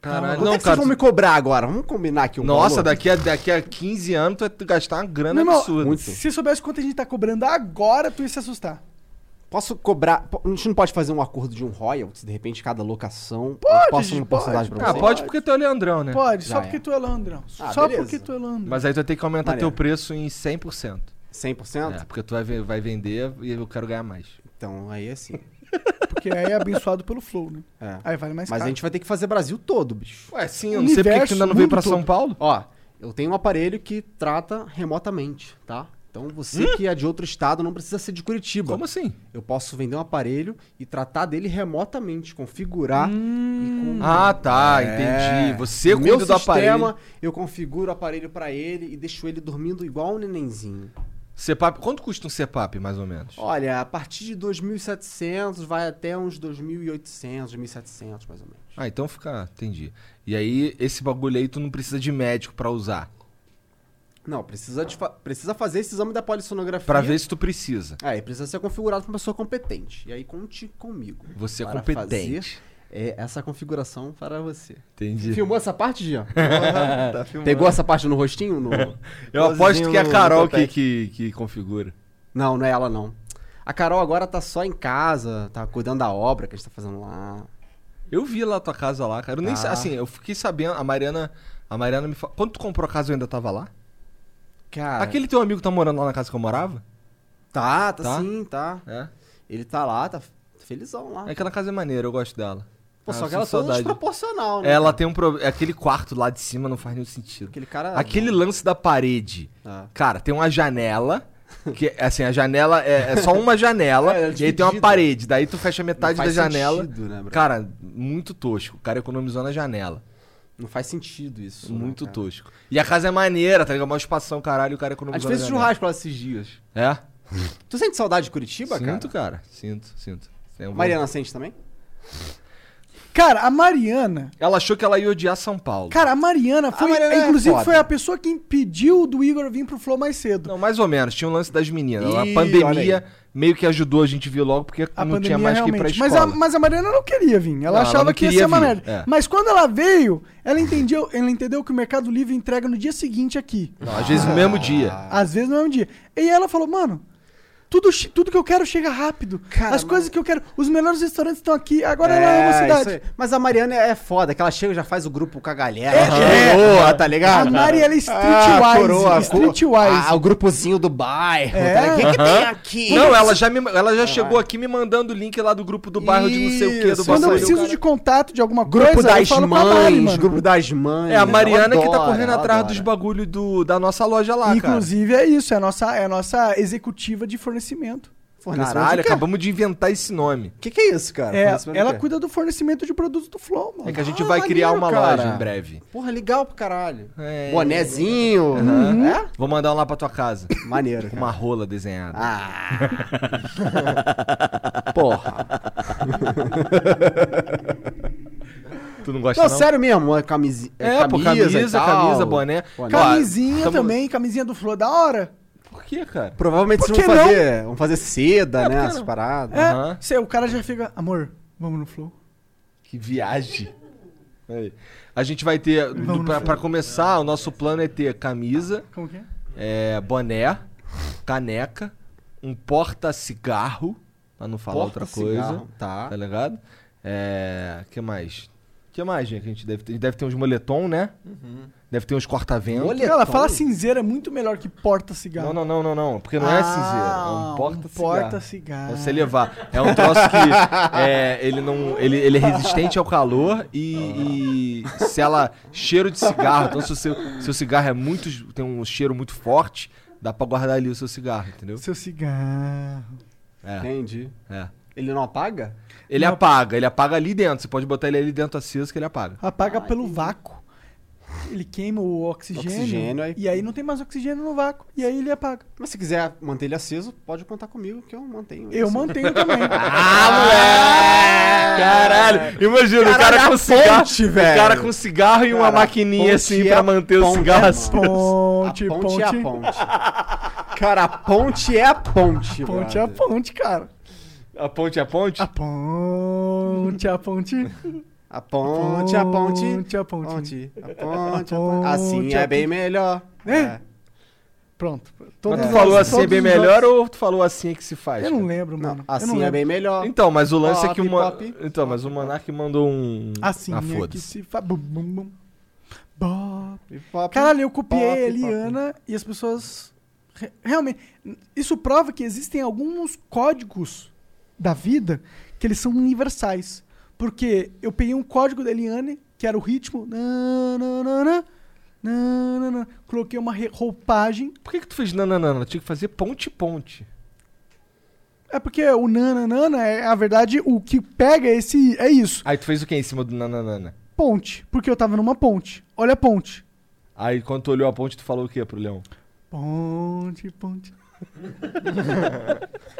Caralho.
Quanto é
Não,
que vocês
cara.
vão me cobrar agora? Vamos combinar aqui um
Nossa,
valor?
daqui a, daqui a 15 anos tu vai gastar uma grana
Meu irmão,
absurda.
é um muito.
Se soubesse quanto a gente tá cobrando agora, tu ia se assustar.
Posso cobrar. po- A gente não pode fazer um acordo de um royalties, de repente, cada locação.
Pode,
eu passo
pode.
uma porcentagem pra
Ah,
você.
pode porque tu é o Leandrão, né?
Pode,
Já
só
é.
porque tu é Landrão.
Ah,
só
beleza.
porque tu é Landrão.
Mas aí tu vai ter que aumentar
Maneiro.
teu preço em 100%.
100%?
É, porque tu vai, ve- vai vender e eu quero ganhar mais.
Então, aí
(laughs)
é assim.
Porque aí é abençoado pelo Flow, né?
É.
Aí vale mais
Mas a
caro.
gente vai ter que fazer Brasil todo, bicho.
Ué, sim, eu não sei porque que tu ainda não
Universo,
veio pra
mundo
São Paulo.
Ó, eu tenho um aparelho que trata remotamente, tá? Então, você que é de outro estado não precisa ser de Curitiba.
Hum? Como assim?
Eu posso vender um aparelho e tratar dele remotamente, configurar e com...
Ah, tá, entendi. Você
É. meu
cuida do aparelho.
sistema, eu configuro o aparelho pra ele e deixo ele dormindo igual um nenenzinho.
CEPAP, quanto custa um CEPAP, mais ou menos?
Olha, a partir de 2.700 vai até uns 2.800, 2.700 mais ou menos.
Ah, então fica, entendi. E aí, esse bagulho aí tu não precisa de médico pra usar.
Não, precisa, de fa- precisa fazer esse exame da polissonografia.
Pra ver se tu precisa.
É, e precisa ser configurado pra uma pessoa competente. E aí conte comigo.
Você é
Para
competente.
É essa configuração para você.
Entendi.
Filmou essa parte, Jean?
(laughs) tá
(laughs)
filmando.
Pegou essa parte no
(laughs)
rostinho? No-
Eu aposto que é a
no-
Carol
no
que,
Topec.
que, que configura.
Não, não é ela não. A Carol agora tá só em casa, tá cuidando da obra que a gente tá fazendo lá.
Eu vi lá a tua casa lá, cara. Eu nem
Tá.
sei, assim, eu fiquei sabendo, a Mariana, a Mariana me falou, quando tu comprou a casa eu ainda tava lá?
Cara,
Aquele teu amigo tá morando lá na casa que eu morava?
tá, tá,
Tá?
sim, tá.
É.
Ele tá lá, tá felizão lá.
Aquela casa é maneira, eu gosto dela.
Pô,
Ah,
só que
eu
ela é
sinto
toda desproporcional, né?
Ela tem um problema, aquele quarto lá de cima não faz nenhum sentido.
Aquele cara. é
Aquele lance da parede.
Ah.
Cara, tem uma janela. Que, assim, a janela é, é só uma janela
(laughs) É, ela é
e aí tem uma
dividida.
parede. Daí tu fecha metade da
faz
janela.
sentido, né, bro?
cara, muito tosco. O cara economizou na janela.
Não faz sentido isso. né,
muito
cara?
tosco. E a casa é maneira, tá ligado? Mó espação, caralho, o cara
A gente
economizou na
fez um
janela.
churrasco lá esses dias.
É?
Tu sente saudade de
é
Curitiba,
Sinto,
cara?
cara. Sinto, sinto. Tem um-
Mariana sente também?
Cara, a Mariana.
Ela achou que ela ia odiar São Paulo.
Cara, a Mariana foi.
Mariana é
inclusive,
foda.
foi a pessoa que impediu do Igor vir pro Flow mais cedo.
Não, mais ou menos. Tinha um lance das meninas.
Ih,
a
olha
pandemia meio que ajudou a gente vir logo, porque
A
não
pandemia
tinha mais que ir pra
realmente.
escola.
mas, a, mas a Mariana não queria vir. Ela
Não,
achava
ela não
que ia
queria
ser uma
vir,
merda.
é.
Mas quando ela veio, ela entendeu, ela entendeu que o Mercado Livre entrega no dia seguinte aqui.
Não, às vezes no mesmo dia.
Às vezes no mesmo dia. E ela falou, mano. Tudo, che- tudo que eu quero chega rápido. As coisas que eu quero. Os melhores restaurantes estão aqui. Agora ela
É,
ama a é cidade.
É, isso aí. Mas a Mariana é foda, que ela chega e já faz o grupo com a galera.
É,
É, coroa, tá ligado?
A Mari, ela é
Ah,
streetwise.
coroa,
streetwise.
Ah, o grupozinho do bairro.
É.
tá ligado? O que, que tem aqui?
Não, ela já, me, ela já chegou aqui me mandando o link lá do grupo do bairro de não sei o que, do
Isso,
Quando Ah. eu
Bolsonaro.
preciso de contato de alguma coisa,
Grupo
eu
das
falo pra Mari,
mães,
mano.
grupo das mães.
É a Mariana
Ela
que tá
adora,
correndo
ela
atrás
adora.
dos bagulho do, da nossa loja lá,
Inclusive, é isso. É a, nossa, é a nossa executiva de fornecimento.
cara.
Fornecimento
Caralho,
de quê?
acabamos de inventar esse nome.
Que que é isso, cara?
É,
Fornecimento de
ela
quê?
cuida do fornecimento de produtos do Flow, mano.
É que a gente
Ah,
vai criar
maneiro,
uma
cara.
loja em breve.
Porra, legal pro caralho.
É.
Bonezinho.
Uhum.
É?
Vou mandar um lá pra tua casa.
Maneiro,
Com (laughs)
cara.
uma rola desenhada.
Ah. Porra.
Tu não gosta
Não,
não?
sério mesmo, é camisi...
É, pô,
e
camisa,
tal. né?
camisa, boné.
Boné.
Ó,
Camisinha
tamo-
também, camisinha do Flow, da hora.
Por que, cara?
Provavelmente
Por
vocês vão
que não?
fazer, vão fazer seda, né? Essas paradas.
É,
Aham.
cê- o cara já fica, amor, vamos no Flow.
Que viagem. Aí. A gente vai ter, do-
Vamos no
pra,
show.
pra começar, o nosso plano é ter camisa,
Como que é?
é, boné, caneca, um porta-cigarro, pra não falar outra coisa.
Porta-cigarro, Tá.
Tá ligado? É. que mais? que mais, gente? que A gente deve ter, a gente deve ter uns moletom, né? Deve ter uns corta-vento.
Moletom?
Cara, fala cinzeira é muito melhor que porta-cigarro.
Não, não, não, não, não. Porque não é cinzeiro. É um porta-cigarro.
Ah, porta-cigarro.
Pra você levar. É um troço que é, ele, não, ele, ele é resistente ao calor e, e se ela cheiro de cigarro. Então, se o seu, seu cigarro é muito, tem um cheiro muito forte, dá pra guardar ali o seu cigarro, entendeu?
Seu cigarro.
É,
Entendi.
é.
Ele não apaga?
Ele apaga, ele apaga ali dentro. Você pode botar ele ali dentro aceso que ele apaga.
Apaga pelo vácuo. Ele queima o oxigênio,
Oxigênio, aí-
e aí não tem mais oxigênio no vácuo. E aí ele apaga.
Mas se quiser manter ele aceso, pode contar comigo que eu mantenho. ele
Eu
aceso.
mantenho também. Ah,
Ah, Caralho, imagina o cara com cigarro, o cara com cigarro e uma
Cara,
maquininha assim
ponte
pra
é
manter o
ponte,
cigarro
né,
aceso.
Ponte,
a ponte,
ponte.
é a ponte. Cara, a ponte é a ponte.
Ponte é a
brother.
ponte, cara.
(laughs) A ponte é ponte?
A ponte, a ponte.
A ponte, é a ponte.
Ponte, a ponte.
Ponte, a ponte, a
ponte,
ponte. Assim
a
é
ponte.
bem melhor. É.
Né? Pronto.
Mas tu
os-
falou assim é
todos
bem
os
melhor
outros-
ou tu falou assim é que se faz?
Eu
cara?
não lembro,
Não,
mano. eu
assim
não
é
lembro.
bem melhor.
Então, mas o lance é
Pop,
que o Ma-
pop.
Então, mas o Monark mandou um.
Assim
ah,
é que
foda-se.
se faz. Bum, bum, bum. Bom.
E pop,
Caralho, eu copiei
pop,
a
pop.
Eliana e as pessoas. re- Realmente. Isso prova que existem alguns códigos da vida que eles são universais. Porque eu peguei um código da Eliane, que era o ritmo. na, na, na, na, na, na, na. Coloquei uma re- roupagem.
Por que, que tu fez nananana? Tinha que fazer ponte-ponte.
É porque o nananana é, a verdade, o que pega esse. É isso.
Aí tu fez o que em cima do nananana?
Ponte. Porque eu tava numa ponte. Olha a ponte.
Aí quando tu olhou a ponte, tu falou o que pro Leão?
Ponte, ponte.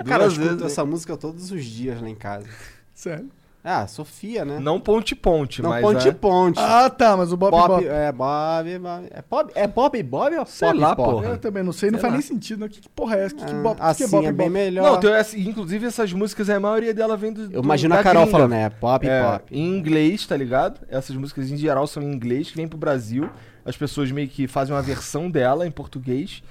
Cara, eu
Duas vezes,
escuto essa música todos os dias lá em casa.
Sério.
Ah, Sofia, né?
Não ponte-ponte,
Não,
mas.
ponte,
é-
ponte.
Ah, tá, mas o Bob
Bob,
Bob.
É Bob, Bob. É Bob, é Bob, Bob ou
Sei
Pop,
lá,
Pop?
porra.
Eu também não sei, não
Sei
faz
lá.
nem sentido, né? Que, que porra é essa? Que, que
Ah,
bop, que
assim
que é bop,
é bem
bop?
melhor.
Não, tem essa- inclusive essas músicas, a maioria dela vem do.
Eu
do-
imagino
da
a Carol
gringa.
falando, né? Pop,
É,
pop.
Em inglês, tá ligado? Essas músicas em geral são em inglês, que vem pro Brasil. As pessoas meio que fazem uma versão dela em português.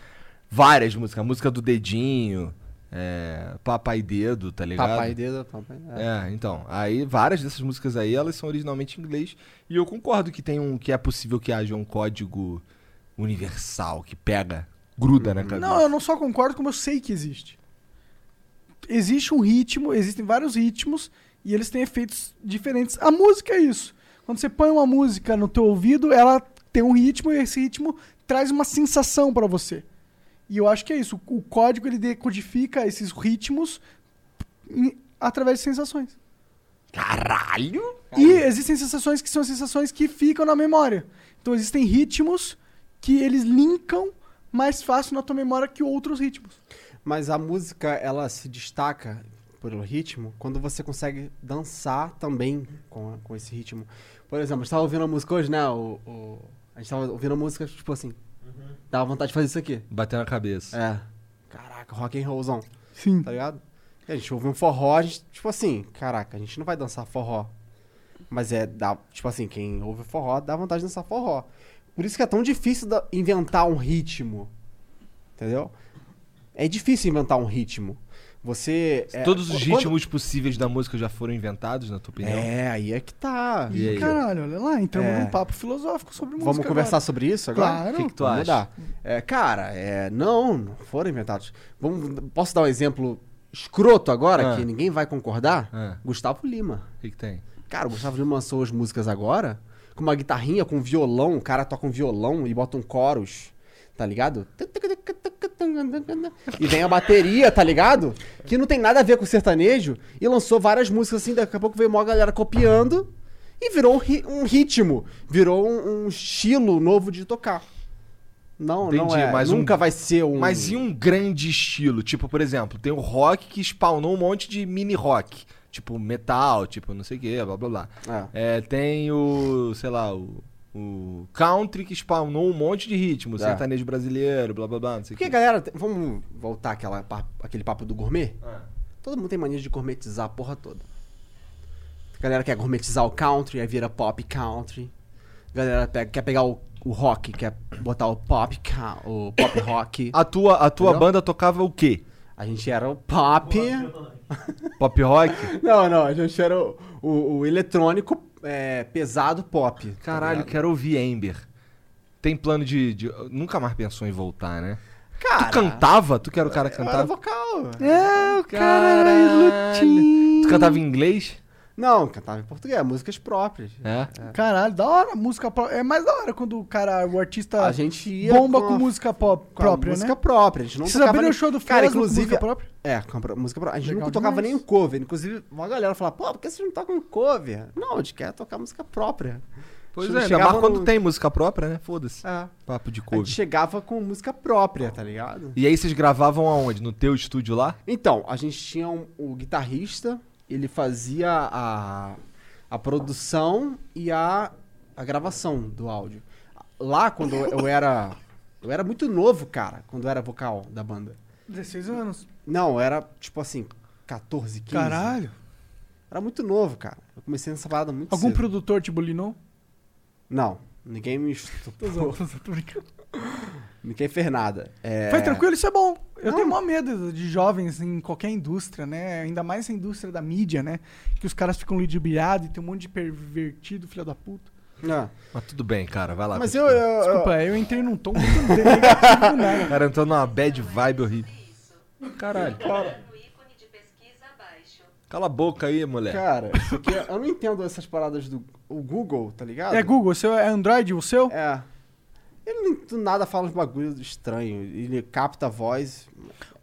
Várias músicas. A música do Dedinho, é, Papai Dedo, tá ligado?
Papai dedo, papai. É.
É, então, aí várias dessas músicas aí, elas são originalmente em inglês, e eu concordo que tem um que é possível que haja um código universal que pega, gruda na cabeça.
Não, eu não só concordo, como eu sei que existe. Existe um ritmo, existem vários ritmos e eles têm efeitos diferentes. A música é isso. Quando você põe uma música no teu ouvido, ela tem um ritmo e esse ritmo traz uma sensação pra você. E eu acho que é isso. O código ele decodifica esses ritmos em- através de sensações.
Caralho!
E existem sensações que são sensações que ficam na memória. Então existem ritmos que eles linkam mais fácil na tua memória que outros ritmos.
Mas a música, ela se destaca pelo ritmo quando você consegue dançar também com, com esse ritmo. Por exemplo, a gente tava ouvindo a música hoje, né? O, o- a gente tava ouvindo a música, tipo assim,
Uhum.
dava vontade de fazer isso aqui.
Bater na cabeça.
É. Caraca, rock and rollzão,
Sim.
tá ligado? E a gente ouve um forró, a gente, tipo assim, caraca, a gente não vai dançar forró. Mas é, dá, tipo assim, quem ouve forró dá vontade de dançar forró. Por isso que é tão difícil da- inventar um ritmo. Entendeu? É difícil inventar um ritmo. Você. é-
Todos os
quando-
ritmos possíveis da música já foram inventados, na tua opinião?
É, aí é que tá.
E aí?
Caralho, olha lá, entramos
É.
num papo filosófico sobre música.
Vamos conversar
agora.
sobre isso agora?
Claro.
O que, que tu
Vamos
acha?
mudar. É, cara, é, não, não foram inventados. Vamos, posso dar um exemplo escroto agora,
Ah.
que ninguém vai concordar?
Ah.
Gustavo Lima.
O que, que tem?
Cara, o Gustavo Lima lançou as músicas agora com uma guitarrinha, com um violão. O cara toca um violão e bota um chorus, tá ligado? E vem a bateria, tá ligado? Que não tem nada a ver com o sertanejo. E lançou várias músicas assim, daqui a pouco veio uma galera copiando. E virou um, ri- um ritmo, virou um, um estilo novo de tocar. Não, não
Entendi,
é.
mas
Nunca
um-
vai ser um...
Mas em um grande estilo, tipo, por exemplo, tem o rock que spawnou um monte de mini rock, tipo metal, tipo não sei o que, blá blá blá.
É.
É, tem o, sei lá, o, o country que spawnou um monte de
É.
ritmo, sertanejo brasileiro, blá blá blá, não sei o
Porque,
que.
galera, te- vamos voltar àquela, pa- aquele papo do gourmet?
Ah.
Todo mundo tem mania de gourmetizar a porra toda. A galera quer gourmetizar o country, aí vira pop country. galera pega- quer pegar o, o rock, quer botar o pop, ca- o pop rock.
A tua, a tua
Entendeu?
banda tocava o quê?
A gente era o pop.
Pop
(laughs)
rock?
Não, não, a gente era o, o- o eletrônico é, pesado pop. tá
Caralho,
ligado?
quero ouvir Amber. Tem plano de, de- Nunca mais pensou em voltar, né?
cara.
tu cantava? Tu que era o cara que
Eu era
cantava?
vocal.
É, o cara
Caralho.
era
Tu
lutinho.
cantava em inglês?
Não, cantava em português, músicas próprias.
É.
Caralho, da hora a música pró- É mais da hora quando o cara, o artista
A gente ia
bomba com,
a-
música pop
com a
própria,
música
né?
própria. A gente não
Vocês
tocava
abriram
nem-
o show do
Cara,
Fresno com
inclusive,
música própria?
É, com a pro- música própria. A gente
Legal
nunca tocava
demais.
nem o cover. Inclusive, uma galera falava, pô, por que vocês não tocam cover? Não, a gente quer tocar música própria.
Pois
Chegava
é, ainda mais
no-
quando tem música própria, né? Foda-se.
É.
Papo de
A gente
couve.
chegava com música própria, tá ligado?
E aí vocês gravavam aonde? No teu estúdio lá?
Então, a gente tinha um- o guitarrista, ele fazia a, a produção e a, a gravação do áudio. Lá, quando eu, eu era. Eu era muito novo, cara, quando eu era vocal da banda.
16 anos.
Não, eu era tipo assim, 14, 15.
Caralho.
Era muito novo, cara. Eu comecei nessa parada muito
Algum
cedo.
produtor te bulinou? (laughs)
Não, ninguém me estuprou.
Tô brincando.
ninguém fez nada. É...
Foi tranquilo, isso é bom. Eu
Não.
tenho maior medo de jovens em qualquer indústria, né? Ainda mais na indústria da mídia, né? Que os caras ficam ludibriados e tem um monte de pervertido, filha da puta.
Não.
Mas tudo bem, cara, vai lá.
Mas eu,
continua.
eu, eu,
Desculpa, eu entrei num tom muito negativo,
O
né?
cara entrou numa bad vibe horrível. Caralho.
no ícone de pesquisa abaixo.
Cala a boca aí, moleque.
Cara, isso aqui, eu não entendo essas paradas do o Google, tá ligado?
É Google, o seu é Android, o seu?
É. Ele não, do nada fala uns bagulho estranho. Ele capta a voz.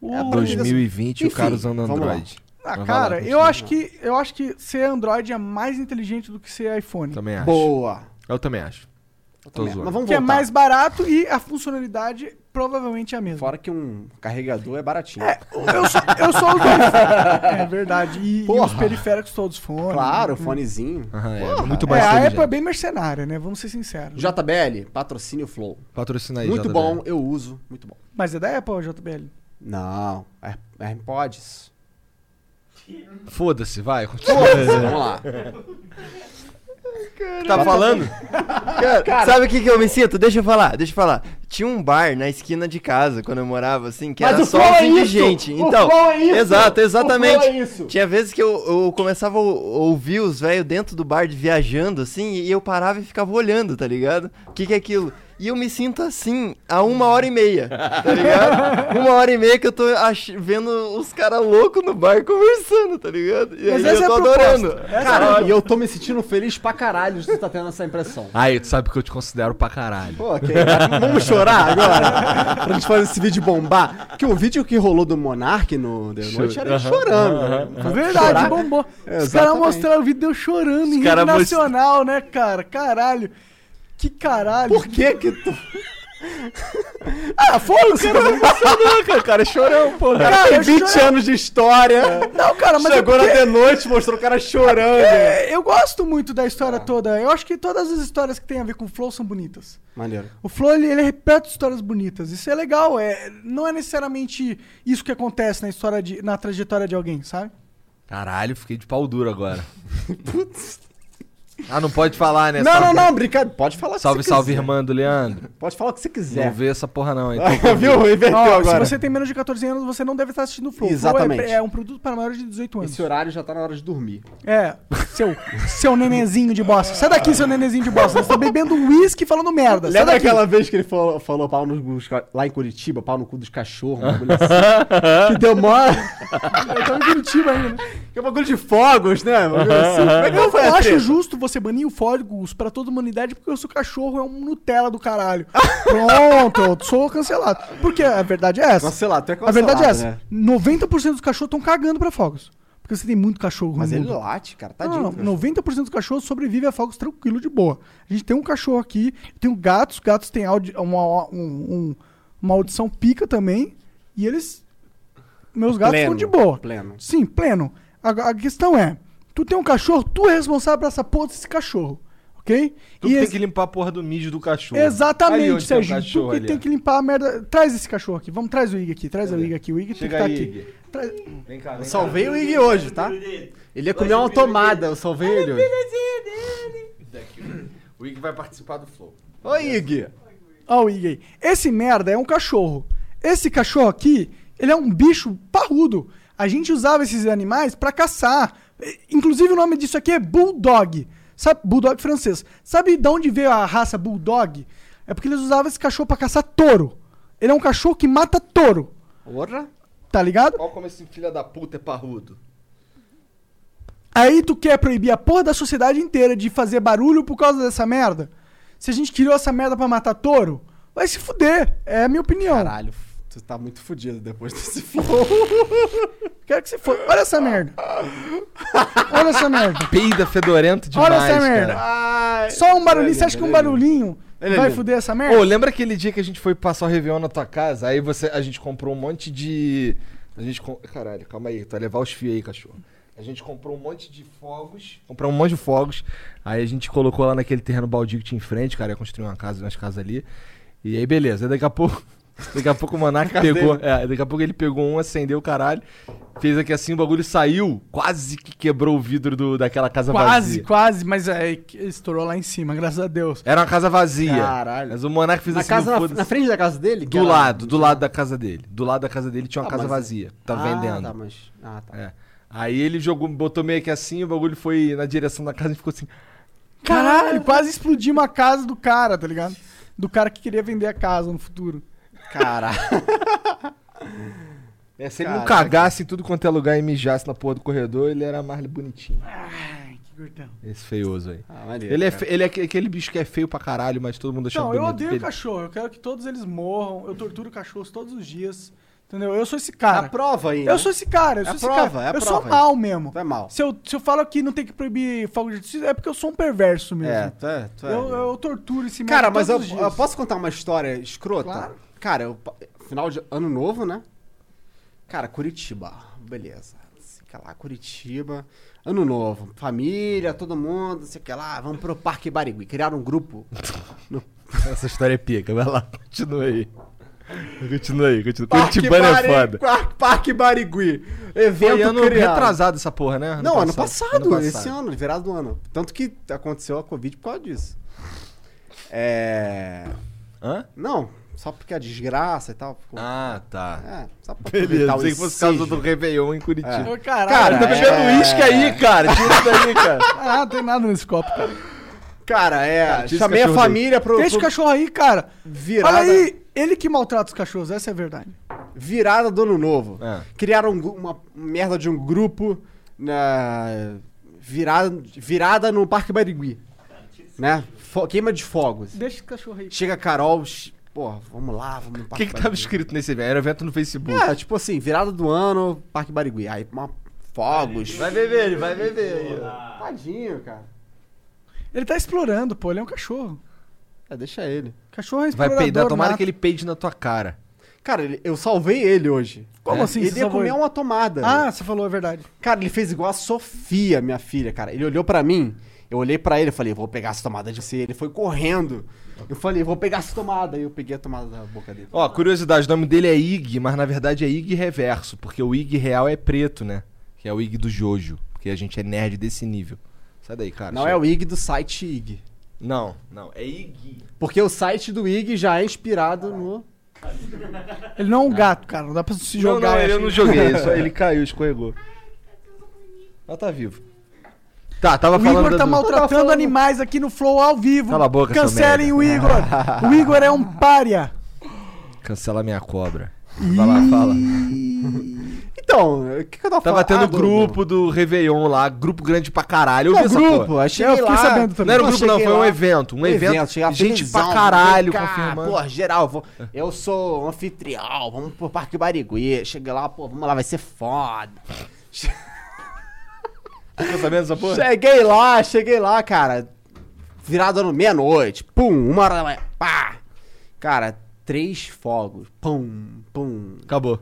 É
Ô,
2020 o
enfim,
cara usando
vamos lá.
Android.
Uh,
Mas
Ah,
vai lá,
cara, eu
continua.
acho que eu acho que ser Android é mais inteligente do que ser iPhone.
Também acho.
Boa.
Eu também acho. Tô
Eu também-
zoando.
Mas vamos
Que
voltar.
é mais barato e a funcionalidade provavelmente é a mesma.
Fora que um carregador é baratinho.
Eu sou, eu sou o do iPhone. É verdade. E, e os
Porra.
periféricos todos fone.
Claro,
né?
fonezinho.
Aham, é muito
É,
mais
a Apple é
inteligente.
bem mercenária, né? Vamos ser sinceros.
JBL, patrocínio Flow.
Patrocina aí,
muito
JBL.
bom, eu uso. Muito bom.
Mas é da Apple ou JBL?
Não, é é AirPods.
Foda-se, vai.
Vamos lá.
(laughs) tá falando?
Cara, sabe o que, que eu me sinto? Deixa eu falar, deixa eu falar. Tinha um bar na esquina de casa quando eu morava, assim, que
Mas
era
o
só
flow é
assim de
isso!
gente.
O
Então,
flow é isso!
exato,
O
exatamente.
flow é isso!
Tinha vezes que eu, eu começava a ou- ouvir os velhos dentro do bar de viajando, assim, e eu parava e ficava olhando, tá ligado? O que, que é aquilo? E eu me sinto assim há uma hora e meia, tá ligado?
(laughs)
uma hora e meia que eu tô ach- vendo os caras loucos no bar conversando, tá ligado? E
Mas
aí
essa
eu
é
tô
a proposta.
adorando.
Cara, e eu tô me sentindo feliz pra caralho de você tá tendo essa impressão.
Aí, tu sabe que eu te considero pra caralho.
Pô, (laughs) ok. Vamos chorar agora? pra gente fazer esse vídeo bombar. Que o vídeo que rolou do Monark no The Noite era ele chorando. né?
É Verdade, bombou. Os caras
exatamente.
mostraram o vídeo deu chorando em
cara
rede nacional, né, cara? Caralho. Que caralho.
Por que que tu...
Ah, foda-se.
é
Caraca, cara, chorão, pô.
Cara,
Tem
eu
20
chorei.
Tá anos de história.
Não, cara, mas é
Chegou na
porque-
The Noite, mostrou o cara chorando.
é, eu gosto muito da história toda. Eu acho que todas as histórias que tem a ver com o Flow são bonitas.
Maneiro.
O Flow, ele, ele repete histórias bonitas. Isso é legal. É, não é necessariamente isso que acontece na história de, na trajetória de alguém, sabe?
Caralho, fiquei de pau duro
(laughs)
agora. ah, não pode falar, né?
Não,
Salve-
não, não, brincadeira. Pode falar o que
Salve,
você
salve,
quiser.
irmã do Leandro.
Pode falar o que você quiser.
Não vê essa porra não, hein? Então,
(laughs) Viu? Inverteu
Ó,
É, então agora.
Se você tem menos de 14 anos, você não deve estar assistindo o Flow. O
Exatamente.
Flow é, é um produto para maiores de 18 anos.
Esse horário já tá na hora de dormir.
É, seu, seu nenezinho de bosta. Sai daqui, seu nenezinho de bosta. Você tá bebendo uísque e falando merda. Sai
Lembra
daqui.
aquela vez que ele falou, falou pau no, nos ca- lá em Curitiba, pau no cu dos cachorros, um bagulho (laughs) assim? que deu mó... eu tava em Curitiba ainda, né? Que é um bagulho de fogos, né? Um bagulho assim. Como é que não foi
Eu
a
acho
treta?
justo você banir o Fórgos pra toda a humanidade porque o seu cachorro é um Nutella do
(laughs)
caralho. Pronto, eu sou cancelado. Porque a verdade é essa.
Cancelado, tu é
a verdade é essa.
cancelado, né?
90% dos cachorros estão cagando pra fogos. Porque você tem muito cachorro
Mas
no
ele
mundo.
late, cara.
Não,
Tadinho.
não,
Tá cara.
não. 90% dos cachorros sobrevive a fogos tranquilo, de boa. A gente tem um cachorro aqui, tem um gatos, gatos têm audi- uma, um- um- uma audição pica também, e eles. Meus gatos estão
Pleno,
de boa.
pleno.
Sim, pleno. A, a questão é: tu tem um cachorro, tu é responsável pra essa porra desse cachorro, ok?
Tu que tem
esse-
que limpar a porra do mídia do cachorro. Ali
Exatamente,
onde tem o
Sérgio. Tu
cachorro
que
ali,
tem
ó.
que limpar a merda. Traz esse cachorro aqui, vamos, traz o Ig aqui, traz o
Cadê?
Ig aqui. O Ig tem que
Chega
estar
aí,
aqui.
Iggy.
Traz-
Vem cá,
Eu
vem cá.
salvei o Iggy hoje, tá? Ele ia comer uma tomada, eu salvei ele hoje.
O Ig vai participar do Flow.
Oi, Ig.
Ó, o Ig aí. Esse merda é um cachorro. Esse cachorro aqui, ele é um bicho parrudo. A gente usava esses animais pra caçar. E- Inclusive o nome disso aqui é bulldog. Sabe, bulldog francês. Sabe de onde veio a raça bulldog? É porque eles usavam esse cachorro pra caçar touro. Ele é um cachorro que mata touro.
Ora.
Tá ligado?
Olha como esse filho da puta é parrudo.
Aí tu quer proibir a porra da sociedade inteira de fazer barulho por causa dessa merda? Se a gente criou essa merda pra matar touro, vai se fuder. É a minha opinião.
Caralho, tu tá muito fudido depois desse flow.
Quero que se foda. Olha essa merda. Olha essa merda.
Peida fedorento demais,
(laughs) Olha essa merda.
cara.
Só um barulhinho. Você acha que um
Ele é lindo.
barulhinho
Ele é
vai
lindo.
fuder essa merda?
Ô, lembra aquele dia que a gente foi passar o Réveillon na tua casa? Aí você, a gente comprou um monte de. A gente. com- Caralho, calma aí, tu vai levar os fios aí, cachorro. A gente comprou um monte de fogos. Comprou um monte de fogos. Aí a gente colocou lá naquele terreno baldio que tinha em frente, cara. Ia construir uma casa, umas casas ali. E aí, beleza. Aí daqui a pouco. (laughs) Daqui a pouco o Monark pegou. É, daqui a pouco ele pegou um, acendeu o caralho. Fez aqui assim, o bagulho saiu. Quase que quebrou o vidro do, daquela casa
quase,
vazia.
quase, mas é, que estourou lá em cima, graças a Deus.
Era uma casa vazia.
Caralho.
Mas o Monark fez
Na,
assim,
casa,
não
na,
foda-se.
na frente da casa dele? que
Do
era-
lado, do lado da casa dele. Do lado da casa dele tinha uma
Ah,
casa
mas-
vazia. Tá
Ah,
vendendo.
Tá, mas... Ah, tá.
É. Aí ele jogou, botou meio que assim, o bagulho foi na direção da casa e ficou assim.
Caralho, quase explodimos a casa do cara, tá ligado? Do cara que queria vender a casa no futuro.
(laughs) Caralho.
né, se ele não
Caraca.
cagasse em tudo quanto é lugar e mijasse na porra do corredor, ele era mais bonitinho.
Ai, que gordão.
Esse feioso aí.
Ah, maneiro,
Ele é,
cara.
fe- ele é aque- aquele bicho que é feio pra caralho, mas todo mundo achando
Não,
bonito.
eu odeio
Ele-
cachorro. Eu quero que todos eles morram. Eu torturo cachorros todos os dias. Entendeu? Eu sou esse
É
cara.
a prova aí.
Eu
né?
sou esse cara, eu
É
sou
a
esse
prova,
cara.
é a
eu
prova.
sou mal mesmo.
Tu é mal.
Se eu, se eu falo que não tem que proibir fogo de artifício, é porque eu sou um perverso mesmo.
É, tu é, tu é.
né?
eu, eu torturo esse
Cara,
merda
mas eu,
todos os
eu
dias.
posso contar uma história escrota?
Claro.
Cara, eu pa- final de ano novo, né? Cara, Curitiba. Beleza. Não sei o que lá, Curitiba. Ano novo. Família, todo mundo, não sei o que lá. Vamos pro Parque Barigui. Criaram um grupo. No
(laughs) Essa história é pica, vai lá. Continua aí. Continua aí, continua.
Parque
Curitibano é
Bari-
foda.
Par- Parque Barigui. Evento
Foi ano
criado.
retrasado essa porra, né? Ano
Não, ano passado, esse ano, virado do ano. Tanto que aconteceu a Covid por causa disso. É.
Hã?
Não, só porque a desgraça e tal. pô.
Ah, tá.
É, só pra
Beleza,
aproveitar
não
o
sei que fosse causa
ensejo.
do Réveillon em Curitiba. Cara,
Ô, Caralho,
tá
cara,
bebendo
é.
uísque aí, cara. Tira isso daí, cara. (laughs)
não tem nada nesse copo, cara.
Cara, é.
Cara, tira
chamei
esse
a
cachorro
família pro,
Deixa o
pro
cachorro aí, cara.
virada,
Olha aí, ele que maltrata os cachorros, essa é a verdade.
virada do ano novo.
É.
Criaram um gru- uma merda de um grupo na virada, virada no Parque Barigui. Né? Fo- queima de fogos.
Deixa esse cachorro aí.
Chega a Carol, ch- pô, vamos lá, vamos no
O
Parque
que que tava
Barigui.
escrito nesse evento? Era evento no Facebook.
Ah,
É, tipo assim, virada do ano, Parque Barigui. Aí, uma, fogos.
Vai beber, ele vai beber aí. ó.
Ah,
Tadinho, cara.
Ele tá explorando, pô, ele é um cachorro.
É, deixa ele.
Cachorro é
Vai
explorador.
peidar, tomara
nato.
que ele peide na tua cara.
Cara, ele- eu salvei ele hoje.
Como
É.
assim,
Ele
você
ia
salvou
comer
ele?
uma tomada.
Ah, você falou a verdade.
Cara, ele fez igual a Sofia, minha filha, cara. Ele olhou pra mim, eu olhei pra ele e falei, vou pegar essa tomada de você. Ele foi correndo. Eu falei, vou pegar essa tomada. E eu peguei a tomada da boca dele.
Ó, curiosidade, o nome dele é Ig, mas na verdade é Ig Reverso, porque o Ig real é preto, né? Que é o Ig do Jojo, porque a gente é nerd desse nível. Sai daí, cara.
Não é o IG do site IG.
Não, não, é Ig.
Porque o site do IG já é inspirado no.
Ele não é
Ah.
um gato, cara, não dá pra se
não,
jogar. é assim.
não, ele
acho.
eu não joguei, é
(laughs)
só ele caiu, escorregou. Ela tá vivo. Tá, tava
O
falando
Igor tá
do-
maltratando
falando-
animais aqui no Flow ao vivo.
Cala a boca, seu
Cancelem o Igor. o Igor
(laughs)
é um pária.
Cancela minha cobra. Vai lá, fala.
Então, o que, que eu tava
Tava
falando?
tendo
Ah, do-
grupo do Réveillon lá, grupo grande pra caralho. Eu
Não,
vi essa
grupo,
porra.
aí cheguei
Eu fiquei
lá,
sabendo também.
Não era um
eu
grupo, não,
cheguei
foi um
lá.
evento. Um evento.
chegava
gente
felizão,
pra caralho,
vem cá,
confirmando.
Pô, geral, vou- eu sou um anfitrião, vamos pro Parque Barigui. Cheguei lá, pô, vamos lá, vai ser foda.
Ficou sabendo essa porra?
Cheguei lá, cheguei lá, cara. Virado no meia-noite. Pum, uma hora da manhã. Pá! Cara, três fogos. Pum, pum.
Acabou.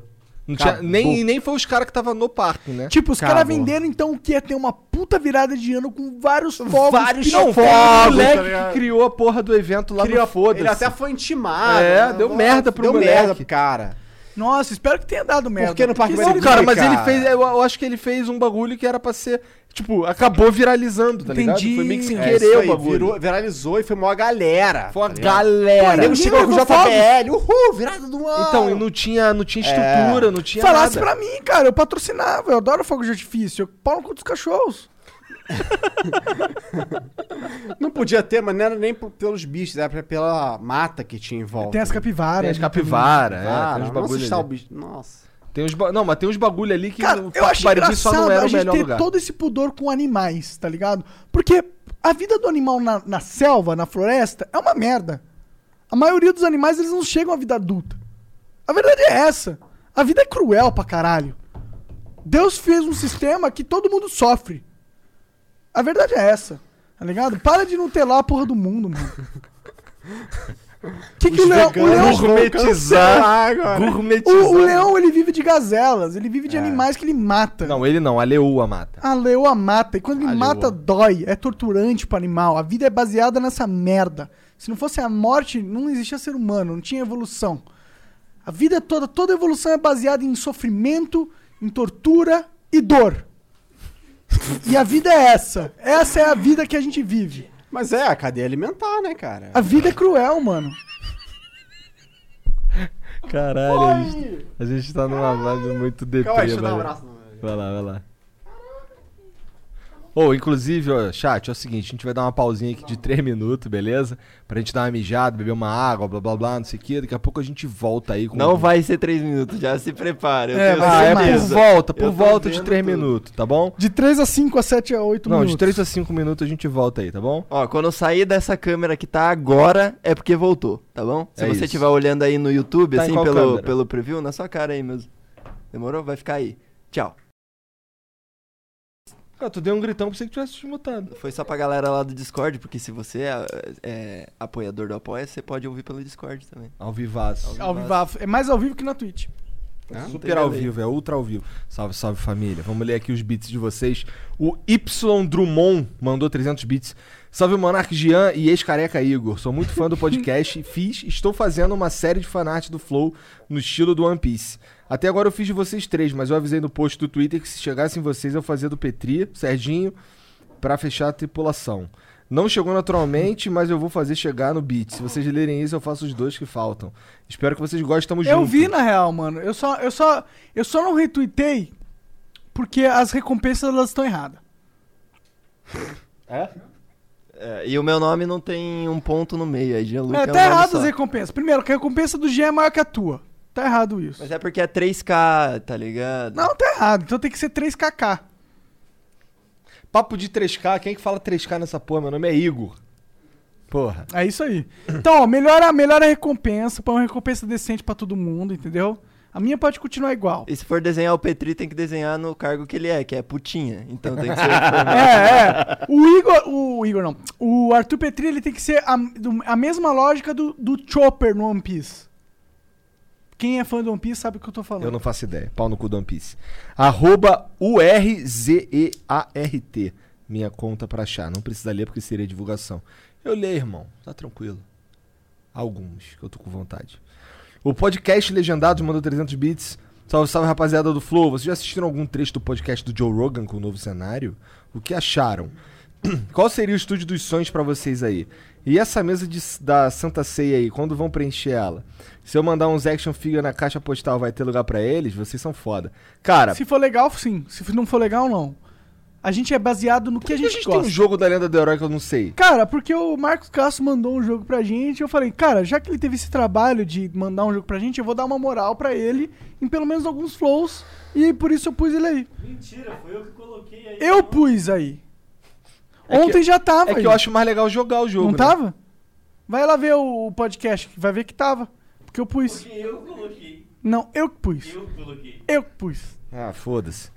Não tinha,
Acabou.
nem, nem foi os caras que tava no parque, né?
Tipo, os caras
Acabou.
venderam então o que é ter uma puta virada de ano com vários fogos.
Vários
um
pirão-
fogos.
o
tá
moleque
ligado?
que criou a porra do evento lá
Criou-
no foda
Ele até foi intimado. né?
É, deu merda pro
deu
moleque.
merda pro cara.
Nossa, espero que tenha dado merda.
que no Parque
senão-
Não,
ele
cara,
vai,
mas ele
cara.
fez. Eu, eu acho que ele fez um bagulho que era pra ser. Tipo, acabou viralizando, tá ligado?
Entendi.
Foi meio que sem
É,
querer
isso
o
aí,
bagulho.
virou- viralizou e foi mó galera.
Foi uma
tá ligado?
galera.
Aí nego
Ninguém
chegou com o
levou fogo.
JBL, uhul, virada do ano.
Então, e não tinha, não tinha estrutura, não tinha
Falasse
nada.
pra mim, cara, eu patrocinava, eu adoro fogo de artifício, eu pau no cu dos cachorros.
Não podia ter, mas não era nem por- pelos bichos, era pra- pela mata que tinha em volta.
Tem as capivaras.
Tem as
né,
capivara, é,
Cara,
tem uns
vamos
bagulho
assustar o
ali.
bicho. Nossa.
Tem uns ba- Não, mas tem uns bagulho ali que
Cara,
o
eu
Parque
acho
Barigui só não
engraçado
era
a
o
gente
melhor
ter
lugar.
todo esse pudor com animais, tá ligado? Porque a vida do animal na, na selva, na floresta, é uma merda. A maioria dos animais, eles não chegam à vida adulta. A verdade é essa. A vida é cruel pra caralho. Deus fez um sistema que todo mundo sofre. A verdade é essa, tá ligado? Para de nutelar a porra do mundo, mano. que que o leão, o leão-
Gourmetizar.
o,
Gourmetizar.
o leão, ele vive de gazelas, ele vive de animais que ele mata.
Não, ele não, a leoa mata.
Ah, A leoa mata, e quando ele
Ah, A
mata,
leoa.
dói. É torturante pro animal. A vida é baseada nessa merda. Se não fosse a morte, não existia ser humano, não tinha evolução. A vida toda, toda evolução é baseada em sofrimento, em tortura e dor. e a vida é essa. Essa é a vida que a gente vive.
Mas é, a cadeia alimentar, né, cara?
A vida é cruel, mano.
Caralho, a gente, a gente tá numa vibe muito deprê,
Calma aí, deixa eu dar um
mano.
né?
abraço. no-
Vai lá, vai lá. Ô, inclusive, ó, chat, é o seguinte, a gente vai dar uma pausinha aqui de 3 minutos, beleza? Pra gente dar uma mijada, beber uma água, blá blá blá, não sei o que. Daqui a pouco a gente volta aí com.
Não vai ser três minutos, já se prepara. Eu
É,
tenho
Ah,
ser
é por
mais.
certeza.
volta, por
Eu tô
volta de
vendo
3
tudo.
minutos, tá bom?
De 3 a 5, a 7 a 8
Não,
minutos.
de 3 a 5 minutos a gente volta aí, tá bom?
Ó, quando eu sair dessa câmera que tá agora, é porque voltou, tá bom? Se
É
você
isso.
estiver olhando aí no YouTube,
Tá em
assim,
qual
pelo,
câmera?
pelo preview, na sua cara aí mesmo. Demorou? Vai ficar aí. Tchau.
Cara, tu deu um gritão pra você que tivesse desmutado.
Foi só pra galera lá do Discord, porque se você é, é apoiador do Apoia, você pode ouvir pelo Discord também.
Ao vivaço.
Ao vivaço. É mais ao vivo que na Twitch.
Super ao vivo, é ultra ao vivo. Salve, salve família. Vamos ler aqui os bits de vocês. O Y Drummond mandou 300 bits. Salve Monark Jean e ex-careca Igor. Sou muito
(laughs)
fã do podcast. fiz, estou fazendo uma série de fanart do Flow no estilo do One Piece. Até agora eu fiz de vocês três, mas eu avisei no post do Twitter que se chegassem vocês eu fazia do Petri, Serginho, pra fechar a tripulação. Não chegou naturalmente, mas eu vou fazer chegar no beat. Se vocês lerem isso, eu faço os dois que faltam. Espero que vocês gostem, tamo junto.
Eu vi, na real, mano. Eu só, eu só, eu só não retuitei porque as recompensas elas estão erradas.
É, e o meu nome não tem um ponto no meio, é Jean Luca.
É,
um
tá
nome
errado
só.
as recompensas. Primeiro, que a recompensa do G é maior que a tua. Tá errado isso.
Mas é porque é 3K, tá ligado?
Não, tá errado. Então tem que ser 3kk.
Papo de 3K, quem é que fala 3K nessa porra? Meu nome é Igor. Porra.
É isso aí. Então, ó, melhora, melhora a recompensa. Põe uma recompensa decente pra todo mundo, entendeu? A minha pode continuar
(laughs)
igual.
E se for desenhar o Petri, tem que desenhar no cargo que ele é, que é putinha. Então tem que (laughs) ser.
É, é. O Igor, o Igor não. O Arthur Petri, ele tem que ser a, do- a mesma lógica do, do Chopper no One Piece. Quem é fã do One Piece sabe o que eu tô falando.
Eu não faço ideia. Pau no cu do One Piece. Arroba URZEART. Minha conta pra achar. Não precisa ler porque seria divulgação. Eu leio, irmão. Tá tranquilo. Alguns, que eu tô com vontade. O podcast Legendados mandou 300 bits. Salve, salve, rapaziada do Flow. Vocês já assistiram algum trecho do podcast do Joe Rogan com o novo cenário? O que acharam? (clears throat) Qual seria o estúdio dos sonhos pra vocês aí? E essa mesa de- da Santa Ceia aí, quando vão preencher ela? Se eu mandar uns action figure na caixa postal, vai ter lugar pra eles? Vocês são foda. Cara,
Se for legal, sim. Se não for legal, não. A gente é baseado no que
por
a
que a
gente,
gente tem
gosta.
um jogo da Lenda do Herói que eu não sei?
Cara, porque o Marcos Castro mandou um jogo pra gente, eu falei, cara, já que ele teve esse trabalho de mandar um jogo pra gente, eu vou dar uma moral pra ele em pelo menos alguns flows, e por isso eu pus ele aí.
Mentira, foi eu que coloquei aí.
Eu pus aí.
É que-
Ontem já tava.
É que
aí.
eu acho mais legal jogar o jogo.
Não
né?
tava? Vai lá ver o podcast, vai ver que tava. Porque eu pus.
Porque eu coloquei.
Não, eu que pus.
Eu coloquei.
Eu que pus.
Ah, foda-se.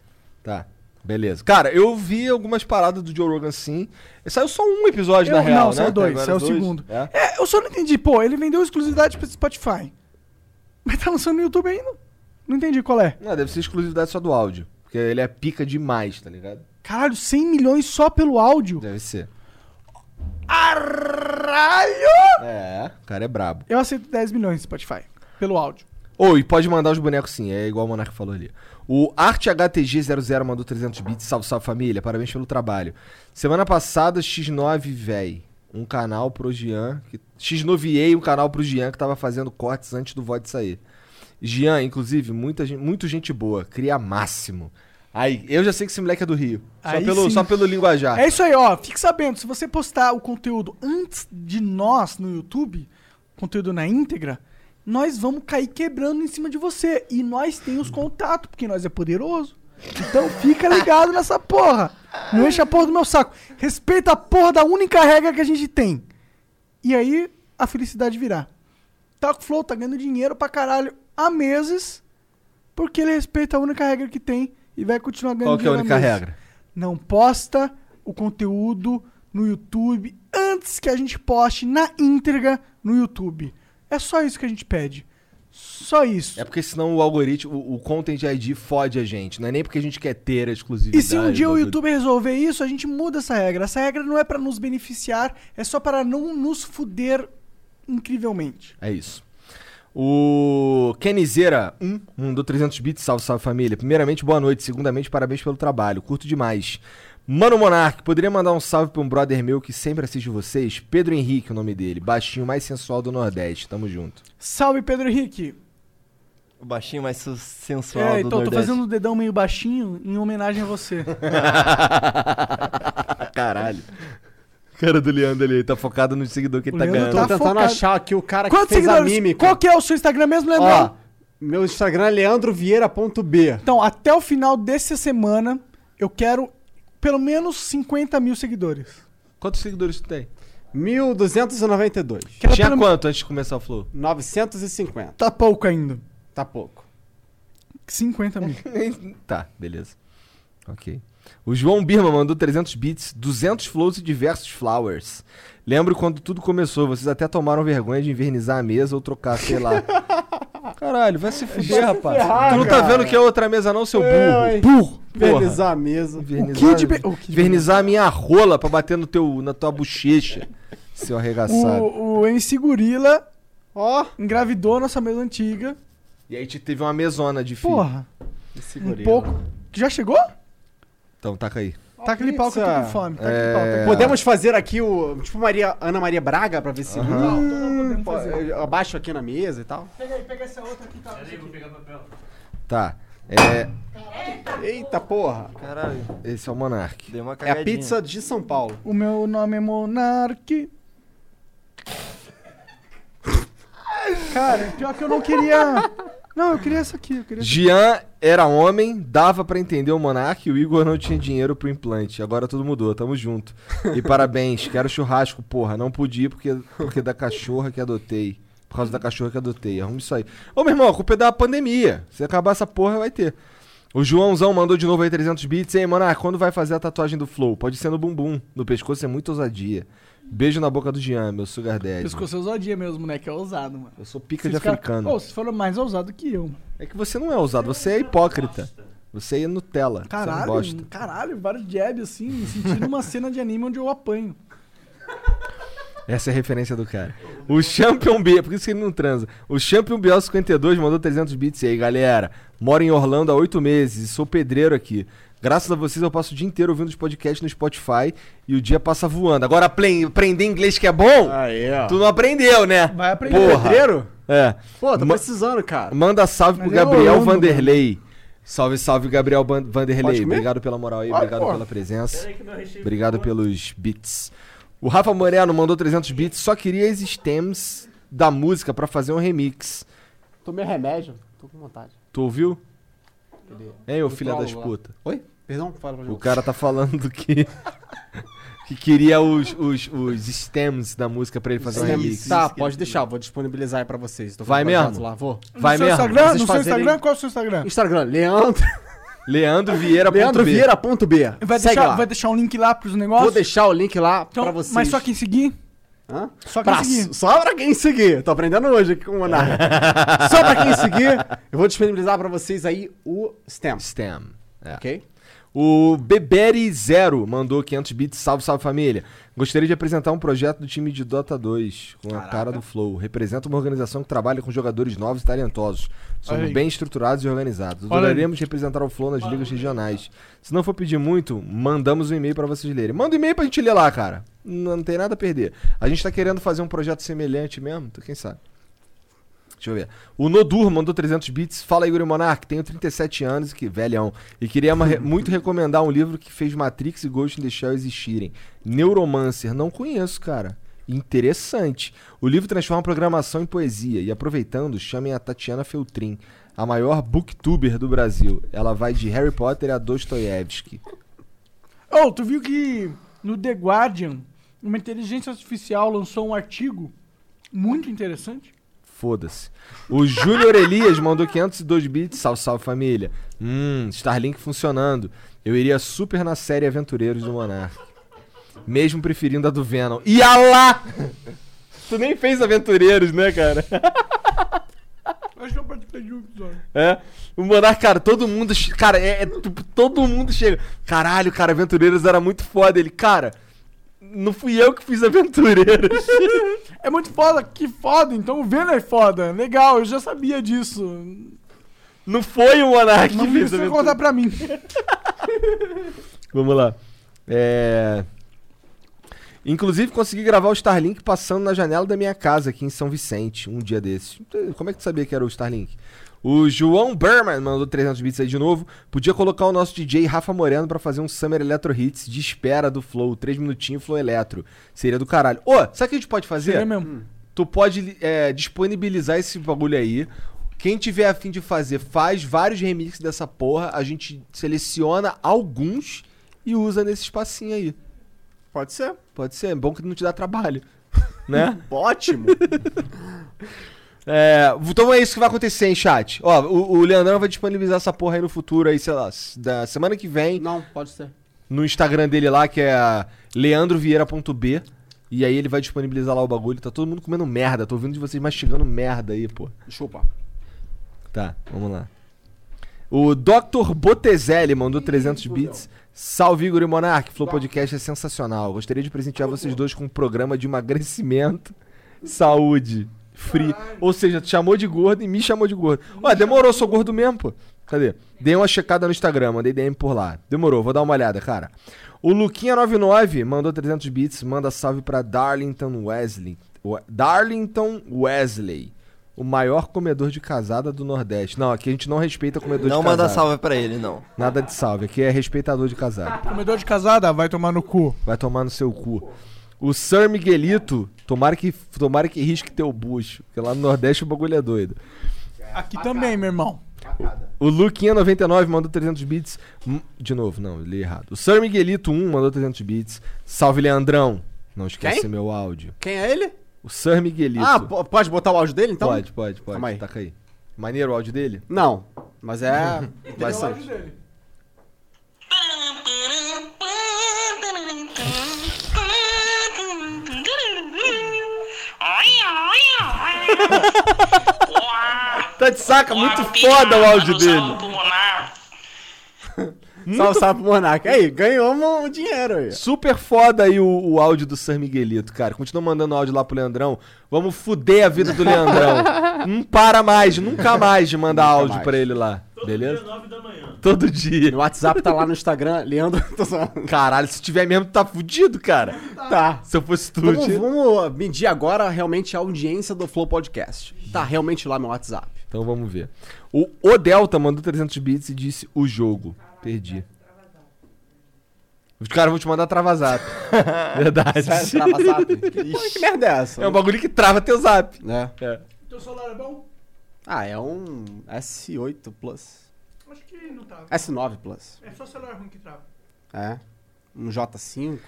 Tá. Beleza. Cara, eu vi algumas paradas do Joe Rogan sim. Saiu só um episódio,
Eu-
na real.
não, saiu
né?
dois,
Agora
saiu o
dois.
segundo.
É?
É, eu só não entendi. Pô, ele vendeu exclusividade pro Spotify. Mas tá lançando no YouTube ainda. Não entendi qual é.
Não, deve ser exclusividade só do áudio. Porque ele é pica demais, tá ligado?
Caralho, 100 milhões só pelo áudio.
Deve ser.
Caralho!
É, o cara é brabo. É,
Eu aceito 10 milhões no Spotify. Pelo áudio.
Ou, e pode mandar os bonecos sim, é igual o Monark falou ali. O ArteHTG00 mandou 300 bits, salve, salve família, parabéns pelo trabalho. Semana passada, X9 véi, um canal pro Jean, que... X9ei um canal pro Jean que tava fazendo cortes antes do VOD sair. Jean, inclusive, muita gente, muito gente boa, cria máximo. Aí, eu já sei que esse moleque é do Rio. Só,
Aí
pelo,
sim.
só pelo linguajar.
É isso aí, ó. Fique sabendo, se você postar o conteúdo antes de nós no YouTube, conteúdo na íntegra, nós vamos cair quebrando em cima de você. E nós temos contato, porque nós é poderoso. Então fica ligado nessa porra. Não enche a porra do meu saco. Respeita a porra da única regra que a gente tem. E aí a felicidade virá. Taco Flow tá ganhando dinheiro pra caralho há meses, porque ele respeita a única regra que tem e vai continuar ganhando
Qual que é a única
dinheiro. há meses
regra?
não posta o conteúdo no YouTube antes que a gente poste na íntegra no YouTube. É só isso que a gente pede. Só isso.
É porque senão o algoritmo, o, o Content ID fode a gente. Não é nem porque a gente quer ter a exclusividade.
E se um dia o
bagulho.
YouTube resolver isso, a gente muda essa regra. Essa regra não é pra nos beneficiar, é só para não nos fuder incrivelmente.
É isso. O Kenizeira 1 mandou 300 bits, salve, salve família. Primeiramente, boa noite. Segundamente, parabéns pelo trabalho. Curto demais. Mano Monark, poderia mandar um salve pra um brother meu que sempre assiste vocês? Pedro Henrique, o nome dele. Baixinho mais sensual do Nordeste. Tamo junto.
Salve, Pedro Henrique.
O baixinho mais su- sensual
É,
do
então, tô
Nordeste.
fazendo o dedão meio baixinho em homenagem a você.
Caralho. (laughs) Cara do Leandro ali, ele tá focado no seguidor que ele
O
tá
Leandro
ganhando.
tá
Tô tentando
focado.
achar aqui o cara
Quantos
que fez a
seguidores?
mímica.
Qual que é o seu Instagram mesmo, Leandrão?
Ó, meu Instagram é leandrovieira.b.
Então, até o final dessa semana, eu quero pelo menos 50 mil seguidores.
Quantos seguidores tu tem?
1292.
Quero
Tinha
pelo...
quanto antes de começar o Flow?
950.
Tá pouco ainda.
Tá pouco.
50 mil.
(laughs) tá, beleza. Ok. O João Birma mandou 300 bits, 200 flows e diversos flowers. Lembro quando tudo começou, vocês até tomaram vergonha de invernizar a mesa ou trocar, sei
(laughs)
lá. Caralho, vai se fuder, rapaz.
ferrar,
tu não tá
cara.
vendo que é outra mesa não, seu burro?
Eu, hein?
burro! Porra.
Vernizar a mesa.
Invernizar,
de be- (laughs) o que de
invernizar a minha rola pra bater no teu, na tua bochecha, seu arregaçado.
O, o MC Gorila
Ó,
engravidou nossa mesa antiga.
E aí te teve uma mesona de filho.
Porra, um
segurei.
pouco. Já chegou?
Então, taca aí.
Tá aquele pau que eu tô com
pizza.
fome. Tá
É.
aquele pau. Tá
Podemos fazer aqui o. Tipo Maria, Ana Maria Braga pra ver se. Hum, pô, eu abaixo aqui na mesa e tal.
Pega aí, pega essa outra aqui, tá?
Peraí, vou pegar papel.
Tá. É,
Eita porra!
Caralho,
esse é o Monark.
deu uma
É
cagadinha.
a pizza de São Paulo.
O meu nome é Monark. Cara, pior que eu não queria. Não, eu queria essa aqui. Eu queria essa
Jean era homem, dava pra entender o Monark e o Igor não tinha dinheiro pro implante. Agora tudo mudou, tamo junto. E parabéns, (laughs) quero churrasco, porra. Não podia porque, porque da cachorra que adotei. Por causa da cachorra que adotei. Arruma isso aí. Ô, meu irmão, a culpa é da pandemia. Se acabar essa porra, vai ter. O Joãozão mandou de novo aí 300 bits. Ei, Monark, quando vai fazer a tatuagem do Flow? Pode ser no bumbum. No pescoço é muito ousadia. Beijo na boca do Jean, meu sugar daddy.
Pescoço é ousadia mesmo, né? Que é ousado, mano.
Eu sou pica de
Esses cara-
africano.
Ô, vocês foram mais ousado que eu.
É que você não é ousado, você é hipócrita. Você é Nutella. você não
Caralho,
gosta.
caralho, vários jabs assim, me sentindo uma cena de anime onde eu apanho.
Essa é a referência do cara. O Champion B, por isso que ele não transa. O Champion BL52 mandou 300 bits E aí, galera. Moro em Orlando há oito meses e sou pedreiro aqui. Graças a vocês eu passo o dia inteiro ouvindo os podcasts no Spotify e o dia passa voando. Agora aplen- aprender inglês que é bom?
Aí,
Ah.
ó.
Tu não aprendeu, né?
Vai aprender.
Porra.
Pedreiro?
É.
Pô, tá
Ma-
precisando, cara.
Manda salve pro
Mas é
Gabriel
Orlando,
Vanderlei. Salve, salve, Gabriel Ban- Vanderlei.
Pode comer?
Obrigado pela moral aí,
Pode,
obrigado
porra.
pela presença.
É
Peraí que meu recheio
Obrigado
ficou.
pelos bits. O Rafa Moreno mandou 300 bits, só queria esses stems da música pra fazer um remix.
Tomei remédio. Tô com vontade.
Tu ouviu?
Cadê?
Hein, ô filha das
lá.
puta.
Oi? Perdão? Fala pra
O
mim.
cara tá falando que (laughs) que queria os, os, os stems da música pra ele fazer um
Sim,
remix.
Tá, pode deixar, vou disponibilizar aí pra vocês. Tô com
Vai
o projeto
mesmo?
Lá, vou.
Vai
no seu
mesmo?
é Instagram?
Vocês
no seu
fazerem-
Instagram? Qual é o seu Instagram?
Instagram, Leandro,
Leandro Vieira.
Leandro Vieira.b.
Vai
Segue
deixar,
lá.
vai deixar um link lá pros negócios?
Vou deixar o link lá
Então,
pra vocês.
Mas só quem seguir?
Hã?
Só quem
Pra-
seguir.
só pra quem seguir. Tô aprendendo hoje aqui com o (laughs) Monarca. só pra quem seguir, eu vou disponibilizar pra vocês aí o STEM,
Stem. É.
ok?
O Beberi Zero mandou 500 bits. Salve, salve família. Gostaria de apresentar um projeto do time de Dota 2 com a cara do Flow. Representa uma organização que trabalha com jogadores novos e talentosos.
Olha
Somos
aí.
bem estruturados e organizados.
Olha aí.
Adoraremos representar o Flow nas ligas regionais. Se não for pedir muito, mandamos um e-mail pra vocês lerem. Manda um e-mail pra gente ler lá, cara. Não, não tem nada a perder. A gente tá querendo fazer um projeto semelhante mesmo, então quem sabe. Deixa eu ver. O Nodur mandou 300 bits. Fala, Igor e Monark. Tenho 37 anos, e que velhão. E queria ma- muito recomendar um livro que fez Matrix e Ghost in the Shell existirem. Neuromancer. Não conheço, cara. Interessante. O livro transforma programação em poesia. E aproveitando, chamem a Tatiana Feltrin, a maior booktuber do Brasil. Ela vai de Harry Potter a Dostoiévski.
Oh, tu viu que no The Guardian, uma inteligência artificial lançou um artigo muito interessante?
Foda-se. O Júnior Elias mandou 502 bits. Salve, salve família. Hum, Starlink funcionando. Eu iria super na série Aventureiros do Monark. Mesmo preferindo a do Venom. E a lá! Tu nem fez Aventureiros, né, cara?
Acho que eu participei de um episódio.
É. O Monark, cara, todo mundo. che- Cara, é, é tipo, todo mundo chega. Caralho, cara, Aventureiros era muito foda. Ele, cara, não fui eu que fiz Aventureiros.
É muito foda, que foda, então o Venom é foda. Legal, eu já sabia (laughs) disso.
Não foi o Monark
Não
que fez
precisa
Aventureiros.
contar pra mim.
Vamos lá. É... Inclusive, consegui gravar o Starlink passando na janela da minha casa aqui em São Vicente, um dia desses. Como é que tu sabia que era o Starlink? O João Berman mandou 300 bits aí de novo. Podia colocar o nosso DJ Rafa Moreno pra fazer um Summer Electro Hits de espera do Flow, 3 minutinhos Flow Electro. Seria do caralho. Ô, sabe o que a gente pode fazer?
É mesmo.
Tu pode é, disponibilizar esse bagulho aí. Quem tiver a fim de fazer, faz vários remixes dessa porra. A gente seleciona alguns e usa nesse espacinho aí.
Pode ser.
Pode ser, é bom que não te dá trabalho. (laughs) né?
Ótimo.
É, então é isso que vai acontecer, hein, chat. Ó, o, o Leandrão vai disponibilizar essa porra aí no futuro, aí, sei lá, s- da semana que vem,
Não, pode ser.
no Instagram dele lá, que é leandrovieira.b. E aí ele vai disponibilizar lá o bagulho. Tá todo mundo comendo merda. Tô ouvindo de vocês mastigando merda aí, pô.
Chupa.
Tá, vamos lá. O Dr. Botezelli mandou 300 bits. Salve, Igor e Monark. Flow Podcast é sensacional. Gostaria de presentear vocês dois com um programa de emagrecimento, saúde, free. Ou seja, tu chamou de gordo e me chamou de gordo. Ué, demorou, sou gordo mesmo, pô. Cadê? Dei uma checada no Instagram, mandei DM por lá. Demorou, vou dar uma olhada, cara. O Luquinha99 mandou 300 bits. Manda salve pra Darlington Wesley. We- Darlington Wesley. O maior comedor de casada do Nordeste. Não, aqui a gente não respeita comedor
Não
de casada.
manda salve pra ele, não.
Nada de salve. Aqui é respeitador de casada.
Comedor de casada, vai tomar no cu.
Vai tomar no seu cu. O Sir Miguelito, tomara que, tomara que risque teu bucho. Porque lá no Nordeste o bagulho é doido.
Aqui também, meu irmão.
O Luquinha99 mandou 300 bits. Hum, De novo, não, li errado. O Sir Miguelito1 mandou 300 bits. Salve, Leandrão. Não esquece
Quem?
meu áudio.
Quem é ele?
O Sir Miguelito.
Ah, po- pode botar o áudio dele então?
Pode, pode, pode.
Calma aí.
Taca aí. Maneiro o áudio dele?
Não, mas é. (laughs) Vai ser.
Tá de saca, muito
foda o áudio
dele.
Salve, salve pro Monarca. Aí, ganhamos um dinheiro aí.
Super foda aí o, o áudio do Sir Miguelito, cara. Continua mandando áudio lá pro Leandrão. Vamos fuder a vida do Leandrão. Não para mais, nunca mais de mandar
Nunca
áudio
mais.
pra ele lá.
Todo
Beleza?
dia, 9 da manhã.
Todo dia.
O WhatsApp tá lá no Instagram, Leandro. (laughs) Tô zoando.
(laughs) Caralho, se tiver mesmo, tu tá fudido, cara.
Tá.
Se eu fosse tu,
Vamos,
tinha-
vamos medir agora realmente a audiência do Flow Podcast. Tá realmente lá meu WhatsApp.
Então vamos ver. O O Delta mandou 300 bits e disse o jogo. Perdi. Os caras vão te mandar travar
(laughs)
zap. Verdade.
Trava zap? (laughs) Que merda é essa?
É um bagulho que trava teu zap.
É.
É.
Teu celular é bom?
Ah, é um S8 Plus.
Acho que não tá.
S9 Plus.
É só celular ruim que trava.
É. Um J5.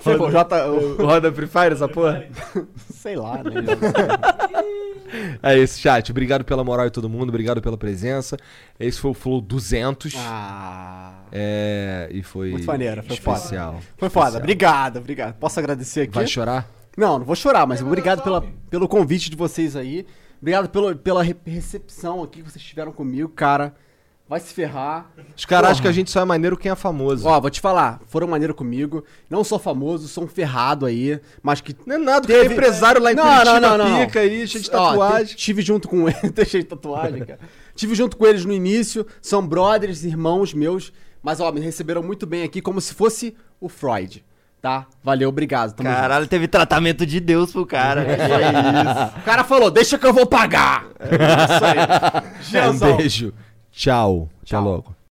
Sei, lá, o J, o-
Roda Free Fire essa porra?
sei lá, né?
É isso, chat. Obrigado pela moral de todo mundo. Obrigado pela presença. Esse foi o Flow 200.
Ah,
É, e foi
Muito maneiro, foi foda.
especial.
foi foda.
Especial.
Obrigado, obrigado. Posso agradecer aqui?
Vai chorar?
Não, não vou chorar, mas obrigado pela, pelo convite de vocês aí. Obrigado pelo, pela re- recepção aqui que vocês tiveram comigo, cara. Vai se ferrar.
Os caras acham que a gente só é maneiro quem é famoso.
Ó, vou te falar, foram maneiro comigo. Não sou famoso, sou um ferrado aí, mas que
não é nada, teve... tem empresário lá em Curitiba pica aí, cheio de
Ó,
tatuagem.
te- tive junto com ele, (laughs) tem cheio de tatuagem, cara. tive junto com eles no início, são brothers, irmãos meus, mas ó, me receberam muito bem aqui como se fosse o Freud, tá? Valeu, obrigado. Tamo junto. É
Caralho, teve tratamento de Deus pro cara.
(laughs) O cara falou, deixa que eu vou pagar. É isso aí.
É, um
Jeanzão.
beijo. Tchau. Até
Tchau.
logo.